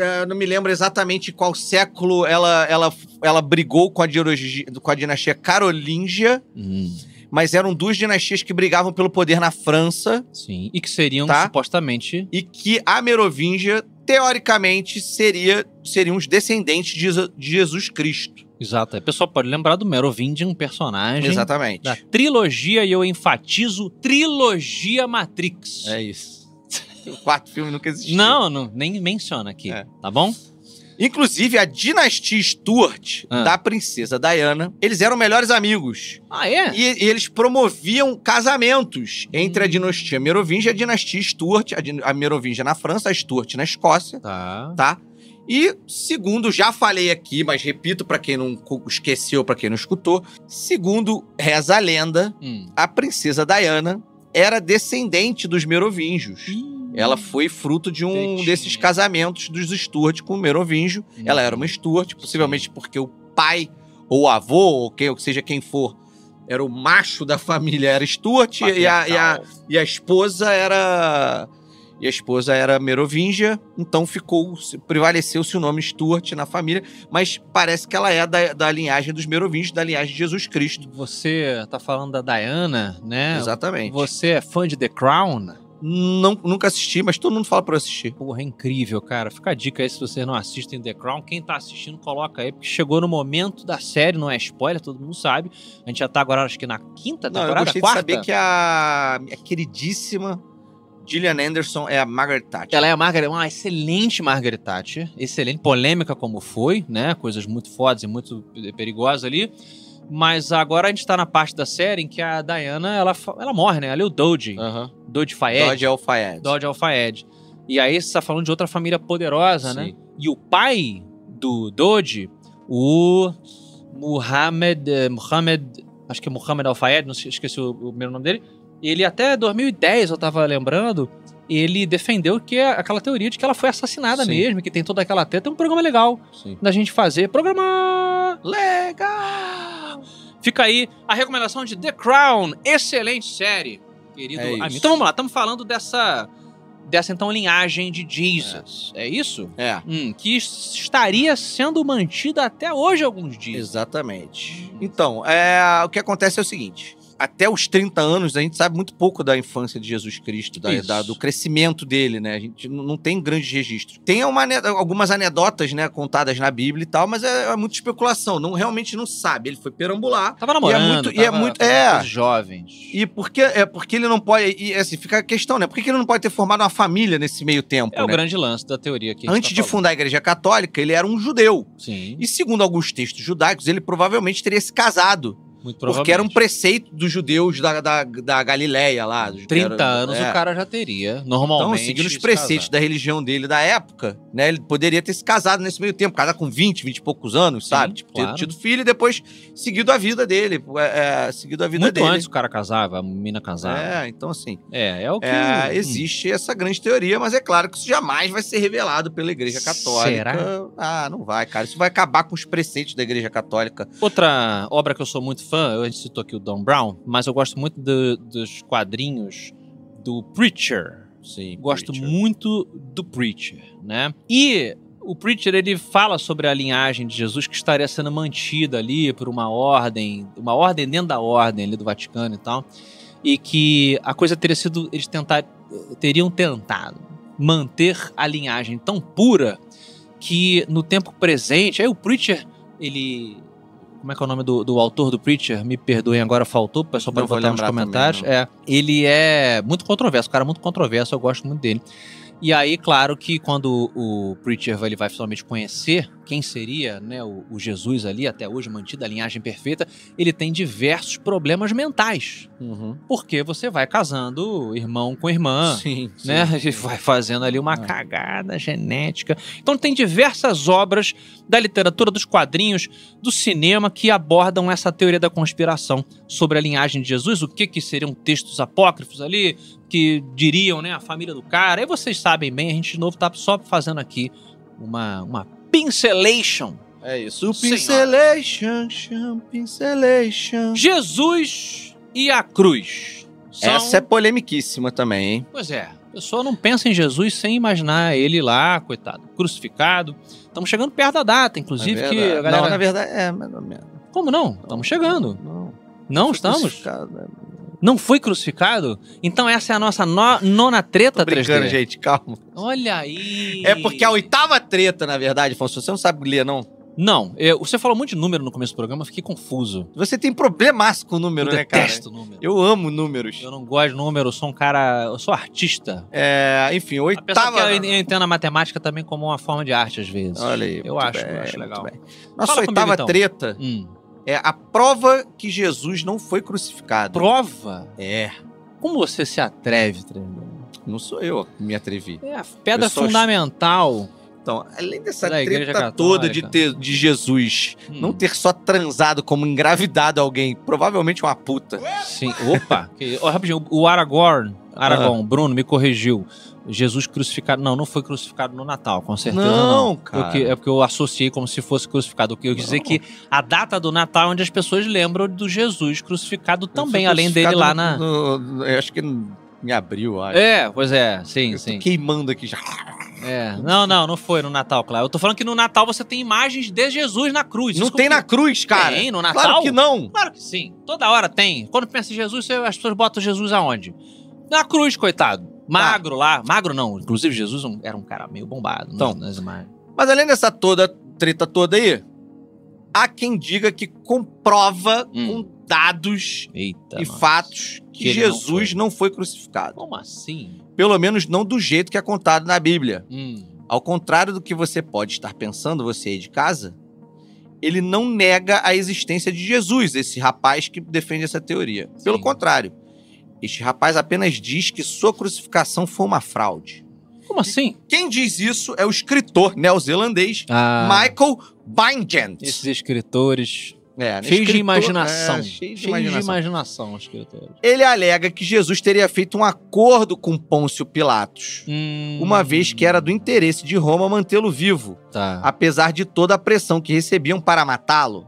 C: ah, não me lembro exatamente qual século ela, ela, ela brigou com a, dirurgi- com a dinastia carolíngia,
A: Hum,
C: mas eram duas dinastias que brigavam pelo poder na França
A: sim. E que seriam
C: Tá.
A: supostamente.
C: e que a Merovingia, teoricamente, seria, seriam os descendentes de, Jesu- de Jesus Cristo.
A: Exato. é, O pessoal pode lembrar do Merovingian, um personagem.
C: Exatamente.
A: Da trilogia, e eu enfatizo trilogia Matrix.
C: É isso. Quatro filmes nunca existiram.
A: Não, não, nem menciona aqui,
C: É.
A: tá bom?
C: Inclusive, a dinastia Stuart,
A: Ah.
C: da princesa Diana, eles eram melhores amigos.
A: Ah, é?
C: E, e eles promoviam casamentos entre a
A: Hum.
C: dinastia Merovingia e a dinastia Stuart, a, din- a Merovingia na França, a Stuart na Escócia,
A: Tá.
C: tá? E, segundo, já falei aqui, mas repito pra quem não cu- esqueceu, pra quem não escutou, segundo reza a lenda,
A: Hum.
C: a princesa Diana era descendente dos Merovingios. Ela foi fruto de um
A: Entendi.
C: desses casamentos dos Stuart com o Merovingio. Ela era
A: Hum.
C: uma Stuart, possivelmente porque o pai ou avô, ou quem, ou seja quem for, era o macho da família, era Stuart, e a, e, a, e a esposa era. E a esposa era Merovingia, então ficou. se- prevaleceu-se o nome Stuart na família, mas parece que ela é da, da linhagem dos Merovingios, da linhagem de Jesus Cristo.
A: Você tá falando da Diana, né?
C: Exatamente.
A: Você é fã de The Crown?
C: Não, nunca assisti, mas todo mundo fala pra eu assistir.
A: Porra, é incrível, cara. Fica a dica aí se vocês não assistem The Crown. Quem tá assistindo, coloca aí, porque chegou no momento da série, não é spoiler, todo mundo sabe. A gente já tá agora, acho que na quinta
C: Não, eu
A: temporada,
C: gostei
A: quarta.
C: de saber que a, a queridíssima Gillian Anderson é a Margaret Thatcher.
A: Ela é a Margaret, uma excelente Margaret Thatcher, excelente, polêmica como foi, né? Coisas muito fodas e muito perigosas ali. Mas agora a gente tá na parte da série em que a Diana, ela, fa- ela morre, né? Ali o Dodge,
C: Aham.
A: Dodge Fayed,
C: Dodge Alfaed.
A: Dodge Alfaed. E aí você tá falando de outra família poderosa, né? E o pai do Dodge, o Muhammad, eh, Muhammad acho que é Muhammad Al-Fayed, não sei- esqueci o, o primeiro nome dele. Ele até 2010, eu tava lembrando, ele defendeu que é aquela teoria de que ela foi assassinada
C: Sim.
A: mesmo, que tem toda aquela treta, é um programa legal
C: Sim.
A: da gente fazer. Programa
C: Legal!
A: Fica aí a recomendação de The Crown. Excelente série, querido
C: É isso.
A: amigo. Então vamos lá, estamos falando dessa, dessa então linhagem de Jesus. É, isso?
C: É,
A: Hum, que es- estaria sendo mantida até hoje alguns dias.
C: exatamente. Então, é, o que acontece é o seguinte. até os 30 anos, a gente sabe muito pouco da infância de Jesus Cristo, da,
A: Isso.
C: da- do crescimento dele, né? A gente n- não tem grandes registros. Tem uma ane- algumas anedotas, né, contadas na Bíblia e tal, mas é, é muita especulação. Não, realmente não sabe. Ele foi perambular.
A: Tava namorando.
C: muito- e é
A: tava-
C: muito-
A: tava
C: é.
A: com outros jovens.
C: E por que, é, porque ele não pode. E assim, fica a questão, né? Por que que ele não pode ter formado uma família nesse meio tempo?
A: é o
C: né?
A: grande lance da teoria que a gente
C: Antes
A: tá
C: de
A: falando.
C: fundar a Igreja Católica, ele era um judeu.
A: Sim,
C: E segundo alguns textos judaicos, ele provavelmente teria se casado.
A: muito provavelmente.
C: Porque era um preceito dos judeus da, da, da Galileia lá. dos-
A: 30
C: era-
A: anos
C: é.
A: o cara já teria,
C: Então,
A: normalmente.
C: seguindo os
A: se
C: preceitos
A: casar.
C: da religião dele da época, né? Ele poderia ter se casado nesse meio tempo, casar com 20, 20 e poucos anos, sabe? Tipo, ter
A: claro.
C: tido filho e depois seguido a vida dele. É, é, seguido a vida
A: Muito
C: dele.
A: antes o cara casava, a mina casava.
C: É, então assim.
A: É, é, o que.
C: é, existe essa grande teoria, mas é claro que isso jamais vai ser revelado pela Igreja Católica.
A: Será?
C: Ah, não vai, cara. Isso vai acabar com os preceitos da Igreja Católica.
A: Outra obra que eu sou muito fã, eu antes citou aqui o Don Brown, mas eu gosto muito do- dos quadrinhos do Preacher.
C: Sim.
A: Gosto
C: Preacher.
A: muito do Preacher, né? E o Preacher, ele fala sobre a linhagem de Jesus que estaria sendo mantida ali por uma ordem, uma ordem dentro da ordem ali do Vaticano e tal, e que a coisa teria sido, eles tentar, eh, teriam tentado manter a linhagem tão pura que no tempo presente, aí o Preacher, ele... Como é que é o nome do, do autor do Preacher? Me perdoem, agora faltou, pessoal, para
C: Não vou
A: botar nos
C: lembrar também,
A: comentários.
C: não.
A: é, ele é muito controverso, um cara muito controverso, eu gosto muito dele. E aí, claro que quando o Preacher ele vai finalmente conhecer quem seria né, o, o Jesus ali, até hoje mantido a linhagem perfeita, ele tem diversos problemas mentais.
C: Uhum.
A: Porque você vai casando irmão com irmã,
C: sim, sim. É.
A: né? E vai fazendo ali uma cagada genética. Então tem diversas obras da literatura, dos quadrinhos, do cinema que abordam essa teoria da conspiração sobre a linhagem de Jesus, o que que seriam textos apócrifos ali que diriam, né, a família do cara. E vocês sabem bem, a gente de novo tá só fazendo aqui uma uma pincelation.
C: É isso.
A: Senhora.
C: Pincelation, cham, pincelation.
A: Jesus e a cruz. São-
C: Essa é polemiquíssima também, hein?
A: Pois é, a pessoa não pensa em Jesus sem imaginar ele lá, coitado, crucificado. Estamos chegando perto da data, inclusive,
C: Na
A: que
C: É verdade-
A: a galera...
C: Não, na verdade, é, mais ou menos.
A: Como não? Estamos chegando.
C: Não, né?
A: Não estamos? Não foi crucificado? Então essa é a nossa no- nona treta
C: Tá brincando,
A: 3D.
C: gente, calma.
A: Olha aí.
C: É porque a oitava treta, na verdade, Afonso, você não sabe ler, não.
A: Não, eu- você falou muito de número no começo do programa, eu fiquei confuso.
C: Você tem problemaço com número,
A: Eu
C: né, cara?
A: detesto número.
C: Eu amo números.
A: Eu não gosto de número, eu sou um cara... Eu sou artista.
C: É, enfim,
A: Apesar
C: oitava.
A: que é eu, eu entendo a matemática também como uma forma de arte, às vezes.
C: Olha aí.
A: Eu
C: muito
A: acho, eu
C: bem,
A: acho
C: muito
A: legal.
C: bem. Nossa
A: Fala comigo,
C: oitava
A: então.
C: treta
A: Hum.
C: é a prova que Jesus não foi crucificado.
A: prova?
C: É,
A: Como você se atreve, Tremendo?
C: não sou eu que me atrevi.
A: É a pedra
C: Eu sou-
A: fundamental.
C: Então, além dessa
A: Da Igreja
C: treta toda de,
A: Católica.
C: ter- de Jesus
A: Hum,
C: não ter só transado como engravidado alguém, provavelmente uma puta.
A: Sim. Opa! que- ó, rapidinho, o Aragorn, Aragorn,
C: Ah.
A: Bruno, me corrigiu. Jesus crucificado. Não, não foi crucificado no Natal, com certeza. Não,
C: Não, cara.
A: Eu que- é porque eu associei como se fosse crucificado. O que eu quis dizer
C: Não.
A: que a data do Natal é onde as pessoas lembram do Jesus crucificado
C: Ele foi
A: também, além dele
C: crucificado
A: lá na.
C: no- no- eu acho que em abril, eu acho.
A: É, pois é, sim,
C: Eu
A: sim.
C: tô queimando aqui já.
A: É. Não, não, não foi no Natal, claro. Eu tô falando que no Natal você tem imagens de Jesus na cruz.
C: Não
A: isso que
C: tem
A: eu-
C: na cruz, cara.
A: Tem no Natal?
C: Claro que não.
A: Claro que sim. Toda hora tem. Quando pensa em Jesus, você- as pessoas botam Jesus aonde? Na cruz, coitado. Magro lá. Magro não. Inclusive, Jesus é um- era um cara meio bombado né?
C: Então.
A: nas, nas imagens.
C: Mas além dessa toda treta toda aí, há quem diga que comprova
A: Hum.
C: com dados
A: Eita.
C: e
A: nós.
C: fatos que,
A: Que ele não
C: Jesus não foi. crucificado.
A: Como assim?
C: Pelo menos não do jeito que é contado na Bíblia.
A: Hum.
C: Ao contrário do que você pode estar pensando, você aí de casa, ele não nega a existência de Jesus, esse rapaz que defende essa teoria. Pelo
A: Sim.
C: contrário, este rapaz apenas diz que sua crucificação foi uma fraude.
A: Como assim?
C: Quem diz isso é o escritor neozelandês
A: Ah,
C: Michael Bindent.
A: esses escritores.
C: É, né,
A: Cheios de
C: escritor-
A: imaginação.
C: é, cheio
A: cheios
C: de
A: de
C: imaginação.
A: imaginação. os escritores.
C: Ele alega que Jesus teria feito um acordo com Pôncio Pilatos,
A: Hum,
C: uma vez que era do interesse de Roma mantê-lo vivo,
A: Tá.
C: apesar de toda a pressão que recebiam para matá-lo.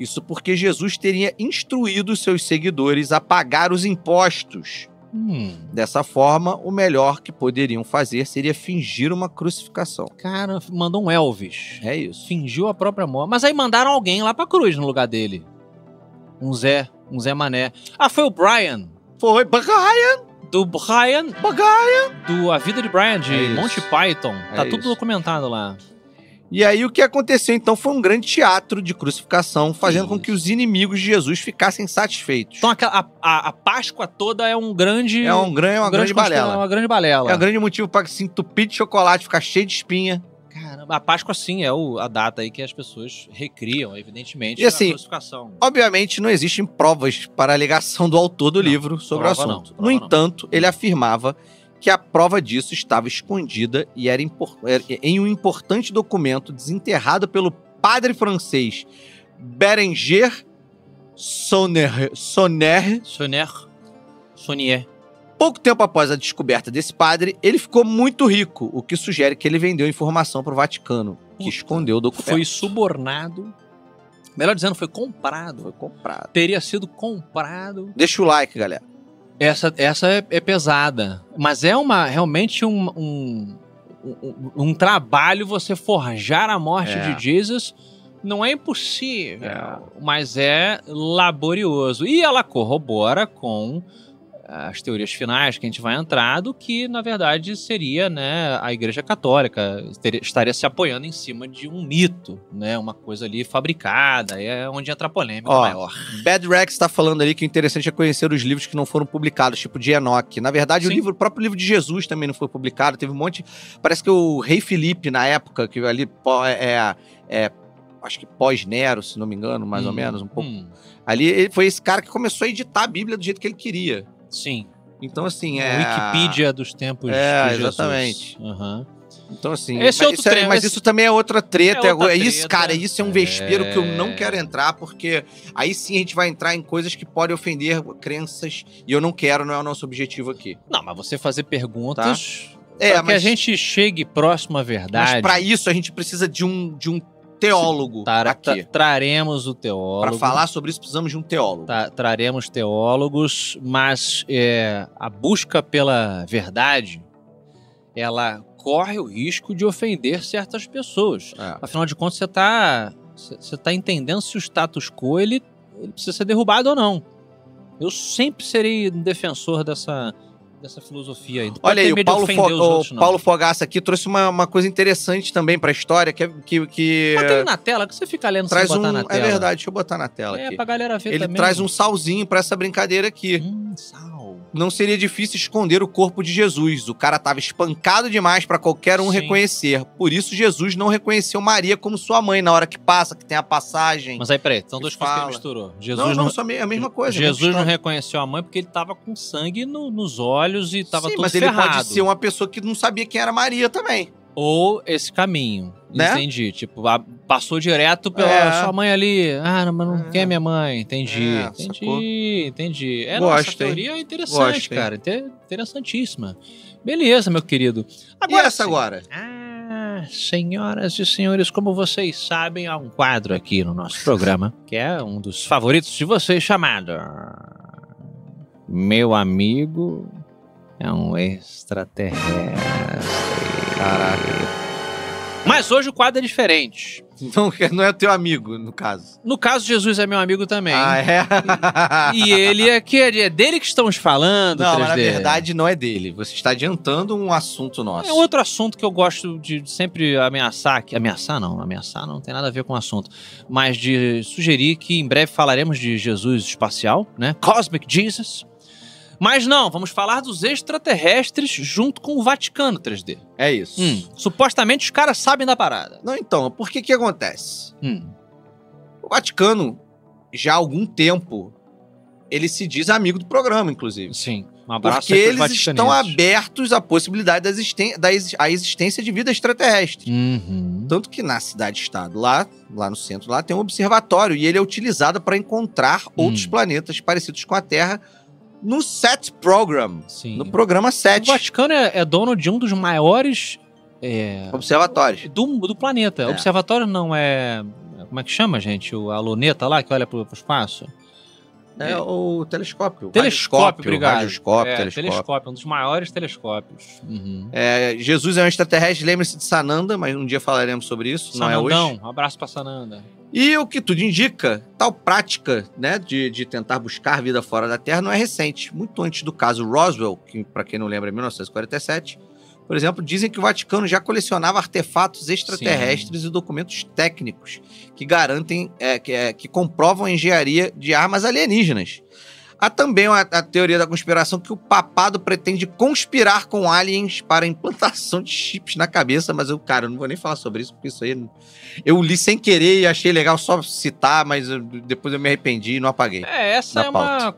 C: Isso porque Jesus teria instruído seus seguidores a pagar os impostos.
A: Hum,
C: Dessa forma, o melhor que poderiam fazer seria fingir uma crucificação.
A: cara, mandou um Elvis.
C: É isso.
A: Fingiu a própria morte. Mas aí mandaram alguém lá pra cruz no lugar dele. Um Zé. um Zé Mané. Ah, foi o Brian.
C: Foi Bagaya,
A: Do Brian,
C: Bagaya.
A: do A Vida de Brian, de
C: É isso.
A: Monty Python. tá
C: É
A: tudo
C: isso.
A: documentado lá.
C: E aí o que aconteceu então foi um grande teatro de crucificação, fazendo com que os inimigos de Jesus ficassem satisfeitos.
A: Então aquela- a, a, a Páscoa toda é um grande.
C: É um grande, é uma
A: um
C: grande
A: conspira- É
C: balela.
A: uma grande balela.
C: É um grande motivo para se entupir de chocolate, ficar cheio de espinha.
A: Caramba, a Páscoa sim é o- a data aí que as pessoas recriam, evidentemente,
C: E assim,
A: a crucificação.
C: Obviamente, não existem provas para a alegação do autor do
A: Não,
C: livro sobre o
A: prova não,
C: assunto.
A: prova
C: no
A: não.
C: entanto, ele afirmava que a prova disso estava escondida e era, impor- era em um importante documento desenterrado pelo padre francês Berenger Sonner, Sonner.
A: Sonner, Sonier.
C: Pouco tempo após a descoberta desse padre, ele ficou muito rico, o que sugere que ele vendeu informação para o Vaticano, que
A: Puta,
C: escondeu o documento.
A: Foi subornado. Melhor dizendo, foi comprado.
C: Foi comprado.
A: Teria sido comprado
C: Deixa o like, galera.
A: Essa, essa é, é pesada. Mas é uma realmente um, um, um, um trabalho você forjar a morte
C: É.
A: de Jesus. Não é impossível,
C: É.
A: mas é laborioso. E ela corrobora com eh, as teorias finais que a gente vai entrar, do que, na verdade, seria né, a Igreja Católica. teria- estaria se apoiando em cima de um mito, né? Uma coisa ali fabricada, é onde entra a polêmica
C: Ó,
A: maior.
C: Bad Rex tá falando ali que o interessante é conhecer os livros que não foram publicados, tipo de Enoch. Na verdade, o,
A: Sim.
C: livro, o próprio livro de Jesus também não foi publicado, teve um monte. Parece que o Rei Felipe, na época, que ali pó- é. é- acho que pós-Nero, se não me engano, mais ou
A: Hum,
C: menos, um pouco.
A: hum,
C: Ali ele foi esse cara que começou a editar a Bíblia do jeito que ele queria.
A: sim.
C: Então, assim, é.
A: A Wikipedia dos tempos
C: É,
A: de Jesus.
C: exatamente.
A: Aham.
C: Então, assim.
A: Esse é
C: mas
A: outro
C: isso
A: tre-
C: Mas
A: esse-
C: isso também é outra treta.
A: É
C: É
A: outra
C: é Isso,
A: treta.
C: cara, isso é um vespeiro que eu não
A: É.
C: quero entrar, porque aí sim a gente vai entrar em coisas que podem ofender crenças e eu não quero, não é o nosso objetivo aqui.
A: Não, mas você fazer perguntas
C: É,
A: pra que
C: mas,
A: a gente chegue próximo à verdade.
C: mas para isso a gente precisa de um, de um teólogo
A: tra-
C: aqui.
A: tra- traremos o
C: Para
A: tá teólogo. Tá.
C: falar sobre isso, precisamos de um teólogo.
A: tra- traremos teólogos, mas é, a busca pela verdade, ela corre o risco de ofender certas pessoas.
C: É.
A: Afinal de contas, você tá, você você tá entendendo se o status quo ele, ele precisa ser derrubado ou não. Eu sempre serei um defensor dessa, dessa filosofia aí. Não pode
C: Olha
A: ter
C: aí, o
A: medo de
C: Paulo,
A: ofender
C: Fo
A: os
C: o
A: outros, não.
C: Paulo Fogaça aqui trouxe uma, uma coisa interessante também pra história, que, é- que, que
A: Bota ele na tela, que você fica lendo
C: traz
A: sem botar
C: um...
A: na
C: É
A: tela.
C: verdade, deixa eu botar na tela
A: É,
C: aqui.
A: pra galera ver
C: Ele
A: também. né?
C: traz um salzinho pra essa brincadeira aqui.
A: Hum, sal.
C: não seria difícil esconder o corpo de Jesus. O cara estava espancado demais para qualquer um
A: Sim.
C: reconhecer. Por isso, Jesus não reconheceu Maria como sua mãe na hora que passa, que tem a passagem.
A: Mas aí, peraí, são duas coisas que ele
C: Fala.
A: misturou.
C: não,
A: Jesus
C: não,
A: não,
C: só me- é a mesma coisa.
A: Jesus não
C: reconheceu.
A: reconheceu a mãe porque ele tava com sangue no- nos olhos e tava
C: Sim,
A: tudo
C: mas ele
A: ferrado.
C: pode ser um uma pessoa que não sabia quem era Maria também.
A: ou esse caminho.
C: Né?
A: Entendi. Tipo, a- passou direto pela
C: É.
A: sua mãe ali. Ah, não, mas não
C: É.
A: quer minha mãe. Entendi.
C: É,
A: entendi,
C: sacou?
A: entendi. É,
C: Gosto,
A: nossa,
C: hein?
A: essa teoria é interessante,
C: Gosto, hein?
A: cara. Inte- interessantíssima. Beleza, meu querido.
C: e essa
A: sim.
C: agora?
A: Ah, senhoras e senhores, como vocês sabem, há um quadro aqui no nosso programa, que é um dos favoritos de vocês, chamado Meu Amigo é um Extraterrestre.
C: Caraca.
A: Mas hoje o quadro é diferente.
C: Então, não é teu amigo, no caso.
A: No caso, Jesus é meu amigo também.
C: Ah, é?
A: E ele é que é dele que estamos falando.
C: Não, mas na
A: 3D.
C: verdade não é dele. Você está adiantando um assunto nosso.
A: É outro assunto que eu gosto de sempre ameaçar aqui. Ameaçar não, ameaçar não tem nada a ver com o assunto. Mas de sugerir que em breve falaremos de Jesus espacial, né? Cosmic Jesus. Mas não, vamos falar dos extraterrestres junto com o Vaticano 3D.
C: É isso.
A: Hum, supostamente os caras sabem da parada.
C: Não, então, por que que acontece?
A: Hum,
C: O Vaticano, já há algum tempo, ele se diz amigo do programa, inclusive.
A: sim, um abraço
C: Porque
A: aí pros
C: eles estão
A: vaticanistas.
C: abertos à possibilidade da, existen- da exi- à existência de vida extraterrestre.
A: Uhum.
C: Tanto que na cidade-estado, lá, lá no centro, lá tem um observatório e ele é utilizado para encontrar
A: Hum.
C: outros planetas parecidos com a Terra no SET Program,
A: Sim.
C: no programa
A: O
C: 7,
A: Vaticano é, é dono de um dos maiores é,
C: observatórios.
A: do, do planeta.
C: É.
A: Observatório não é. Como é que chama, gente? O, a luneta lá que olha pro, pro espaço?
C: É o telescópio.
A: Telescópio,
C: radioscópio,
A: obrigado.
C: radioscópio,
A: é,
C: telescópio.
A: um dos maiores telescópios. Uhum.
C: É, Jesus é um extraterrestre, lembre-se de Sananda, mas um dia falaremos sobre isso, não é hoje.
A: um abraço pra Sananda.
C: E o que tudo indica, tal prática né, de, de tentar buscar vida fora da Terra não é recente. Muito antes do caso Roswell, que para quem não lembra é 1947, por exemplo, dizem que o Vaticano já colecionava artefatos extraterrestres e documentos técnicos que garantem, é, que, é, que comprovam a engenharia de armas alienígenas. Há também a, a teoria da conspiração que o papado pretende conspirar com aliens para a implantação de chips na cabeça, mas eu, cara, eu não vou nem falar sobre isso, porque isso aí eu li sem querer e achei legal só citar, mas eu- depois eu me arrependi e não apaguei.
A: É, essa
C: Na
A: é uma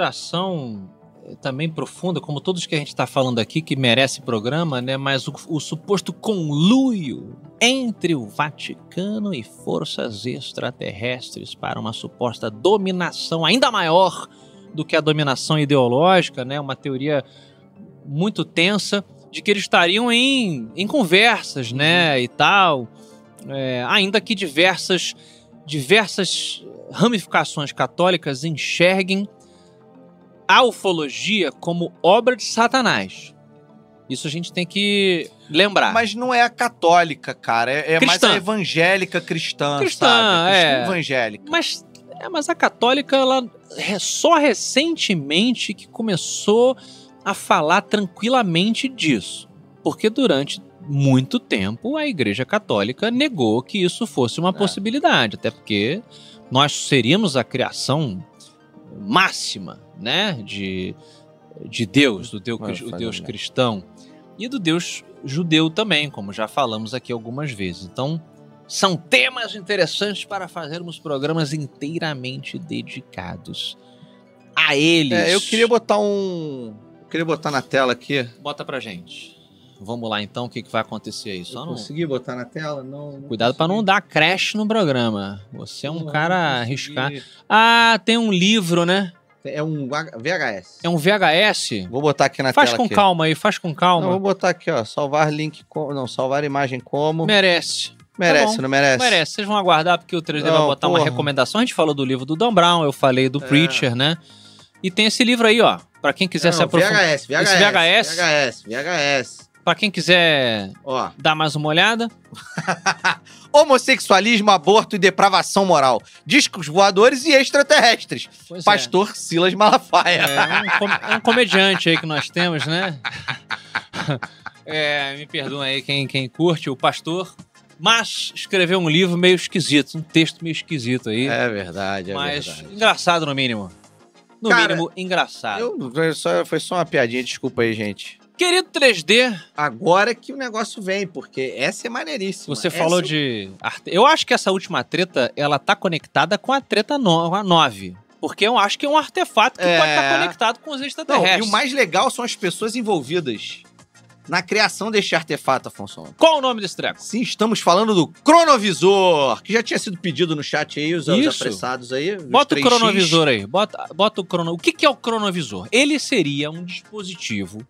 A: conspiração eh, também profunda, como todos que a gente está falando aqui, que merece programa, né? Mas o, o suposto conluio entre o Vaticano e forças extraterrestres para uma suposta dominação ainda maior do que a dominação ideológica, né? Uma teoria muito tensa de que eles estariam em, em conversas, né? E tal. É, ainda que diversas diversas ramificações católicas enxerguem a ufologia como obra de Satanás. Isso a gente tem que lembrar.
C: Mas não é a católica, cara. É, é mais
A: Cristã.
C: a evangélica cristã,
A: Cristã,
C: sabe? Cristã
A: é.
C: evangélica.
A: Mas, é, mas a católica, ela re- só recentemente que começou a falar tranquilamente disso. Porque durante muito tempo a Igreja Católica negou que isso fosse uma possibilidade, até porque nós seríamos a criação máxima, né, de, de Deus, do Deus,
C: Mano,
A: o
C: faz
A: Deus
C: um-
A: cristão e do Deus judeu também, como já falamos aqui algumas vezes. Então, são temas interessantes para fazermos programas inteiramente dedicados a eles.
C: É, eu queria botar um. Eu queria botar na tela aqui.
A: Bota pra gente. Vamos lá então, o que, que vai acontecer aí? Só
C: eu
A: não...
C: consegui botar na tela? Não. não
A: Cuidado pra não
C: consegui.
A: dar creche no programa. Você é um
C: Não,
A: cara
C: não consegui.
A: arriscado. Ah, tem um livro, né?
C: É um VHS.
A: É um VHS?
C: Vou botar aqui na
A: Faz
C: tela.
A: com
C: aqui.
A: calma aí, faz com calma.
C: Não, vou botar aqui, ó. Salvar link como. Não, salvar imagem como.
A: Merece. tá
C: merece,
A: bom.
C: não merece?
A: Merece. Vocês vão aguardar porque o 3D vai
C: Não,
A: botar uma
C: porra.
A: recomendação. A gente falou do livro do Dan Brown, eu falei do
C: É.
A: Preacher, né? E tem esse livro aí, ó. Pra quem quiser
C: É, Não,
A: se aprofundar.
C: VHS, VHS.
A: Esse
C: VHS, VHS.
A: Pra quem quiser
C: Ó.
A: dar mais uma olhada,
C: Homossexualismo, aborto e depravação moral. Discos voadores e extraterrestres.
A: pois é.
C: Pastor Silas Malafaia.
A: É um, com- é um comediante aí que nós temos, né? É, me perdoa aí quem, quem curte, o pastor. Mas escreveu um livro meio esquisito, um texto meio esquisito
C: É.
A: aí.
C: verdade,
A: mas engraçado no mínimo. No
C: Cara,
A: mínimo, engraçado.
C: Eu- foi só- foi só uma piadinha, desculpa aí, gente.
A: Querido 3D,
C: Agora que o negócio vem, porque essa é maneiríssima.
A: você
C: Essa
A: falou
C: eu-
A: de. arte- Eu acho que essa última treta, ela tá conectada com a treta no... a 9. Porque eu acho que é um artefato que
C: É.
A: pode estar conectado com os
C: Não,
A: extraterrestres.
C: e o mais legal são as pessoas envolvidas na criação deste artefato, Afonso.
A: Qual o nome desse treco?
C: Sim, estamos falando do cronovisor, que já tinha sido pedido no chat aí, os, os
A: Isso.
C: apressados aí. os
A: Bota o
C: 3x.
A: cronovisor aí. Bota, bota o crono. O que, que é o cronovisor? Ele seria um dispositivo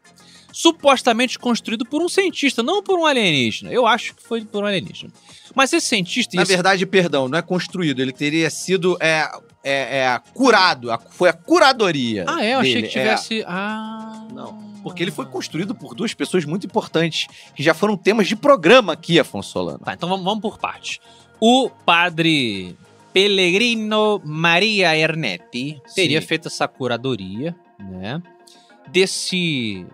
A: supostamente construído por um cientista, não por um alienígena. Eu acho que foi por um alienígena. Mas esse cientista.
C: Na
A: esse-
C: verdade, perdão, não é construído, ele teria sido é, é, é, curado, a- foi a curadoria.
A: Ah, é, eu achei
C: dele,
A: que
C: é.
A: tivesse. Ah.
C: Não, Porque ele foi construído por duas pessoas muito importantes, que já foram temas de programa aqui, Afonso Solano.
A: Tá, então vamos, vamos por partes. O padre Pellegrino Maria Ernetti teria
C: Sim.
A: feito essa curadoria, né? Desse,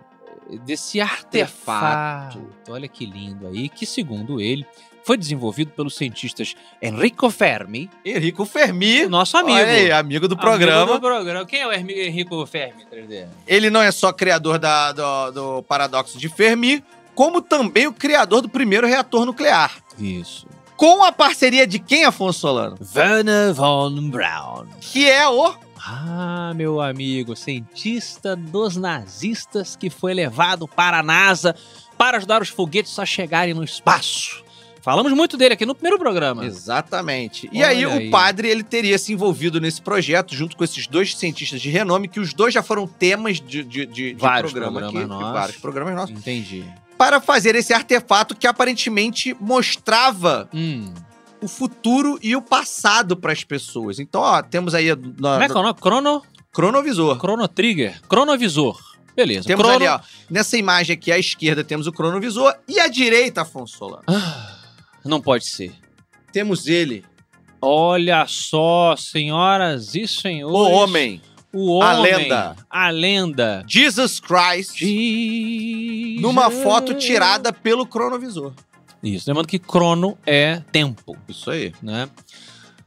A: desse artefato. Olha que lindo aí, que segundo ele foi desenvolvido pelos cientistas Enrico Fermi,
C: Henrico Fermi,
A: o nosso amigo.
C: Olha aí, amigo do
A: Amigo
C: programa.
A: do programa. Quem é o Hermi- Enrico Fermi, 3D?
C: Ele não é só criador da- do, do paradoxo de Fermi, como também o criador do primeiro reator nuclear.
A: Isso.
C: Com a parceria de quem, Afonso Solano?
A: Werner von Braun.
C: Que é o.
A: Ah, meu amigo, cientista dos nazistas que foi levado para a NASA para ajudar os foguetes a chegarem no espaço. Falamos muito dele aqui no primeiro programa.
C: Exatamente. E
A: Olha
C: aí,
A: aí.
C: o padre ele teria se envolvido nesse projeto junto com esses dois cientistas de renome, que os dois já foram temas de, de, de, de
A: Vários
C: programa
A: programas
C: aqui,
A: nossos.
C: vários programas nossos,
A: Entendi.
C: para fazer esse artefato que aparentemente mostrava
A: Hum.
C: o futuro e o passado para as pessoas. Então, ó, temos aí na,
A: Como é que é o nome? Crono,
C: cronovisor.
A: Chrono Trigger. Cronovisor. Beleza.
C: Temos
A: Crono...
C: ali, ó. Nessa imagem aqui, à esquerda, temos o cronovisor. E à direita, Afonso Solano,
A: Ah, não pode ser.
C: temos ele.
A: Olha só, senhoras e senhores.
C: O homem,
A: O homem.
C: A lenda.
A: A lenda.
C: Jesus Christ,
A: Jesus.
C: numa foto tirada pelo cronovisor.
A: Isso. Lembrando que crono é tempo,
C: Isso aí.
A: né?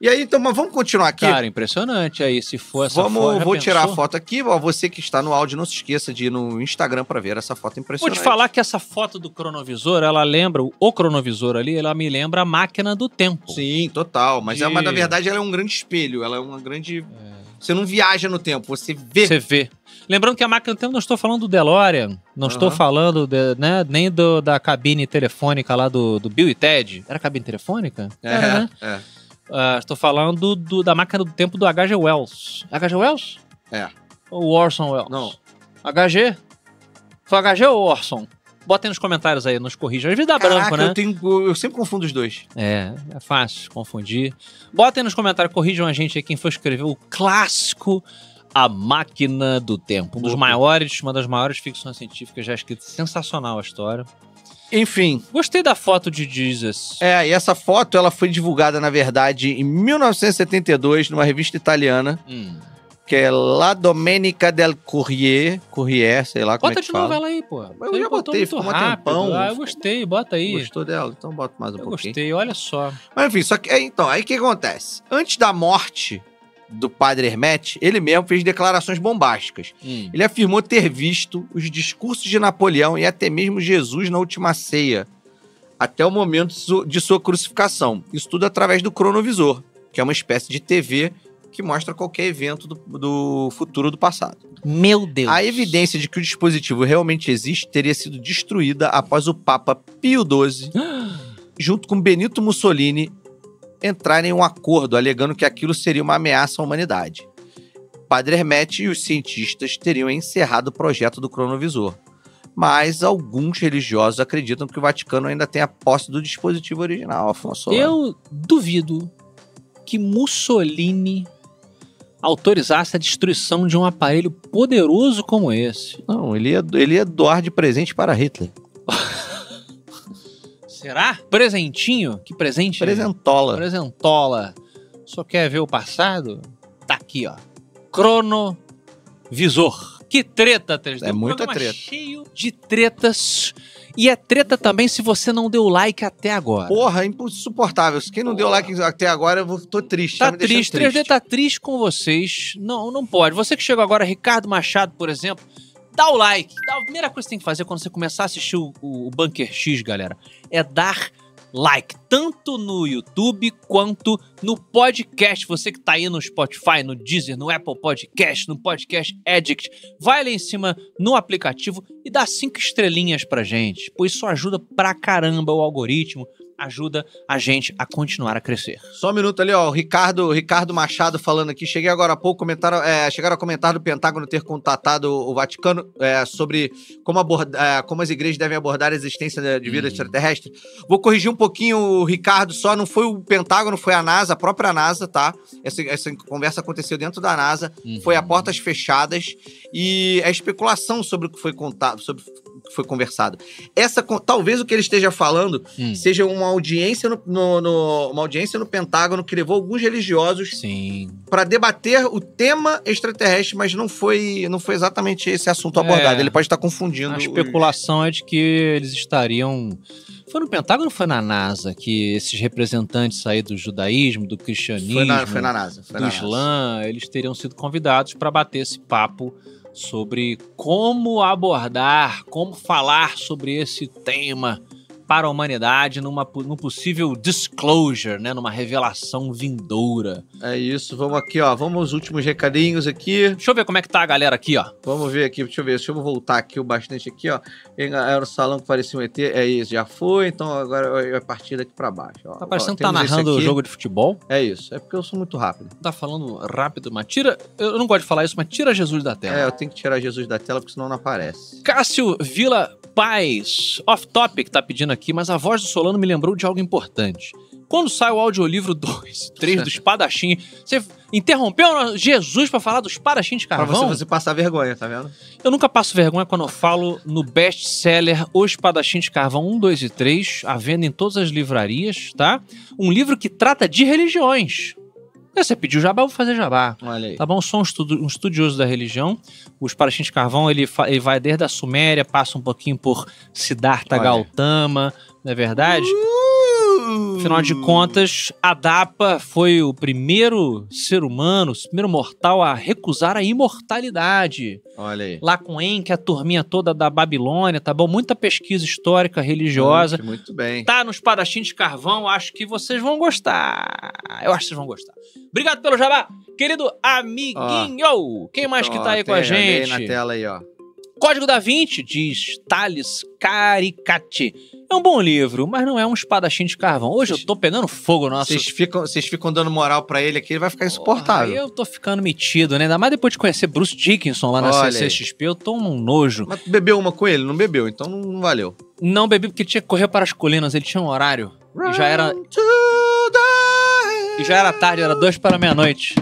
C: E aí, então, mas vamos continuar aqui?
A: Cara, impressionante aí se for essa
C: Vamos,
A: foto. já
C: vou tirar a
A: pensou?
C: foto aqui. Ó, você que está no áudio, não se esqueça de ir no Instagram para ver essa foto
A: Vou
C: impressionante.
A: te falar que essa foto do cronovisor, ela lembra, o cronovisor ali, ela me lembra a máquina do tempo.
C: Sim, total. Mas, é, mas na
A: De-
C: verdade ela é um grande espelho. Ela é uma grande. Você não viaja no tempo, você vê.
A: Você vê. Lembrando que a máquina do tempo, não estou falando do DeLorean, não estou
C: Aham.
A: falando de- né, nem do- da cabine telefônica lá do, do Bill e Ted. Era cabine telefônica?
C: É,
A: Era, né?
C: é.
A: Ah, estou falando do- da máquina do tempo do H.G. Wells. H.G. Wells?
C: É.
A: Ou Orson Wells?
C: Não.
A: HG? Foi HG ou Orson? Bota aí nos comentários aí, nos corrija. Às vezes dá
C: Caraca,
A: branco, né?
C: eu, tenho, eu sempre confundo os dois.
A: É, é fácil confundir. Botem nos comentários, corrijam a gente aí quem foi escrever o clássico A Máquina do Tempo. Um dos
C: Boa.
A: maiores, uma das maiores ficções científicas já escritas. Sensacional a história.
C: Enfim,
A: Gostei da foto de Jesus.
C: é, e essa foto ela foi divulgada, na verdade, em 1972, numa revista italiana,
A: Hum.
C: que é La Domenica del Corriere, Corriere, sei lá como
A: Bota
C: é que
A: de
C: fala.
A: novo ela aí, pô.
C: eu
A: Você
C: já
A: botou
C: botei,
A: muito
C: ficou mó
A: rápido.
C: tempão.
A: Ah, eu gostei, bota aí.
C: Gostou dela? Então bota mais um
A: eu
C: pouquinho.
A: gostei, olha só.
C: Mas enfim, só que é, então, aí o que acontece? Antes da morte do padre Hermet, ele mesmo fez declarações bombásticas. Ele afirmou ter visto os discursos de Napoleão e até mesmo Jesus na última ceia, até o momento su- de sua crucificação. Isso tudo através do cronovisor, que é uma espécie de TV que mostra qualquer evento do, do futuro do passado.
A: Meu Deus.
C: A evidência de que o dispositivo realmente existe teria sido destruída após o Papa Pio XII, junto com Benito Mussolini, entrarem em um acordo alegando que aquilo seria uma ameaça à humanidade. Padre Hermet e os cientistas teriam encerrado o projeto do cronovisor. Mas alguns religiosos acreditam que o Vaticano ainda tem a posse do dispositivo original, Afonso.
A: Eu duvido que Mussolini autorizasse a destruição de um aparelho poderoso como esse.
C: Não, ele ia, ele ia doar de presente para Hitler.
A: Será? Presentinho? Que presente? né?
C: Presentola.
A: Presentola. Só quer ver o passado? Tá aqui, ó. Cronovisor. Que treta, 3D.
C: É muita
A: Programa
C: treta.
A: Cheio de tretas. E é treta também se você não deu like até agora.
C: Porra, é insuportável. Quem não deu like até agora, eu vou- tô triste.
A: Tá
C: me deixando
A: triste, 3D tá triste com vocês. Não, não pode. Você que chegou agora, Ricardo Machado, por exemplo, dá o like. Dá, a primeira coisa que você tem que fazer quando você começar a assistir o, o- o Bunker X, galera, é dar like, tanto no YouTube quanto no podcast. Você que tá aí no Spotify, no Deezer, no Apple Podcast, no Podcast Addict, vai lá em cima no aplicativo e dá cinco estrelinhas pra gente, pois isso ajuda pra caramba o algoritmo, ajuda a gente a continuar a crescer.
C: Só um minuto ali, ó. O Ricardo, o Ricardo Machado falando aqui. Cheguei agora há pouco, comentaram, é, chegaram a comentar do Pentágono ter contatado o Vaticano é, sobre como, aborda- é, como as igrejas devem abordar a existência de- de vida
A: Uhum.
C: extraterrestre. Vou corrigir um pouquinho o Ricardo só. Não foi o Pentágono, foi a NASA, a própria NASA, tá? Essa, essa conversa aconteceu dentro da NASA. Foi a portas fechadas e a especulação sobre o que foi contado, sobre o que foi conversado. Essa, con- talvez o que ele esteja falando
A: Hum.
C: seja uma audiência no, no- no- uma audiência no Pentágono que levou alguns religiosos
A: Sim.
C: para debater o tema extraterrestre, mas não foi não foi exatamente esse assunto abordado.
A: É.
C: Ele pode estar confundindo.
A: A
C: os-
A: especulação é de que eles estariam. Foi no Pentágono ou foi na NASA que esses representantes aí do judaísmo, do cristianismo,
C: Foi na, foi na NASA. Foi
A: do
C: na NASA.
A: Islã, eles teriam sido convidados para bater esse papo sobre como abordar, como falar sobre esse tema para a humanidade numa, po- num possível disclosure, né, numa revelação vindoura.
C: É isso. Vamos aqui, ó. Vamos aos últimos recadinhos aqui.
A: Deixa eu ver como é que tá a galera aqui, ó.
C: Vamos ver aqui. Deixa eu ver. Deixa eu voltar aqui o bastante aqui, ó. Em- Era um salão que parecia um ET. É isso. Já foi. Então agora é a partir daqui para baixo. ó.
A: Tá parecendo
C: Ó,
A: que tá
C: temos esse
A: narrando o
C: aqui.
A: jogo de futebol.
C: É isso. É porque eu sou muito rápido.
A: tá falando rápido, mas tira. Eu não gosto de falar isso, mas tira Jesus da tela.
C: É, eu tenho que tirar Jesus da tela porque senão não aparece.
A: Cássio Vila Paz, off topic, tá pedindo aqui, mas a voz do Solano me lembrou de algo importante. Quando sai o audiolivro 2, 3 do Espadachim, você interrompeu Jesus pra falar do Espadachim de
C: Pra você,
A: Carvão?
C: você passar vergonha, tá vendo?
A: Eu nunca passo vergonha quando eu falo no best-seller O Espadachim de Carvão 1, 2 e 3, à venda em todas as livrarias, tá? Um livro que trata de religiões. Aí Você pediu jabá, eu vou fazer jabá.
C: Olha aí.
A: Tá bom? Sou um, estudo- um estudioso da religião. O Espadachim de Carvão, ele, fa- ele vai desde a Suméria, passa um pouquinho por Siddhartha
C: Olha.
A: Gautama, não é verdade? Afinal de contas, Adapa foi o primeiro ser humano, o primeiro mortal a recusar a imortalidade
C: Olha aí.
A: lá com Enki, a turminha toda da Babilônia, tá bom? Muita pesquisa histórica, religiosa.
C: Muito bem.
A: Tá nos Espadachim de Carvão, acho que vocês vão gostar. Eu acho que vocês vão gostar. Obrigado pelo jabá, querido amiguinho. Quem mais que tá aí
C: Então, Ó,
A: com a
C: tem ali na
A: gente?
C: tela aí, ó.
A: Código da Vinci, diz Thales Caricati. É um bom livro, mas não é um espadachim de carvão. Hoje eu tô pegando fogo no nosso
C: Vocês ficam, vocês ficam dando moral pra ele aqui, ele vai ficar insuportável.
A: Porra, eu tô ficando metido, né? Ainda mais depois de conhecer Bruce Dickinson lá na
C: Olha aí.
A: CCXP, eu tô um nojo.
C: Mas tu bebeu uma com ele? Não bebeu, então não, não valeu.
A: Não bebi porque tinha que correr para as colinas, ele tinha um horário. E já era,
C: Run to the
A: e já era tarde, era dois para meia-noite.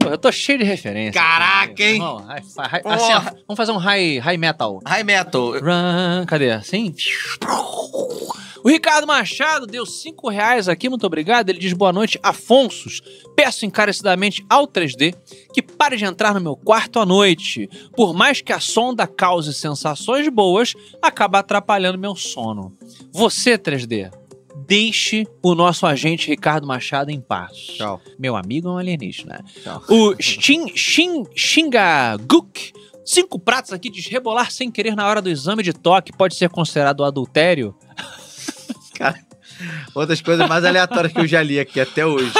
A: Pô, eu tô cheio de referência.
C: Caraca,
A: cara.
C: hein?
A: Irmão, hi- hi-
C: Porra.
A: assim, ó, vamos fazer um high, high metal.
C: High metal.
A: Run, cadê? Assim? O Ricardo Machado deu cinco reais aqui, muito obrigado. Ele diz boa noite, Afonsos. Peço encarecidamente ao 3D que pare de entrar no meu quarto à noite. Por mais que a sonda cause sensações boas, acaba atrapalhando meu sono. Você, 3D, deixe o nosso agente Ricardo Machado em paz.
C: Tchau.
A: Meu amigo é um alienígena.
C: Tchau.
A: O Shin, Shin, Shingaguk, cinco pratos aqui, diz rebolar sem querer na hora do exame de toque pode ser considerado adultério?
C: Outras coisas mais aleatórias que eu já li aqui até hoje.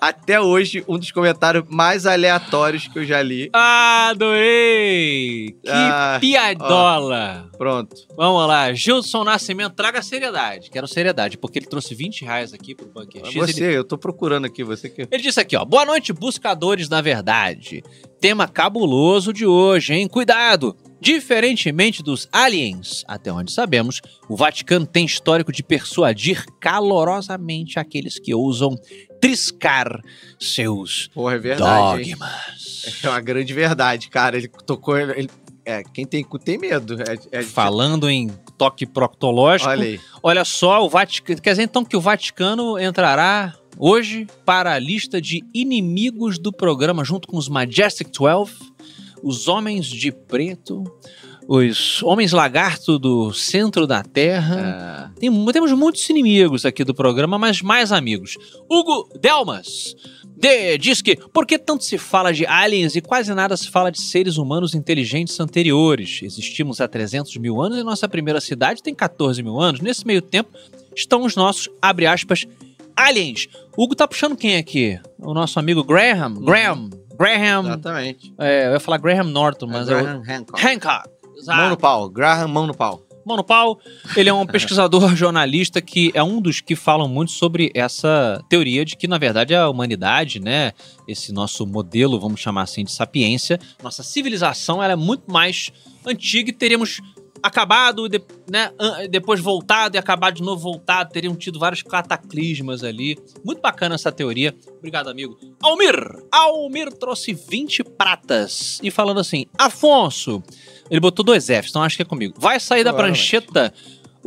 C: Até hoje, um dos comentários mais aleatórios que eu já li.
A: Adorei! Que
C: Ah,
A: piadola!
C: Pronto.
A: Vamos lá, Gilson Nascimento, traga seriedade. Quero seriedade, porque ele trouxe 20 reais aqui pro Bunker X. Ele-
C: É Você, eu tô procurando aqui, você que.
A: Ele disse aqui, ó. Boa noite, buscadores da verdade. Tema cabuloso de hoje, hein? Cuidado! Diferentemente dos aliens, até onde sabemos, o Vaticano tem histórico de persuadir calorosamente aqueles que ousam triscar seus
C: Porra, é verdade. hein?
A: dogmas.
C: É uma grande verdade, cara. Ele tocou. ele- É, quem tem cu tem medo. É, é-
A: Falando em toque proctológico,
C: Olha
A: olha,
C: aí.
A: só, o Vaticano. Quer dizer então que o Vaticano entrará hoje para a lista de inimigos do programa, junto com os Majestic 12, os Homens de Preto, os Homens Lagarto do Centro da Terra.
C: Ah,
A: Tem mu- temos muitos inimigos aqui do programa, mas mais amigos. Hugo Delmas de- diz que por que tanto se fala de aliens e quase nada se fala de seres humanos inteligentes anteriores? Existimos há 300 mil anos e nossa primeira cidade tem 14 mil anos. Nesse meio tempo estão os nossos, abre aspas, aliens. Hugo tá puxando quem aqui? O nosso amigo Graham. Graham. Graham.
C: exatamente.
A: É, eu ia falar Graham Norton, mas é, o
C: Graham Hancock.
A: Hancock.
C: Mão no pau. Graham, mão no pau.
A: Mano Pau, ele é um pesquisador jornalista que é um dos que falam muito sobre essa teoria de que, na verdade, a humanidade, né, esse nosso modelo, vamos chamar assim, de sapiência, nossa civilização, ela é muito mais antiga e teríamos acabado, de- né, an- depois voltado e acabado de novo voltado, teriam tido vários cataclismas ali. Muito bacana essa teoria. Obrigado, amigo. Almir! Almir trouxe 20 pratas. E falando assim, Afonso, ele botou dois Fs, então acho que é comigo. Vai sair da
C: Provavelmente.
A: prancheta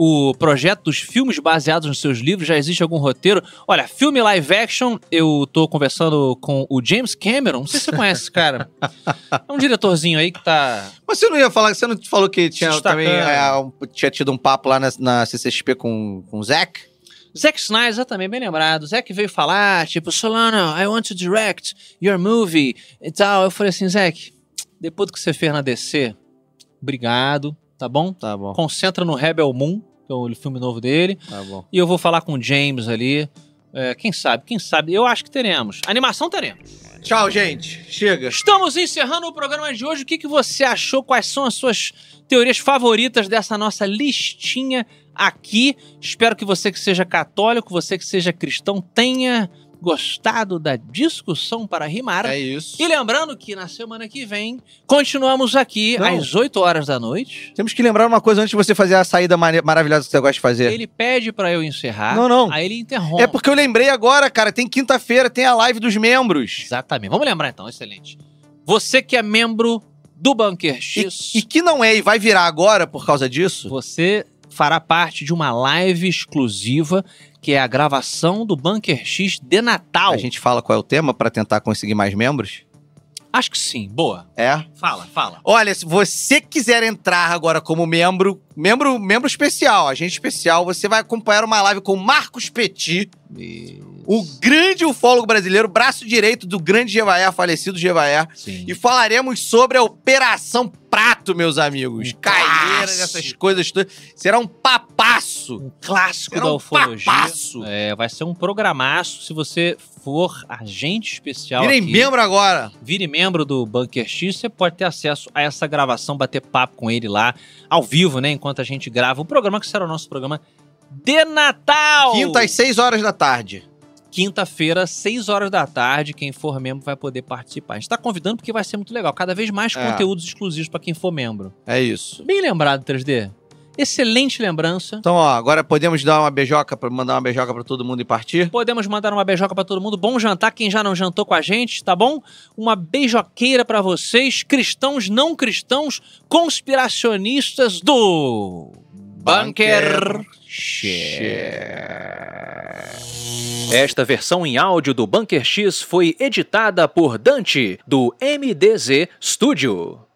A: o projeto dos filmes baseados nos seus livros? Já existe algum roteiro? Olha, filme live action, eu tô conversando com o James Cameron. Não sei se você conhece esse cara. É um diretorzinho aí que tá.
C: Mas você não ia falar, você não falou que tinha
A: Destacando.
C: também é, um- tinha tido um papo lá na, na CCXP com, com o Zac?
A: Zack Snyder também, bem lembrado. Zack veio falar, tipo, Solano, I want to direct your movie e tal. Eu falei assim, Zack, depois do que você fez na DC, obrigado, tá bom?
C: Tá bom,
A: Concentra no Rebel Moon, que é o filme novo dele.
C: tá bom.
A: E eu vou falar com o James ali. É, quem sabe, quem sabe? Eu acho que teremos. Animação teremos.
C: Tchau, gente. Chega.
A: Estamos encerrando o programa de hoje. O que, que você achou? Quais são as suas teorias favoritas dessa nossa listinha aqui? Espero que você que seja católico, você que seja cristão, tenha gostado da discussão para rimar.
C: É isso.
A: E lembrando que na semana que vem continuamos aqui
C: Não.
A: às 8 horas da noite.
C: Temos que lembrar uma coisa antes de você fazer a saída mari- maravilhosa que você gosta de fazer.
A: Ele pede pra eu encerrar.
C: Não, É. não.
A: Aí ele interrompe.
C: É porque eu lembrei agora, cara, tem quinta-feira, tem a live dos membros.
A: Exatamente. Vamos lembrar então, excelente. Você que é membro do Bunker X,
C: E, e que não é e vai virar agora por causa disso.
A: você fará parte de uma live exclusiva que é a gravação do Bunker X de Natal.
C: A gente fala qual é o tema pra tentar conseguir mais membros.
A: Acho que sim. Boa.
C: É.
A: Fala, fala.
C: Olha, se você quiser entrar agora como membro, membro, membro especial, agente especial, você vai acompanhar uma live com o Marcos Petit, o grande ufólogo brasileiro, braço direito do grande Jevaé, falecido Jevaé.
A: Sim.
C: E falaremos sobre a Operação Prato, meus amigos.
A: Um
C: Caieira,
A: clássico.
C: essas coisas todas. Será um papasso.
A: Um clássico
C: Será
A: da
C: um
A: ufologia.
C: papasso.
A: É, vai ser um programaço se você for agente especial.
C: Virem
A: aqui,
C: membro agora.
A: Vire membro do Bunker X, você pode ter acesso a essa gravação, bater papo com ele lá, ao vivo, né? Enquanto a gente grava o programa, que será o nosso programa de Natal!
C: Quinta às 6 horas da tarde.
A: Quinta-feira, 6 horas da tarde. Quem for membro vai poder participar. A gente tá convidando porque vai ser muito legal. Cada vez mais
C: É.
A: conteúdos exclusivos pra quem for membro.
C: É isso.
A: Bem lembrado, 3D. Excelente lembrança.
C: Então, ó, agora podemos dar uma beijoca, pra, mandar uma beijoca pra todo mundo e partir?
A: Podemos mandar uma beijoca pra todo mundo. Bom jantar, quem já não jantou com a gente, tá bom? Uma beijoqueira pra vocês, cristãos, não cristãos, conspiracionistas do Bunker. É. Esta versão em áudio do Bunker X foi editada por Dante, do MDZ Studio.